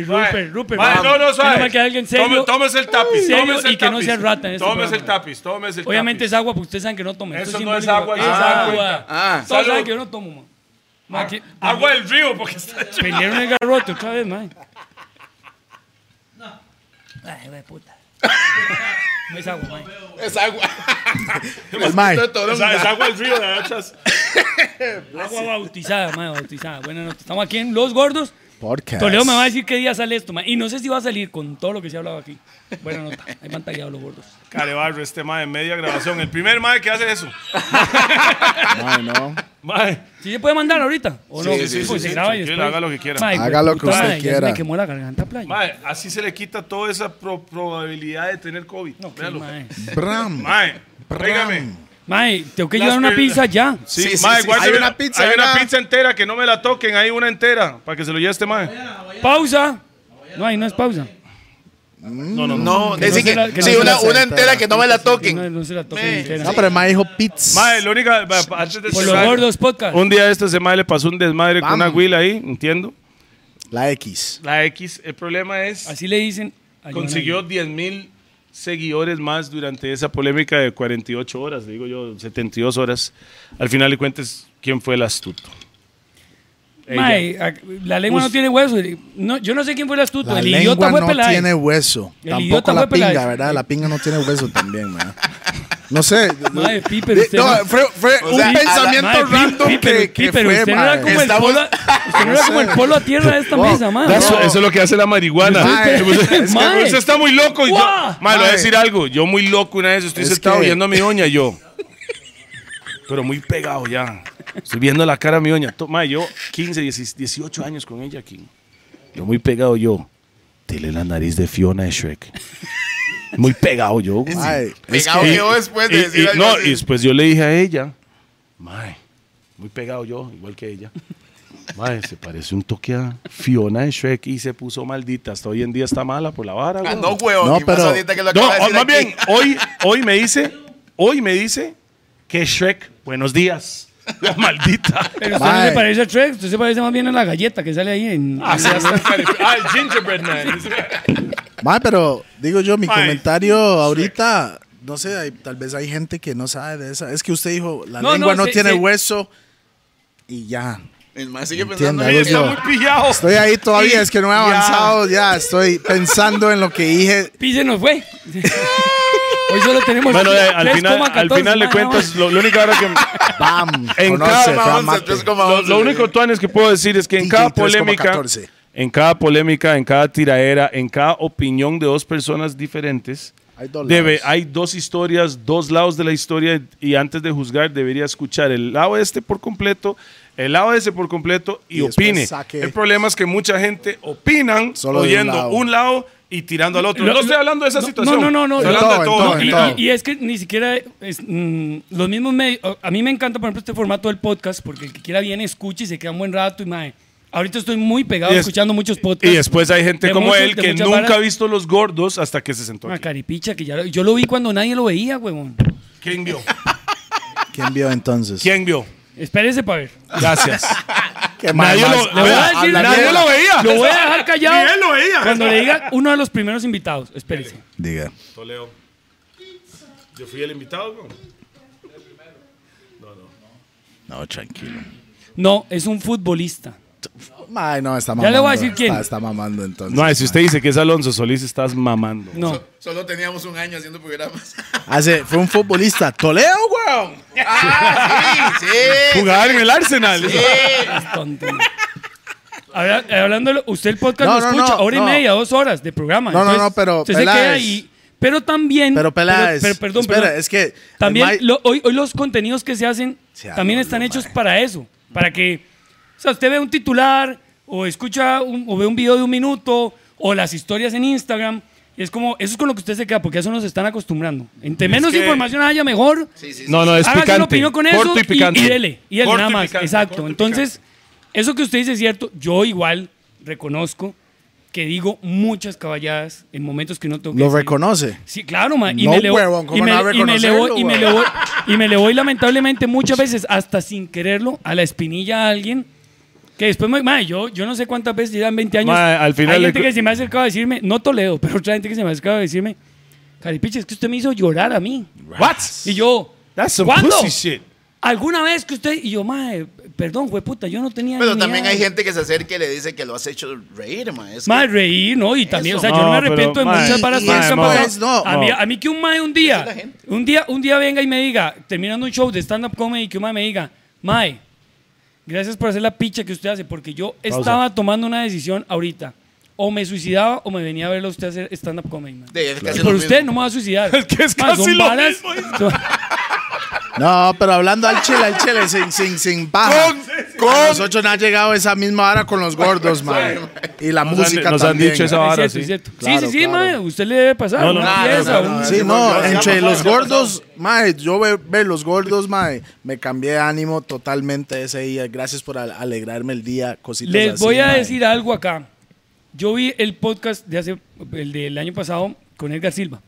Mae, Rupert, Rupert. mae, mae. no, no, suave. Menos mal que alguien serio. Tome- Tómese el tapiz. serio tómese el y que no tapiz. sea rata en este Tómese el programa. tapiz. Tómese el Obviamente tapiz. es agua, porque ustedes saben que no tomen. Eso Esto es no es simbólico. agua, eso Es es agua. agua. Ah. Todos saben Salud. Ah, que yo no tomo, mae. mae. aquí- Agua del río, porque <laughs> está hecho. Pelearon el garrote otra vez, mae. Ay, güey, puta. <laughs> No es agua, mae. Es agua. El mae. Esto es toronja. Es es agua del río de hachas. Agua bautizada, mae, bautizada. Buena nota. Estamos aquí en Los Gordos. Podcast. Toledo me va a decir qué día sale esto, mae. Y no sé si va a salir con todo lo que se ha hablado aquí. Buena nota. Hay pantallado Los Gordos. Carebarro, este mae en media grabación. El primer mae que hace eso. Mae, no. Mae, ¿Sí se puede mandar ahorita? ¿O Sí, no? sí, sí, Pues sí, se sí, graba y tranquilo, después- haga lo que quiera. Mae, Haga lo que puta, usted mae, ya quiera. Me quemó la garganta, playa. mae, así se le quita toda esa pro- probabilidad de tener COVID. No, qué Véalo. mae. <laughs> Bram. Mae, Bram. tráigame. Mae, tengo que Las llevar una per- pizza ya. Sí, Sí, sí, mae, sí, sí. guárdeme Hay una la- pizza, Hay hay una una- pizza entera, que no me la toquen. Hay una entera, para que se lo lleve este mae. Pausa. No, ahí no es pausa. No, no, no. no Decir se que- la- que no sí, se una, la una acepta. entera que no me la Que No, toquen. no se la toque Mae, entera. No, pero el mae dijo pizza. Mae, lo único, antes de Por los cerrar, gordos podcast. Un día este semana le pasó un desmadre con una huila ahí, entiendo. La X. La X, el problema es, Así le dicen. a consiguió 10 mil seguidores más durante esa polémica de 48 horas, digo yo, 72 horas. Al final de cuentas, ¿quién fue el astuto? Jonathan. Mae, a- la lengua no tiene hueso. No, yo no sé quién fue el astuto. La el idiota lengua fue no Peláez. tiene hueso. El idiota Tampoco fue la pinga, Peláez. ¿verdad? La pinga no tiene hueso también, <laughs> man. No sé. Mae, Pi, pero De- usted no, no- fue, fue O un sea, a la- pensamiento Mae, Pi- random Pi, pero- que, Pi, que pero fue, usted no era mae. como el Estamos- polo a- usted no era como el polo a tierra de esta mesa, mae. Eso, eso es lo que hace la marihuana. <laughs> <laughs> Mae, es que- Usted está muy loco. Y yo, ¡Guau! Mae, le voy a Mae. decir algo. Yo muy loco una vez, estoy Es sentado que- viendo a mi doña, yo. Pero muy pegado ya. Estoy viendo la cara a mi doña. To- Mae, yo 15, 10, 18 años con ella aquí. Yo muy pegado yo. Dile la nariz de Fiona de Shrek. Muy pegado yo, güey. Mae, es Pegado Y- yo después y- de decir y- algo No, así. y después yo le dije a ella, Mae, muy pegado yo, igual que ella. Mae, se parece un toque a Fiona de Shrek y se puso maldita. Hasta hoy en día está mala por la vara. Ah, güey. no, huevón. No, y más pero- ahorita que lo No, acaba de o- decir más aquí. bien, hoy, hoy me dice, hoy me dice que Shrek, buenos días. La <laughs> maldita. Pero usted no Mae. se parece a Trek, usted se parece más bien a la galleta que sale ahí en. ah, el gingerbread man. Mae, pero digo yo, mi Mae. comentario ahorita, no sé, hay- tal vez hay gente que no sabe de esa. Es que usted dijo, la No, lengua no, no se- tiene se- hueso y ya. El man sigue Entiendo, pensando en algo eso. Está muy pillado. Estoy ahí todavía, es que no he Ya. avanzado, ya estoy pensando en lo que dije. Pise nos fue. <laughs> Hoy solo tenemos. Bueno, eh, al 3,14, final, al final le mae, cuentas, lo, lo único ahora <laughs> que... Bam. En conoce, cada- fue a Vamos a mate. 3,11, Lo, lo único, Tuanes, que puedo decir es que en DJ cada polémica, 3,14. en cada polémica, en cada tiraera, en cada opinión de dos personas diferentes, Hay dos debe, lados. hay dos historias, dos lados de la historia y antes de juzgar debería escuchar el lado este por completo, el lado ese por completo y, Y después opine. saque- El problema es que mucha gente opinan Solo de un oyendo un lado. lado. y tirando al otro. Lo- no estoy hablando de esa no, situación. no, no, no, Estoy en hablando de todo, todo. en Y, Y- todo. y- y es que ni siquiera es, mm, los mismos medios. A mí me encanta, por ejemplo, este formato del podcast, porque el que quiera viene, escucha y se queda un buen rato. Y mae, ahorita estoy muy pegado Y es- escuchando muchos y podcasts. después hay gente de como muchos- él de que muchas nunca ha varas. visto los gordos hasta que se sentó Una aquí. caripicha que ya. Yo lo vi cuando nadie lo veía, huevón. <laughs> ¿Quién vio? ¿Quién vio entonces? ¿Quién vio? Espérese para ver. <laughs> Gracias. ¿Qué mae Nadie más? lo, Le voy a vea, decir- nadie lo veía. Lo <laughs> voy a dejar callado. Ah, Ni él lo veía. Cuando le diga uno de los primeros invitados. Espérese. Diga. Toledo. Yo fui el invitado, ¿no? No, tranquilo. No, es un futbolista. Mae, no, está Ya mamando. le voy a decir quién. Está, está mamando entonces. No, si usted dice que es Alonso Solís, estás mamando. No. Solo teníamos un año haciendo programas. Hace, Ah, fue un futbolista. Toleo, weón. ah, sí, sí. Jugar en el Arsenal. Tonto. Habla- hablando, de lo- usted el podcast No, lo no, escucha, no, hora y no. media, dos horas de programa. No, no, no, pero usted se queda Peláez. ahí. Pero también. Pero Peláez. Pero, pero, perdón, Espera, perdón. es que. También el mae- lo- hoy, hoy los contenidos que se hacen Se también habla, están no, hechos mae. para eso. Para que. O sea, usted ve un titular, o escucha, un- o ve un video de un minuto, o las historias en Instagram. y es como, eso es con lo que usted se queda, porque a eso nos están acostumbrando. Entre menos que- información haya, mejor. No, no, es Hágase una picante. opinión con eso Corto y picante. y dele. Y dele, Corto nada y más. picante, Exacto. corto y Entonces, eso que usted dice es cierto. Yo igual reconozco que digo muchas caballadas en momentos que no tengo que Lo decir. reconoce. Sí, claro, ma. Y No, me le huevón, ¿cómo y me, no va a y me le reconocerlo, voy- y me le voy- y me le voy, lamentablemente, muchas veces, hasta sin quererlo, a la espinilla a alguien. Que después, me- ma, yo, yo no sé cuántas veces, llevan 20 años. Ma, al final hay le- gente que se me ha acercado a decirme, no Toledo, <laughs> pero otra gente que se me ha acercado a decirme, Caripiche, es que usted me hizo llorar a mí. What? Y yo, That's some ¿cuándo? pussy shit. ¿Alguna vez que usted.? Y yo, mae, perdón, güey, puta, yo no tenía. Pero ni también idea". hay gente que se acerca y le dice que lo has hecho reír, ma. Es Mae, que- reír, ¿no? Y también, Eso. o sea, yo no No, me pero, arrepiento de mae, muchas varas y que me eso han no pasado. es, no, a, no. mí, a mí que un mae un día, Esa es la gente. un día, un día venga y me diga, terminando un show de stand-up comedy, que un mae me diga, mae, gracias por hacer la picha que usted hace, porque yo estaba tomando una decisión ahorita. O me suicidaba o me venía a verlo a usted hacer stand-up comedy, mae. De- es casi Por lo usted no <laughs> mismo. me va a suicidar. Es que es Mae, <laughs> son casi lo varas- mismo. son- No, pero hablando al chile, al chile, sin, sin, sin paja. Con- A nosotros no ha llegado esa misma hora con los gordos, mae. Y la Nos han- música nos han también. dicho esa- Es Ahora cierto, sí. es cierto. Ah, Sí, Claro, sí, sí, claro. mae, Usted le debe pasar. No, una no, no, pieza, no, no, un- no, Sí, Ese no, gordo se ha entre pasado, los se ha gordos, mae, yo ve- ver, los gordos, mae, me cambié de ánimo totalmente ese día. Gracias por al- alegrarme el día, cositas Les así, voy a mae. decir algo acá. Yo vi el podcast de hace, el del año pasado con Edgar Silva.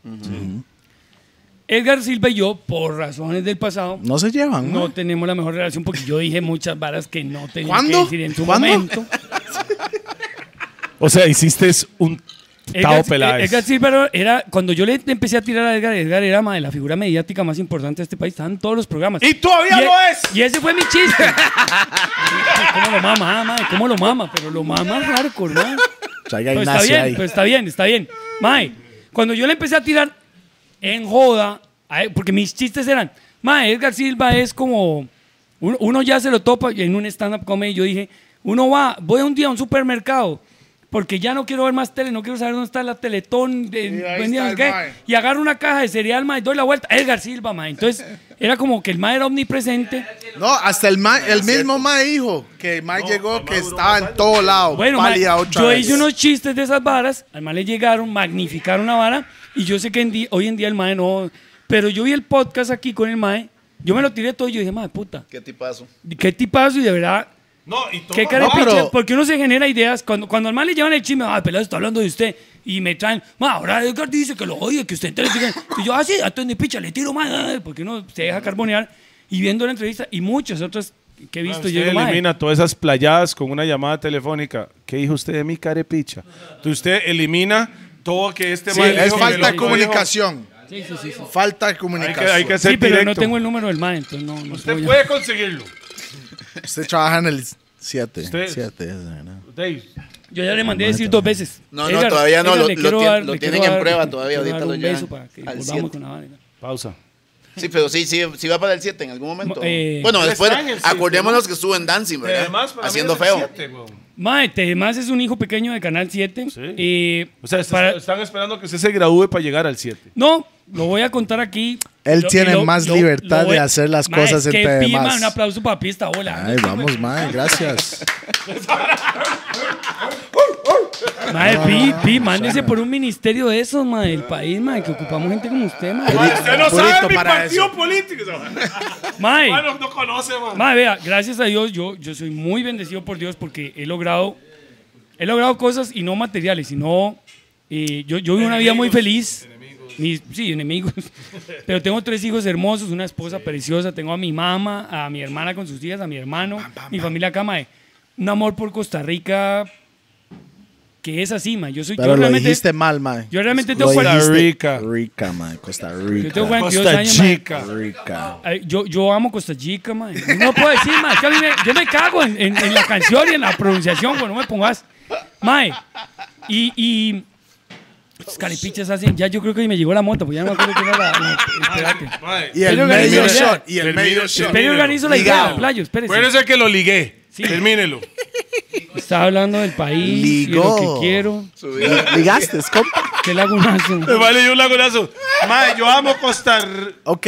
Edgar Silva y yo, por razones del pasado, No se llevan, no mae. tenemos la mejor relación porque yo dije muchas varas que no tenía ¿Cuándo? que decir en su ¿Cuándo? momento. O sea, hiciste un Tao Edgar, eh, Peláez. Edgar Silva era, cuando yo le empecé a tirar a Edgar, Edgar era mae, la figura mediática más importante de este país. Estaban todos los programas. Y todavía e- lo es. Y ese fue mi <laughs> chiste. ¿Cómo lo mama, ah, mae? ¿Cómo lo mama? Pero lo mama hardcore, mae. Traiga a Pero Pues, está Ignacio bien, ahí. pero está bien, está bien. Mae, cuando yo le empecé a tirar en joda, a él, porque mis chistes eran, Mae, Edgar Silva es como, un- uno ya se lo topa y en un stand-up comedy, yo dije, uno va, voy un día a un supermercado, porque ya no quiero ver más tele, no quiero saber dónde está la teletón, de- ahí buen está día, no sé el qué, mae. y agarro una caja de cereal, Mae, doy la vuelta, Edgar Silva, Mae. Entonces, era como que el Mae era omnipresente. No, hasta el, ma- el mismo mae dijo que el mae llegó que estaba en todo lado. Bueno, ma, pálida otra yo vez. hice unos chistes de esas varas, al mal le llegaron, magnificaron la vara, y yo sé que en di- hoy en día el mae no... Pero yo vi el podcast aquí con el mae, yo me lo tiré todo y yo dije, mae, puta, ¿Qué tipazo? qué tipazo y de verdad... ¿Qué cara de No, pinche, pero- Porque uno se genera ideas. Cuando, cuando al mal le llevan el chisme, ah, pelado, está hablando de usted. Y me traen, ma, ahora Edgar dice que lo oye, que usted entera. Y yo, ah, sí, a Tony Picha le tiro, más Porque uno se deja carbonear. Y viendo la entrevista y muchas otras que he visto, Ah, yo Usted digo, "Mae, elimina todas esas playadas con una llamada telefónica. ¿Qué dijo usted de mi carepicha? Entonces usted elimina todo que este Sí, man es dijo, que falta lo- de lo dijo. comunicación. sí, sí, sí, sí. Falta de Hay comunicación. que, hay que ser Sí, pero no directo. tengo el número del mae, entonces no, no puedo Usted llamar. puede conseguirlo. Usted trabaja en el 7. Usted- 7, ¿no? Dave, Yo ya le mandé a decir dos veces. No, no, todavía no, lo- le lo quiero tien- dar- lo le tienen quiero en dar- prueba le todavía, quiero ahorita dar lo un llevan beso para que al volvamos siete. con la vaina. pausa. Sí, pero sí, sí, sí va para el 7 en algún momento. Eh, bueno, ya después, está en el siete, acordémonos que estuvo en Dancing, ¿verdad? Además, para mí Haciendo es el feo. siete, weón. Mae, además es un hijo pequeño de Canal 7. Sí. eh, O sea, se- para- están esperando que usted se gradúe para llegar al 7. No, lo voy a contar aquí. Él Lo- tiene lo- más lo- libertad lo voy- de hacer las Mae, cosas qué entre pima, demás. Un aplauso para Pista Bola. Ay, vamos, mae, <laughs> gracias. Mae, pi, pi, mándese por un ministerio de esos, mae, del país, mae, que ocupamos gente como usted, mae. Usted no Purito sabe mi para partido eso. político. Ah, Mae. no, no conoce, man. Mae, vea, gracias a Dios, yo, yo soy muy bendecido por Dios porque he logrado, he logrado cosas y no materiales, sino eh, yo, yo vivo una vida muy feliz. Mis- sí, enemigos. <laughs> Pero tengo tres hijos hermosos, una esposa preciosa, tengo a mi mamá, a mi hermana con sus hijas, a mi hermano, mi familia acá, mae. Un amor por Costa Rica que es así, mae. Yo soy yo Pero lo realmente, dijiste mal, mae. yo realmente Lo tengo dijiste- cuarenta- Costa Rica. Rica, mae, Costa yo tengo Rica. 42 Costa años, mae. Chica. Rica. Ay, Yo, yo amo Costa Rica, man. No puedo decir, man. Es que a mí me- yo me cago en, en- en la canción y en la pronunciación, güey. No me pongas. Mae. Y. y estos calipichas hacen. Ya yo creo que me llegó la mota, porque ya no me acuerdo quién era la. la- espérate. Ah, Y el Pero medio mira, shot. Y el termina- medio shot. Pero yo organizo la idea, Ligado. Playo, Pero espérese. es que lo ligué. Termínelo. Está hablando del país y de lo Ligó. que quiero. <laughs> Ligaste, compa. Qué lagunazo. Me vale yo un lagunazo. Mae, yo amo Costa R- Ok,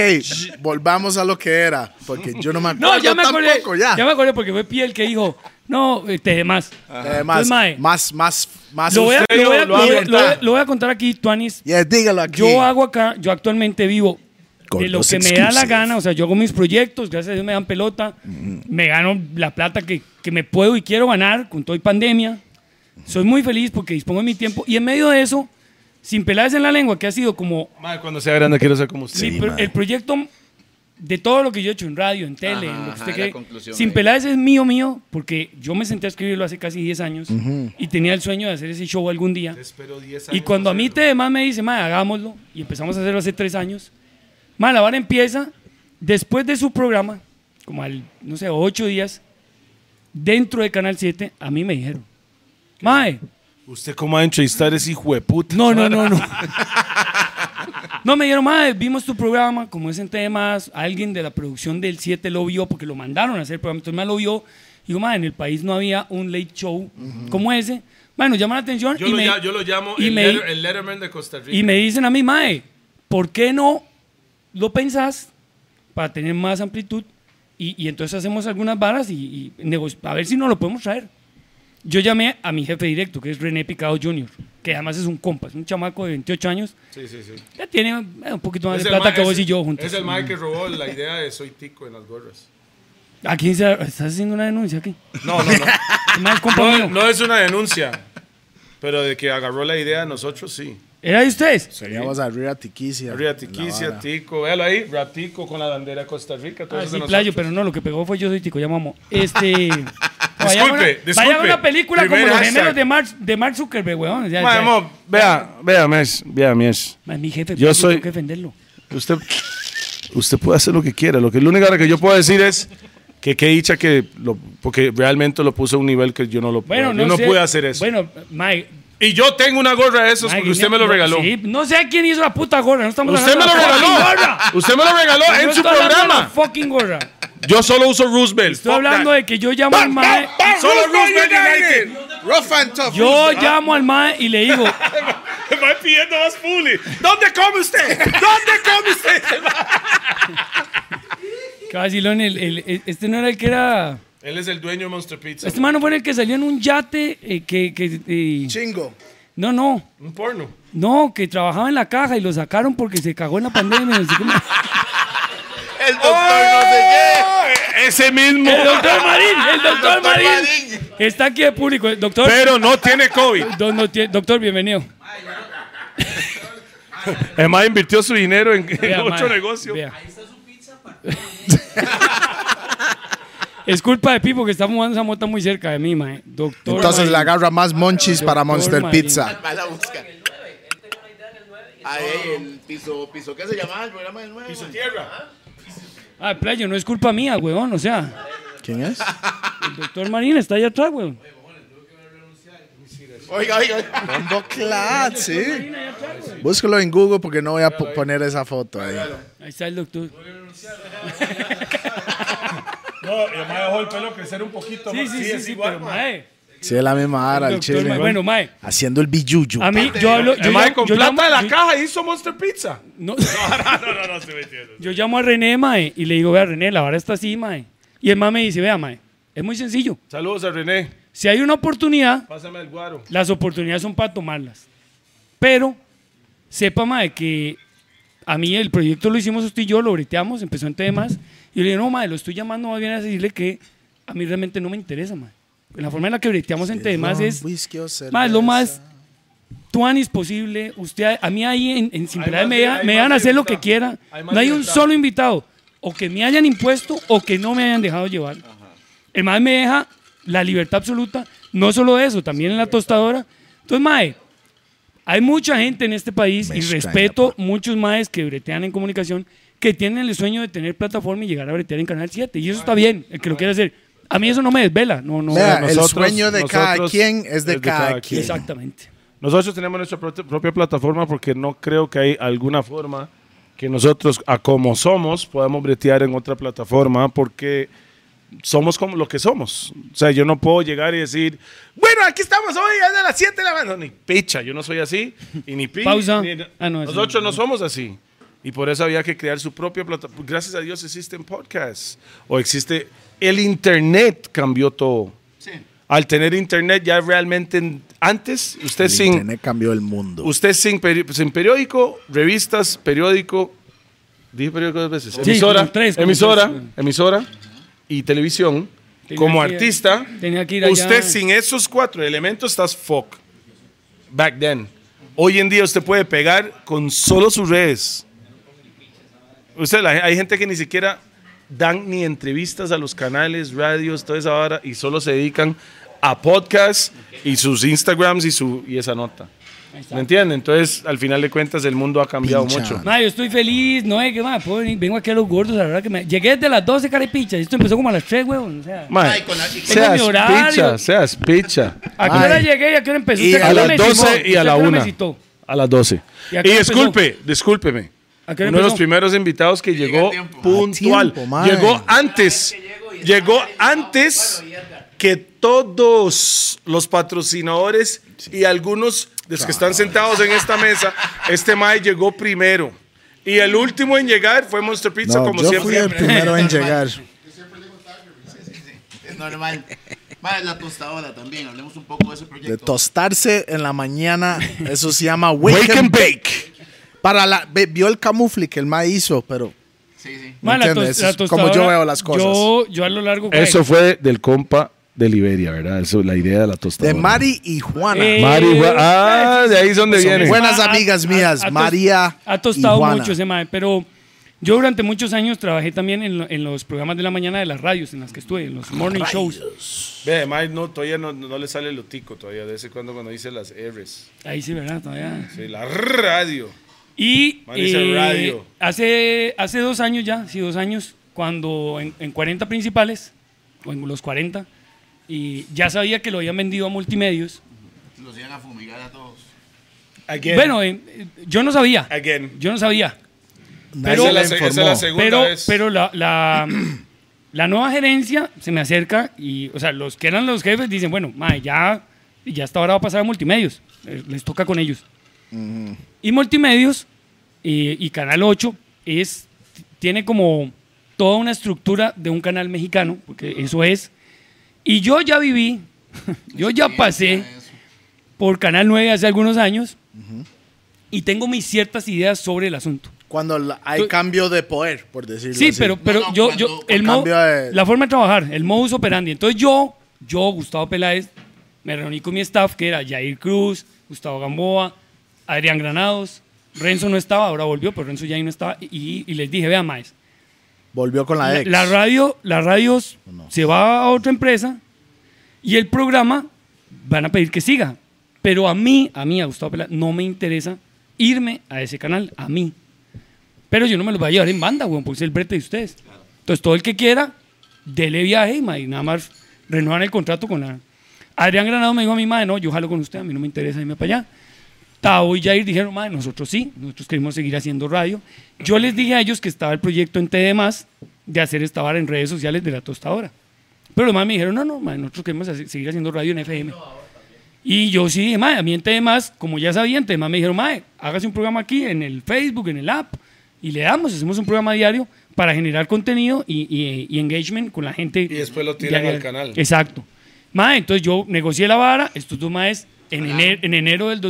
volvamos a lo que era. Porque yo no me acuerdo. No, ya me acordé. tampoco, ya. ya. me acordé porque fue Piel que dijo. No, eh, te demás. Además, Entonces, mae, Eh, más, más, más. Lo voy a- usted lo voy a- lo- lo lo voy a- hago. lo voy a- lo voy a contar aquí, Tuanis. Yeah, dígalo aquí. Yo hago acá, yo actualmente vivo de lo Gordos que me da la exclusive. gana, o sea, yo hago mis proyectos, gracias a Dios me dan pelota, me gano la plata que, que me puedo y quiero ganar con toda y pandemia. Soy muy feliz porque dispongo de mi tiempo y en medio de eso, sin peladas en la lengua, que ha sido como Mae, cuando sea grande quiero ser como usted. mi pro- madre. el proyecto de todo lo que yo he hecho en radio, en tele, Ajá, en lo que ajá, usted la cree. conclusión Sin ahí. Peláez es mío, mío, porque yo me senté a escribirlo hace casi 10 años y tenía el sueño de hacer ese show algún día. Y cuando a mí te demás me dice, madre, hagámoslo, y empezamos a hacerlo hace tres años, madre, la vara empieza después de su programa, como al, no sé, ocho días, dentro de Canal 7, a mí me dijeron, madre, ¿Usted cómo va a entrevistar a ese hijo de puta? no, no, no, <laughs> no. No, me dijeron, madre, vimos tu programa, como es en temas, alguien de la producción del 7 lo vio, porque lo mandaron a hacer el programa, entonces me lo vio. Y digo, madre, en el país no había un late show como ese. Bueno, llama la atención. Yo, y lo, me- ya- yo lo llamo y el, me- letter- el Letterman de Costa Rica. y me dicen a mí, mae, ¿por qué no lo pensás para tener más amplitud. Y, y entonces hacemos algunas varas y, y nego- a ver si nos lo podemos traer. Yo llamé a mi jefe directo, que es René Picado Jr., que además es un compa, es un chamaco de 28 años. Sí, sí, sí. Ya tiene eh, un poquito más Es de el plata ma- que vos es- y yo juntos. Mm. Es el Mike que robó la idea de soy tico en las gorras. ¿A quién se estás haciendo una denuncia aquí? No, no, no. <laughs> <laughs> Es más, compa No, mío. no es una denuncia. Pero de que agarró la idea de nosotros, sí. ¿Era de ustedes? Ya vas a Ria Tiquicia. Ria en la Tiquicia, vara. Tico, véalo ahí, Ratico con la bandera de Costa Rica. todo Ah, eso sí, de playo, nosotros. pero no, lo que pegó fue yo soy tico, llamamos. <laughs> Este. vaya Disculpe, una- disculpe. Vaya a una película como Primer los hashtag. gemelos de Mark, de Mark Zuckerberg, weón. Ya, Ma, ya. mo, vea, vea, mes, vea, mes. Ma, mi jefe, Yo yo soy- tengo que defenderlo. Usted, usted puede hacer lo que quiera. Lo que lo único que yo puedo decir es que qué dicha que lo, porque realmente lo puse a un nivel que yo no lo Bueno, yo no no sé. pude hacer eso. Bueno, Mike. y yo tengo una gorra de esos porque usted me lo regaló. Sí, no sé quién hizo la puta gorra. No estamos Usted me hablando lo de la regaló. fucking gorra. Usted me lo regaló No en su estoy hablando de la programa. fucking gorra. Yo solo uso Roosevelt. Estoy hablando de que yo llamo al mae. Solo Ah. Roosevelt United. Rough and tough. Yo llamo al mae y le digo, <laughs> Me va pidiendo más fully. ¿Dónde come usted? ¿Dónde come usted? Casilón, el, el, el- este no era el que era. Él es el dueño de Monster Pizza. Este mano fue el que salió en un yate eh, que. que eh, Chingo. no, no. Un porno. No, que trabajaba en la caja y lo sacaron porque se cagó en la pandemia. no sé cómo. El doctor no sé Oh. Ese mismo. <laughs> el doctor Marín, el doctor Marín. Marín. Está aquí de público. El Doctor, Pero no tiene COVID. do- no tiene- doctor, bienvenido. Además, invirtió su dinero en, en Vea, otro mae, negocio. vea. <laughs> Es culpa de Pipo que está fumando esa mota muy cerca de mí, mae. Doctor. Entonces Marín. la agarra más monchis para Monster Marín. <laughs> Pizza. Va a la busca. Ahí, el piso, piso, ¿qué se llamaba el programa del nuevo? Tierra. Ah, playo, no es culpa mía, weón. O sea, ¿Quién es? el doctor Marín está allá atrás, weón. Oiga, oiga, oiga. Bombo Clat, sí. Búscalo en Google porque no voy a po- poner esa foto ahí. Ahí está <laughs> el doctor. No, además dejó el pelo crecer un poquito. Sí, sí, sí, sí, pero mae. Sí, es la misma vara, el Doctor chile. mae, Bueno, mae. Ah, Haciendo el billuyo. A mí, yo hablo. Yo, Además, llamo- con yo plata llamo- de la yo- caja hizo Monster Pizza. <laughs> No, Yo llamo a René, mae, y le digo, vea, René, la vara está así, mae. Y el mae me dice, vea, mae, es muy sencillo. Saludos a René. Si hay una oportunidad, Pásame el guaro. las oportunidades son para tomarlas. Pero, sepa, mae, que a mí el proyecto lo hicimos usted y yo, lo breteamos, empezó en temas. Y yo le digo, no, mae, lo estoy llamando más bien a decirle que a mí realmente no me interesa, mae. La forma en la que breteamos en temas es... Whisky o Más, cerveza. lo más tuanis posible. Usted, a- a mí ahí en, en Sin Hay Piedad más me, li- dejan- hay me más dejan hacer lo que libertad. quiera. Hay más no hay un libertad. solo invitado. O que me hayan impuesto o que no me hayan dejado llevar. El MAE me deja la libertad absoluta. No solo eso, también en la tostadora. Entonces, MAE, hay mucha gente en este país Me y extraña, respeto muchos MAEs que bretean en comunicación que tienen el sueño de tener plataforma y llegar a bretear en Canal 7. Y eso está bien, el que lo quiera hacer. A mí eso no me desvela. No, no. Vea, Nosotros- el sueño de cada nosotros quien es de, cada, quien. Exactamente. Nosotros tenemos nuestra pro- propia plataforma porque no creo que hay alguna forma que nosotros, a como somos, podamos bretear en otra plataforma porque somos como lo que somos. O sea, yo no puedo llegar y decir, bueno, aquí estamos hoy, es de las 7 de la mañana. No, Ni picha, yo no soy así, y ni picha. Pausa. Ah, no, eso nosotros no somos así. Y por eso había que crear su propia plataforma. Gracias a Dios existen podcasts o existe... El Internet cambió todo. Al tener Internet ya realmente... en- Antes, usted El sin... internet cambió el mundo. Usted sin, peri- sin periódico, revistas, periódico, dije periódico dos veces, Sí, emisora, como tres, como emisora, tres, güey. emisora y televisión. Tenía como que ir- artista, tenía que ir allá. usted sin esos cuatro elementos estás fuck. Back then. Hoy en día usted puede pegar con solo sus redes. Usted, la- hay gente que ni siquiera dan ni entrevistas a los canales, radios, toda esa vara y solo se dedican a podcasts y sus Instagrams y su y esa nota. ¿Me entienden? Entonces, al final de cuentas, el mundo ha cambiado Pincha. mucho. Ma, yo estoy feliz, no es que más, puedo venir, vengo aquí a los gordos, la verdad que me... Llegué desde las 12, caripicha, y esto empezó como a las 3, huevón, o sea... Mae, Ay, con la- mi Tengo seas horario. picha, seas picha. ¿A qué hora Ay. llegué y a qué hora empezó? Y ¿Usted a qué A hora las me 12 y citó? a ¿Usted la qué hora me 1. citó? A las 12. ¿Y a qué Y hora empezó? disculpe, discúlpeme. ¿A qué hora Uno de los empezó? primeros invitados que llegó tiempo. puntual. A tiempo, mae. llegó antes. Llegó antes que todos los patrocinadores y algunos de los que están sentados en esta mesa. Este Mae llegó primero. Y el último en llegar fue Monster Pizza, No, como yo siempre. fui el primero en llegar. Es normal. Madre, la tostadora también, hablemos un poco de ese proyecto. De tostarse en la mañana, eso se llama wake, and bake. Para la, ve- vio el camufle que el ma hizo, pero Sí, sí. ¿me Ma, la entiendes? tos- la Eso es como yo tostadora, veo las cosas. Yo, yo a lo largo. Eso fue del compa de Liberia, ¿verdad? Eso, la idea de la de tostadora. Mari y Juana. Eh, Mari, gua- ah, de ahí es donde Son viene. buenas. Ma, ha- amigas mías, tos- María Ha tostado y Juana. mucho ese mae, pero yo durante muchos años trabajé también en, lo- en los programas de la mañana de las radios en las que estuve, en los morning shows. Ve, Mike, no, todavía no, no le sale el otico todavía, de vez en cuando cuando dice las R's. Ahí sí, ¿verdad? Todavía. Sí, la radio. Y Man, dice eh, radio. Hace, hace dos años ya, sí, dos años, cuando en, en 40 principales, o en los 40, y ya sabía que lo habían vendido a multimedios. Los iban a fumigar a todos. Again. Bueno, eh, yo no sabía. Again. Yo no sabía. Nadie esa, es la, le se- esa es informó. la segunda pero, vez. Pero la, la, <clears throat> la nueva gerencia se me acerca y, o sea, los que eran los jefes dicen, bueno, mae, ya, ya hasta ahora va a pasar a multimedios. eh, Les toca con ellos. Y multimedios eh, y Canal 8 es, tiene como toda una estructura de un canal mexicano, porque eso es. Y yo ya viví, <laughs> yo ya pasé Eso. por Canal 9 hace algunos años y tengo mis ciertas ideas sobre el asunto. Cuando la- hay Tú- cambio de poder, por decirlo Sí, así. pero, pero No, no, yo, cuando- yo cuando el mo- cambia de- la forma de trabajar, el modus operandi. Entonces yo, yo, Gustavo Peláez, me reuní con mi staff, que era Jair Cruz, Gustavo Gamboa, Adrián Granados, Renzo no estaba, ahora volvió, pero Renzo ya ahí no estaba, y, y les dije, vean más, Volvió con la la, ex. la radio, la radio s- se va a otra empresa y el programa van a pedir que siga. Pero a mí, a mí, a Gustavo Peláez, no me interesa irme a ese canal, a mí. Pero yo no me los voy a llevar en banda, weón, porque es el brete de ustedes. Entonces, todo el que quiera, dele viaje ma, y nada más renovar el contrato con la... Adrián Granado me dijo a mi madre, no, yo jalo con usted, a mí no me interesa irme para allá. Tavo y Jair dijeron, madre, nosotros sí, nosotros queremos seguir haciendo radio. Yo les dije a ellos que estaba el proyecto en TD+, de hacer esta vara en redes sociales de la tostadora. Pero los más me dijeron, no, no, mae, nosotros queremos hace- seguir haciendo radio en FM. Y yo sí dije, mae, a mí en TDMás, como ya sabía, en TDMás me dijeron, mae, hágase un programa aquí, en el Facebook, en el app, y le damos, hacemos un programa diario para generar contenido y, y- y engagement con la gente. Y después lo tiran diaria". al canal. Exacto. Mae, entonces yo negocié la vara, estos dos maes, en enero, en enero del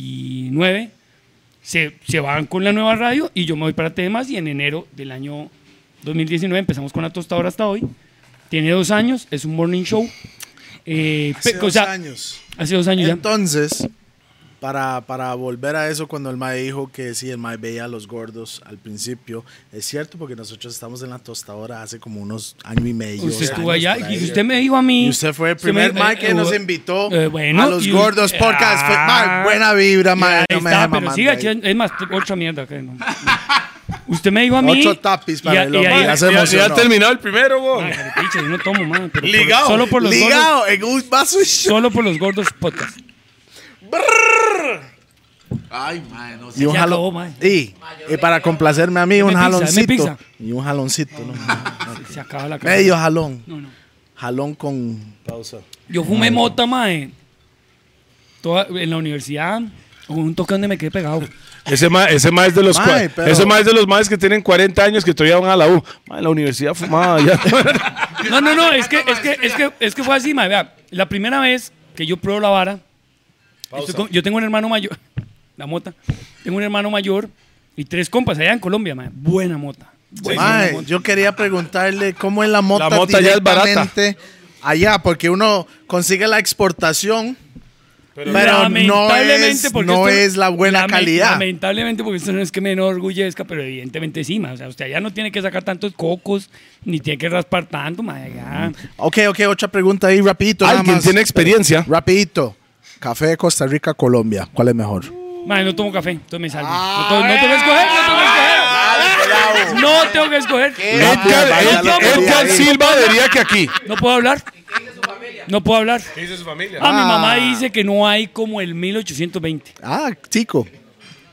2019 se, se van con la nueva radio y yo me voy para temas y en enero del año 2019 empezamos con la tostadora hasta hoy. Tiene dos años, es un morning show. Eh, pe- o sea, años. Hace dos años ya. Entonces, para, para volver a eso, cuando el Mae dijo que sí, el Mae veía a los gordos al principio, es cierto porque nosotros estamos en la tostadora hace como unos año y medio. dos Usted estuvo años allá por y ahí. usted me dijo a mí. Y usted fue el usted primer me- Mae que eh, nos eh, invitó eh, bueno, a los y- ah, gordos podcast. Fue, mae, buena vibra, Mae. Ahí no me está, deja pero mamando siga, ahí. ch- es más, otra mierda. que no. Usted me dijo a mí. Ocho tapis para el hombre, ahí- ya se Ya- ya, emocionó. terminó el primero, güey. Ay, carepicha, yo no tomo, man, pero por- Ligao, solo por los gordos. ligao, en un vaso de sh- Solo por los gordos podcast. Ay, madre, no sé. Y un Ya jalo- acabó, mae. Y, y para complacerme a mí, un pizza, deme jaloncito. pizza. Y un jaloncito, ¿no? Se, se acaba la cara. Medio jalón. No, no. Jalón con. Pausa. Yo fumé mota, mae. Toda- en la universidad, hubo un toque donde me quedé pegado. Ese más ese ma es de los Mae, cua- pero- ese ma es de los más que tienen 40 años que todavía van a la U. Ma, en la universidad fumaba <laughs> ya. No, no, no, es que, es que, es que, es que fue así, mae. Vea, la primera vez que yo pruebo la vara, estoy con- yo tengo un hermano mayor, <laughs> la mota, tengo un hermano mayor y tres compas allá en Colombia, mae. Buena mota. Mae, yo quería preguntarle cómo es la mota, La mota ya es barata. directamente allá, porque uno consigue la exportación, pero, no, es, porque no esto- es la buena lame- calidad. Lamentablemente, porque esto no es que me enorgullezca, pero evidentemente sí, mae. O sea, usted allá no tiene que sacar tantos cocos, ni tiene que raspar tanto, mae. allá. Ok, ok, otra pregunta ahí, rapidito. nada Alguien más. Eh, tiene experiencia. Rapidito. Café de Costa Rica, Colombia, ¿cuál es mejor? Mae, no tomo café, entonces me salgo. No to- no, tengo que escoger, no tengo que escoger. No tengo que escoger. Edgar, Ah, Edgar- vaya, vaya, Edgar vaya. Silva diría que aquí. No puedo hablar. No puedo hablar. ¿Qué dice su familia? Ah, mi mamá dice que no hay como el 1820. Ah, Tico,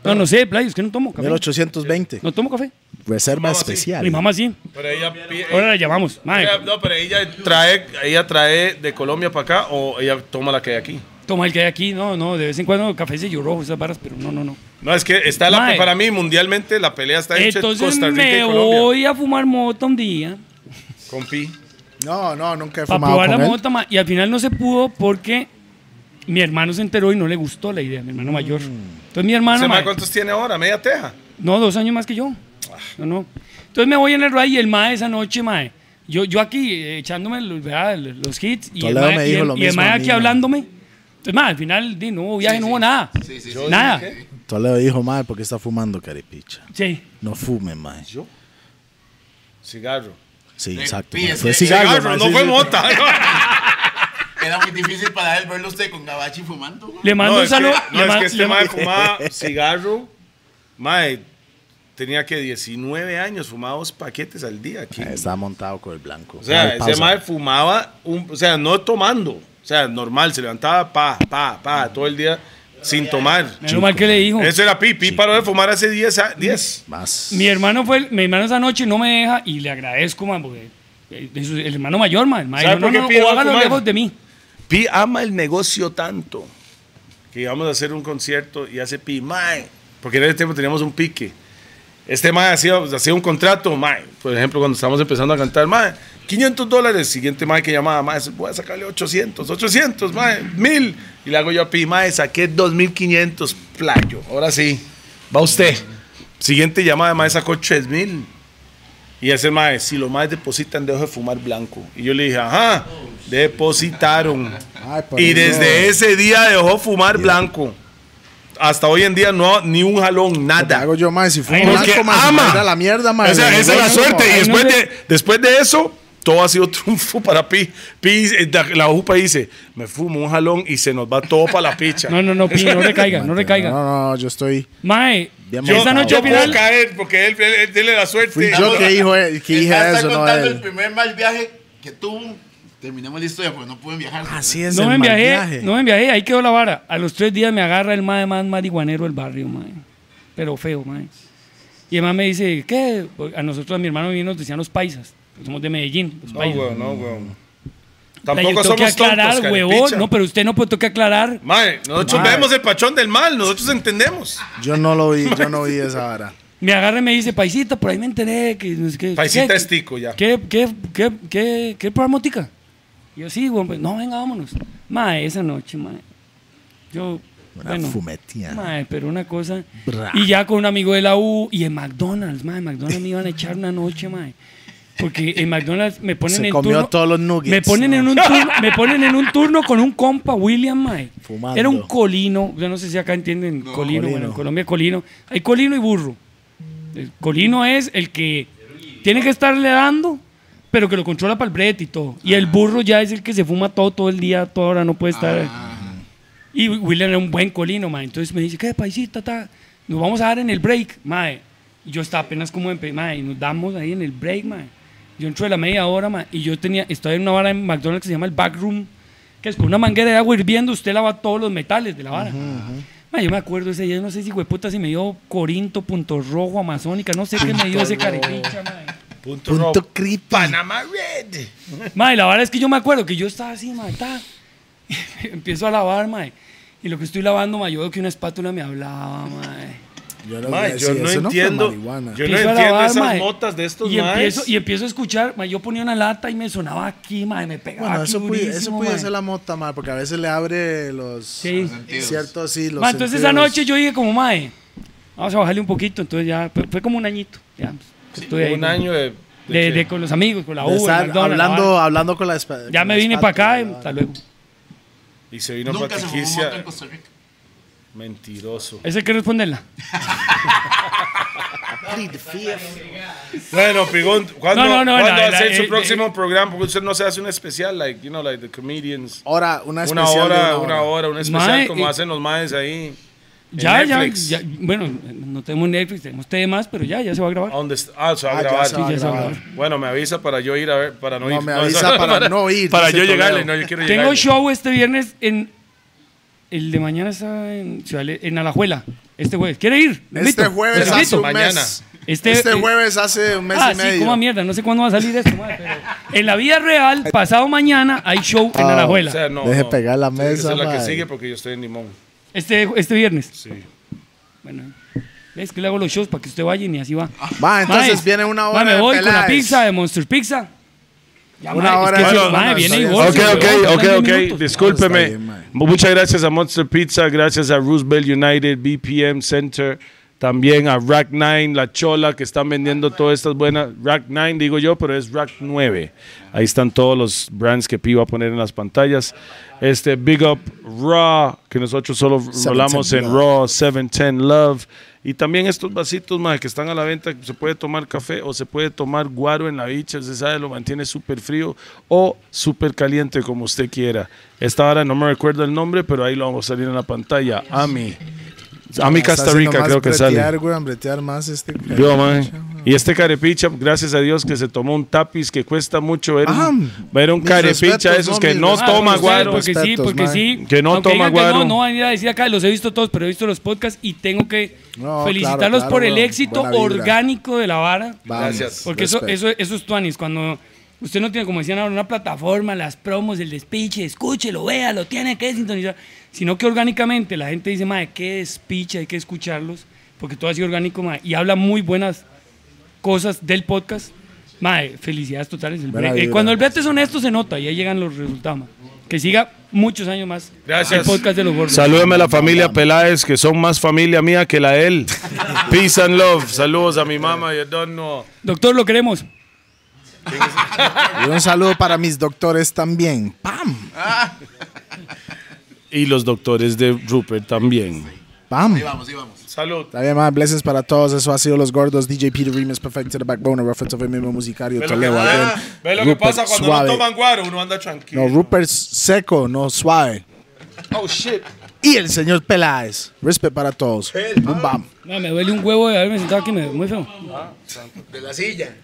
No, no sé, Play, es que no tomo café. 1820, No tomo café. reserva sí. especial. Mi mamá sí. Pero ella pide- Ahora la llamamos. Mae, ella- no, pero ella trae, ella trae de Colombia para acá o ella toma la que hay aquí. como el que hay aquí, no, no, de vez en cuando cafecillo rojo, esas varas, pero no, no, no. No, es que está la, Mae. para mí mundialmente la pelea está hecha en Entonces Costa Rica y me Colombia. voy a fumar mota un día Compi. No, no, nunca he para fumado probar con la él. mota ma, y al final no se pudo porque mi hermano se enteró y no le gustó la idea, mi hermano mayor. Mm. Entonces mi hermano... ¿Se ma, mae cuántos tiene ahora? ¿Media teja? No, dos años más que yo. Ah. No, no. Entonces me voy en el ride y el mae esa noche, mae. Yo, yo aquí eh, echándome los, ¿verdad? los hits y el, Toledo mae, me y dijo el- lo y el mismo mae a mí, aquí mae. hablándome. Entonces, mae, al final di, no hubo viaje, no hubo nada. Sí, sí, sí. nada. Toledo dijo, mae, porque está fumando, caripicha. Sí. No fume, mae. Sí, Cigarro. exacto. pide, mae. Fue sí, cigarro, Cigarro, mae, Eh, no sí, fue sí. mota. Era muy difícil para él verlo usted con Gabachi fumando. güey. Le <laughs> mando No, un es que- saludo. no, le es ma- que le este ma- mae fumaba cigarro. Mae, tenía que 19 años, fumaba dos paquetes al día. aquí. Mae, Estaba montado con el blanco. O sea, Mae, pausa. ese mae fumaba, un- o sea, no tomando. O sea, normal, se levantaba pa, pa, pa, todo el día sin tomar. menos mal que le dijo. Eso era Pi. Pi paró de fumar hace 10. a- 10. Más. Mi hermano fue, el- mi hermano esa noche no me deja y le agradezco, mae, porque eh, es el hermano mayor, mae. El mae ¿Sabe dijo, por no, qué no, pido o háganlo fumar? lejos de mí. Pi ama el negocio tanto que íbamos a hacer un concierto y hace Pi, mae. Porque en ese tiempo teníamos un pique. Este mae hacía, hacía un contrato, mae. Por ejemplo, cuando estábamos empezando a cantar, mae, 500 dólares. Siguiente mae que llamaba, mae, voy a sacarle 800, 800, mae, 1000. Y le hago yo a Pi, mae, saqué 2500, playo. Ahora sí, va usted. Siguiente llamada, mae, sacó 3000. Y ese mae, si los maes depositan, dejo de fumar blanco. Y yo le dije, ajá, depositaron. Ay, por y Dios. desde ese día dejó fumar blanco. Hasta hoy en día no, ni un jalón, ¿Qué nada. hago yo, mae? Si fumo Porque blanco, mae, se ama. me da la mierda, mae. Esa, esa es la Mae, suerte. Y mae, después, no le- de, después de eso, todo ha sido <laughs> triunfo para Pi. Pi eh, da- la UPA dice, me fumo un jalón y se nos va todo para la picha. <laughs> No, no, no, pi, no le caiga, no le caiga. No, no, yo estoy. Mae, Bien esa montado. noche yo al puedo final. caer porque él, él, él tiene la suerte. Fui yo que, dijo, eh, que Está- dije está eso, no contando él. el primer mal viaje que tuvo. Terminemos la historia porque no pueden viajar. Así es, No me el mal viajé, viaje. no me viajé, ahí quedó la vara. A los tres días me agarra el mae más marihuanero del barrio, mae. Pero feo, mae. Y además me dice, ¿qué? A nosotros, a mi hermano y a mí nos decían los paisas. porque Somos de Medellín, los No, paisas. weón, no, weón. O sea, Tampoco yo tengo que somos aclarar, tontos, huevón. carepicha. No, pero usted no puede tengo que aclarar. Mae, nosotros Mae. vemos el pachón del mal, nosotros entendemos. Yo no lo vi, yo no vi esa vara. Me agarra y me dice, paisita, por ahí me enteré que... no sé qué, Paisita ¿qué- es tico ya. ¿Qué, qué, qué, qué, qué probar motica? Y yo, sí, huevón, pues, no, venga, vámonos. Mae, esa noche, mae. Yo, Una bueno, fumetía. Mae, pero una cosa. Bra. Y ya con un amigo de la U y en McDonald's, mae. en McDonald's me iban a echar una noche, mae. Porque en McDonald's me ponen Se en comió turno. todos los nuggets. Me <laughs> ponen, en un turno, me ponen en un turno con un compa, William, mae. Fumando. Era un colino. Yo no sé si acá entienden colino. Bueno, colino. en Colombia colino. Hay colino y burro. El colino es el que tiene que estarle dando, pero que lo controla para el brete y todo. Y el burro ya es el que se fuma todo, todo el día, toda hora, no puede estar... Y William era un buen colino, mae. Entonces me dice, ¿qué, paisita? ta? Nos vamos a dar en el break, mae. Y yo estaba apenas como en... pe- Mae, y nos damos ahí en el break, mae. Yo entro de la media hora, mae. Y yo tenía... Estaba en una vara en McDonald's que se llama el backroom. Que es con una manguera de agua hirviendo. Usted lava todos los metales de la vara. Mae, yo me acuerdo ese día. No sé si, hueputa, si me dio Corinto, Punto Rojo, Amazónica. No sé qué me dio ese carepicha, mae. Punto, Punto creepy. Panamá Red. Mae, la verdad es que yo me acuerdo que yo estaba así, mae, ta. <laughs> Empiezo a lavar, mae. Y lo que estoy lavando, mae, yo veo que una espátula me hablaba, mae. Yo no, Mae, vi yo así, no eso fue entiendo. marihuana. Yo no Empiezo a entiendo lavar, esas mae. motas de estos y empiezo, maes. y empiezo a escuchar, mae, yo ponía una lata y me sonaba aquí, mae, me pegaba Bueno, aquí eso puede, Ah, durísimo, eso puede mae. ser la mota, mae, porque a veces le abre los Sí. Los sentidos. ciertos sí, los Mae, entonces esa sentidos. noche yo dije como, mae, vamos a bajarle un poquito. Entonces ya fue, fue como un añito, digamos. Estuve ahí, un mae. año de. De, de con los amigos, con la U, De el estar McDonald's, la hablando, vara. hablando con la espa- Ya con me la vine para espátula, acá, y la hasta vara. luego. Y se vino Nunca se fumó moto en Patiquicia. Costa Rica. Mentiroso. ¿Ese hay que responderla? Bueno, Pigón, ¿cuándo, No, no, no, ¿cuándo la- va a la- ser su eh, próximo programa? Porque usted no se hace un especial, like, you know, like the comedians. Ahora, Una una especial. de hora, una hora, un especial Mae, como eh, hacen los maes ahí. en Ya, ya, Netflix. ya. Bueno, no tenemos Netflix, tenemos temas, pero ya, ya se va a grabar. ¿Dónde está? Ah, se va a Ah, ya grabar. Oh, se va a Sí, ya se va a grabar. grabar. Bueno, me avisa para yo ir a ver, para no, No, ir. <laughs> me avisa para no ir, Para dice yo llegarle, Toledo. no, yo quiero llegar. Tengo show este viernes en. El de mañana está en, Ciudad Le- en Alajuela, este jueves. ¿Quiere ir? Lo Este invito, jueves lo hace invito. un Mañana. mes. Este, Este eh, jueves hace un mes ah, y sí, medio. como mierda, no sé cuándo va a salir esto, mae, pero en la vida real, pasado mañana, hay show Ah, en O Alajuela. sea, no, Deje no. pegar la Tiene que mesa, ser la que mae. sigue porque yo estoy en limón. Este, este viernes. Sí. Bueno, es que le hago los shows para que usted vaya y así va. Va, entonces Maes, viene una hora mae, me de voy con la Peláez. pizza de Monster Pizza. Ya, Una mae, hora es que de- ese Bueno, mae no, viene está y bien. gordo, Ok, weón, ok, faltan ok, diez ok. minutos. Discúlpeme. Está bien, man. Muchas gracias a Monster Pizza, gracias a Roosevelt United, BPM Center, también a Rack 9, La Chola, que están vendiendo todas estas buenas. Rack 9, digo yo, pero es Rack 9. Ahí están todos los brands que Pi va a poner en las pantallas. Este Big Up Raw, que nosotros solo rolamos en Raw, 710 Love. Y también estos vasitos más que están a la venta, se puede tomar café o se puede tomar guaro en la bicha, se sabe, lo mantiene súper frío o súper caliente, como usted quiera. Esta hora no me recuerdo el nombre, pero ahí lo vamos a salir en la pantalla. Ami. Ami Está Costa haciendo Rica más creo que bretear, sale. weón, bretear más este. Yo, man. Y este carepicha, gracias a Dios que se tomó un tapiz que cuesta mucho ver un, Ah, ver un mis carepicha respetos, esos no, que mis no respetos. toma Ah, Ustedes, guaro. Porque sí, Respetos, porque man. sí. Que no Aunque toma digan que guaro. No, no van a ir a decir acá, los he visto todos, pero he visto los podcasts y tengo que No, claro, felicitarlos claro, por el weón. éxito Buena vibra. orgánico de la vara. Gracias. Porque eso, eso, eso es tuanis, cuando usted no tiene, como decían ahora, una plataforma, las promos, el despiche, escúchelo, vea, lo tiene que sintonizar, sino que orgánicamente la gente dice, madre, qué despiche, hay que escucharlos, porque todo ha sido orgánico, mae, y habla muy buenas cosas del podcast. Madre, felicidades totales. El Buena bre- eh, vibra. cuando el brete es honesto se nota y ahí llegan los resultados. mae. Que siga muchos años más Gracias. el podcast de los gordos. Salúdeme a la familia Peláez, que son más familia mía que la <laughs> de él. Peace and love. Saludos a mi mamá, yo don't know. Doctor, lo queremos. Y un saludo para mis doctores también. Y los doctores de Rupert también. Pam. Vamos, sí, vamos. Salud. Está bien, man. Blessings para todos. Eso ha sido Los Gordos. DJ Peter Remus, Perfect to the Backbone, a reference of el mismo musicario. Ve lo que, Toledo, ah, Adrián. ve lo que Rupert pasa cuando suave. no toman guaro, uno anda tranquilo. No, Rupert seco, no suave. oh shit. Y el señor Peláez. Respeto para todos. Boom, bam. Mae, me duele un huevo de haberme sentado aquí, me, muy feo. De la silla.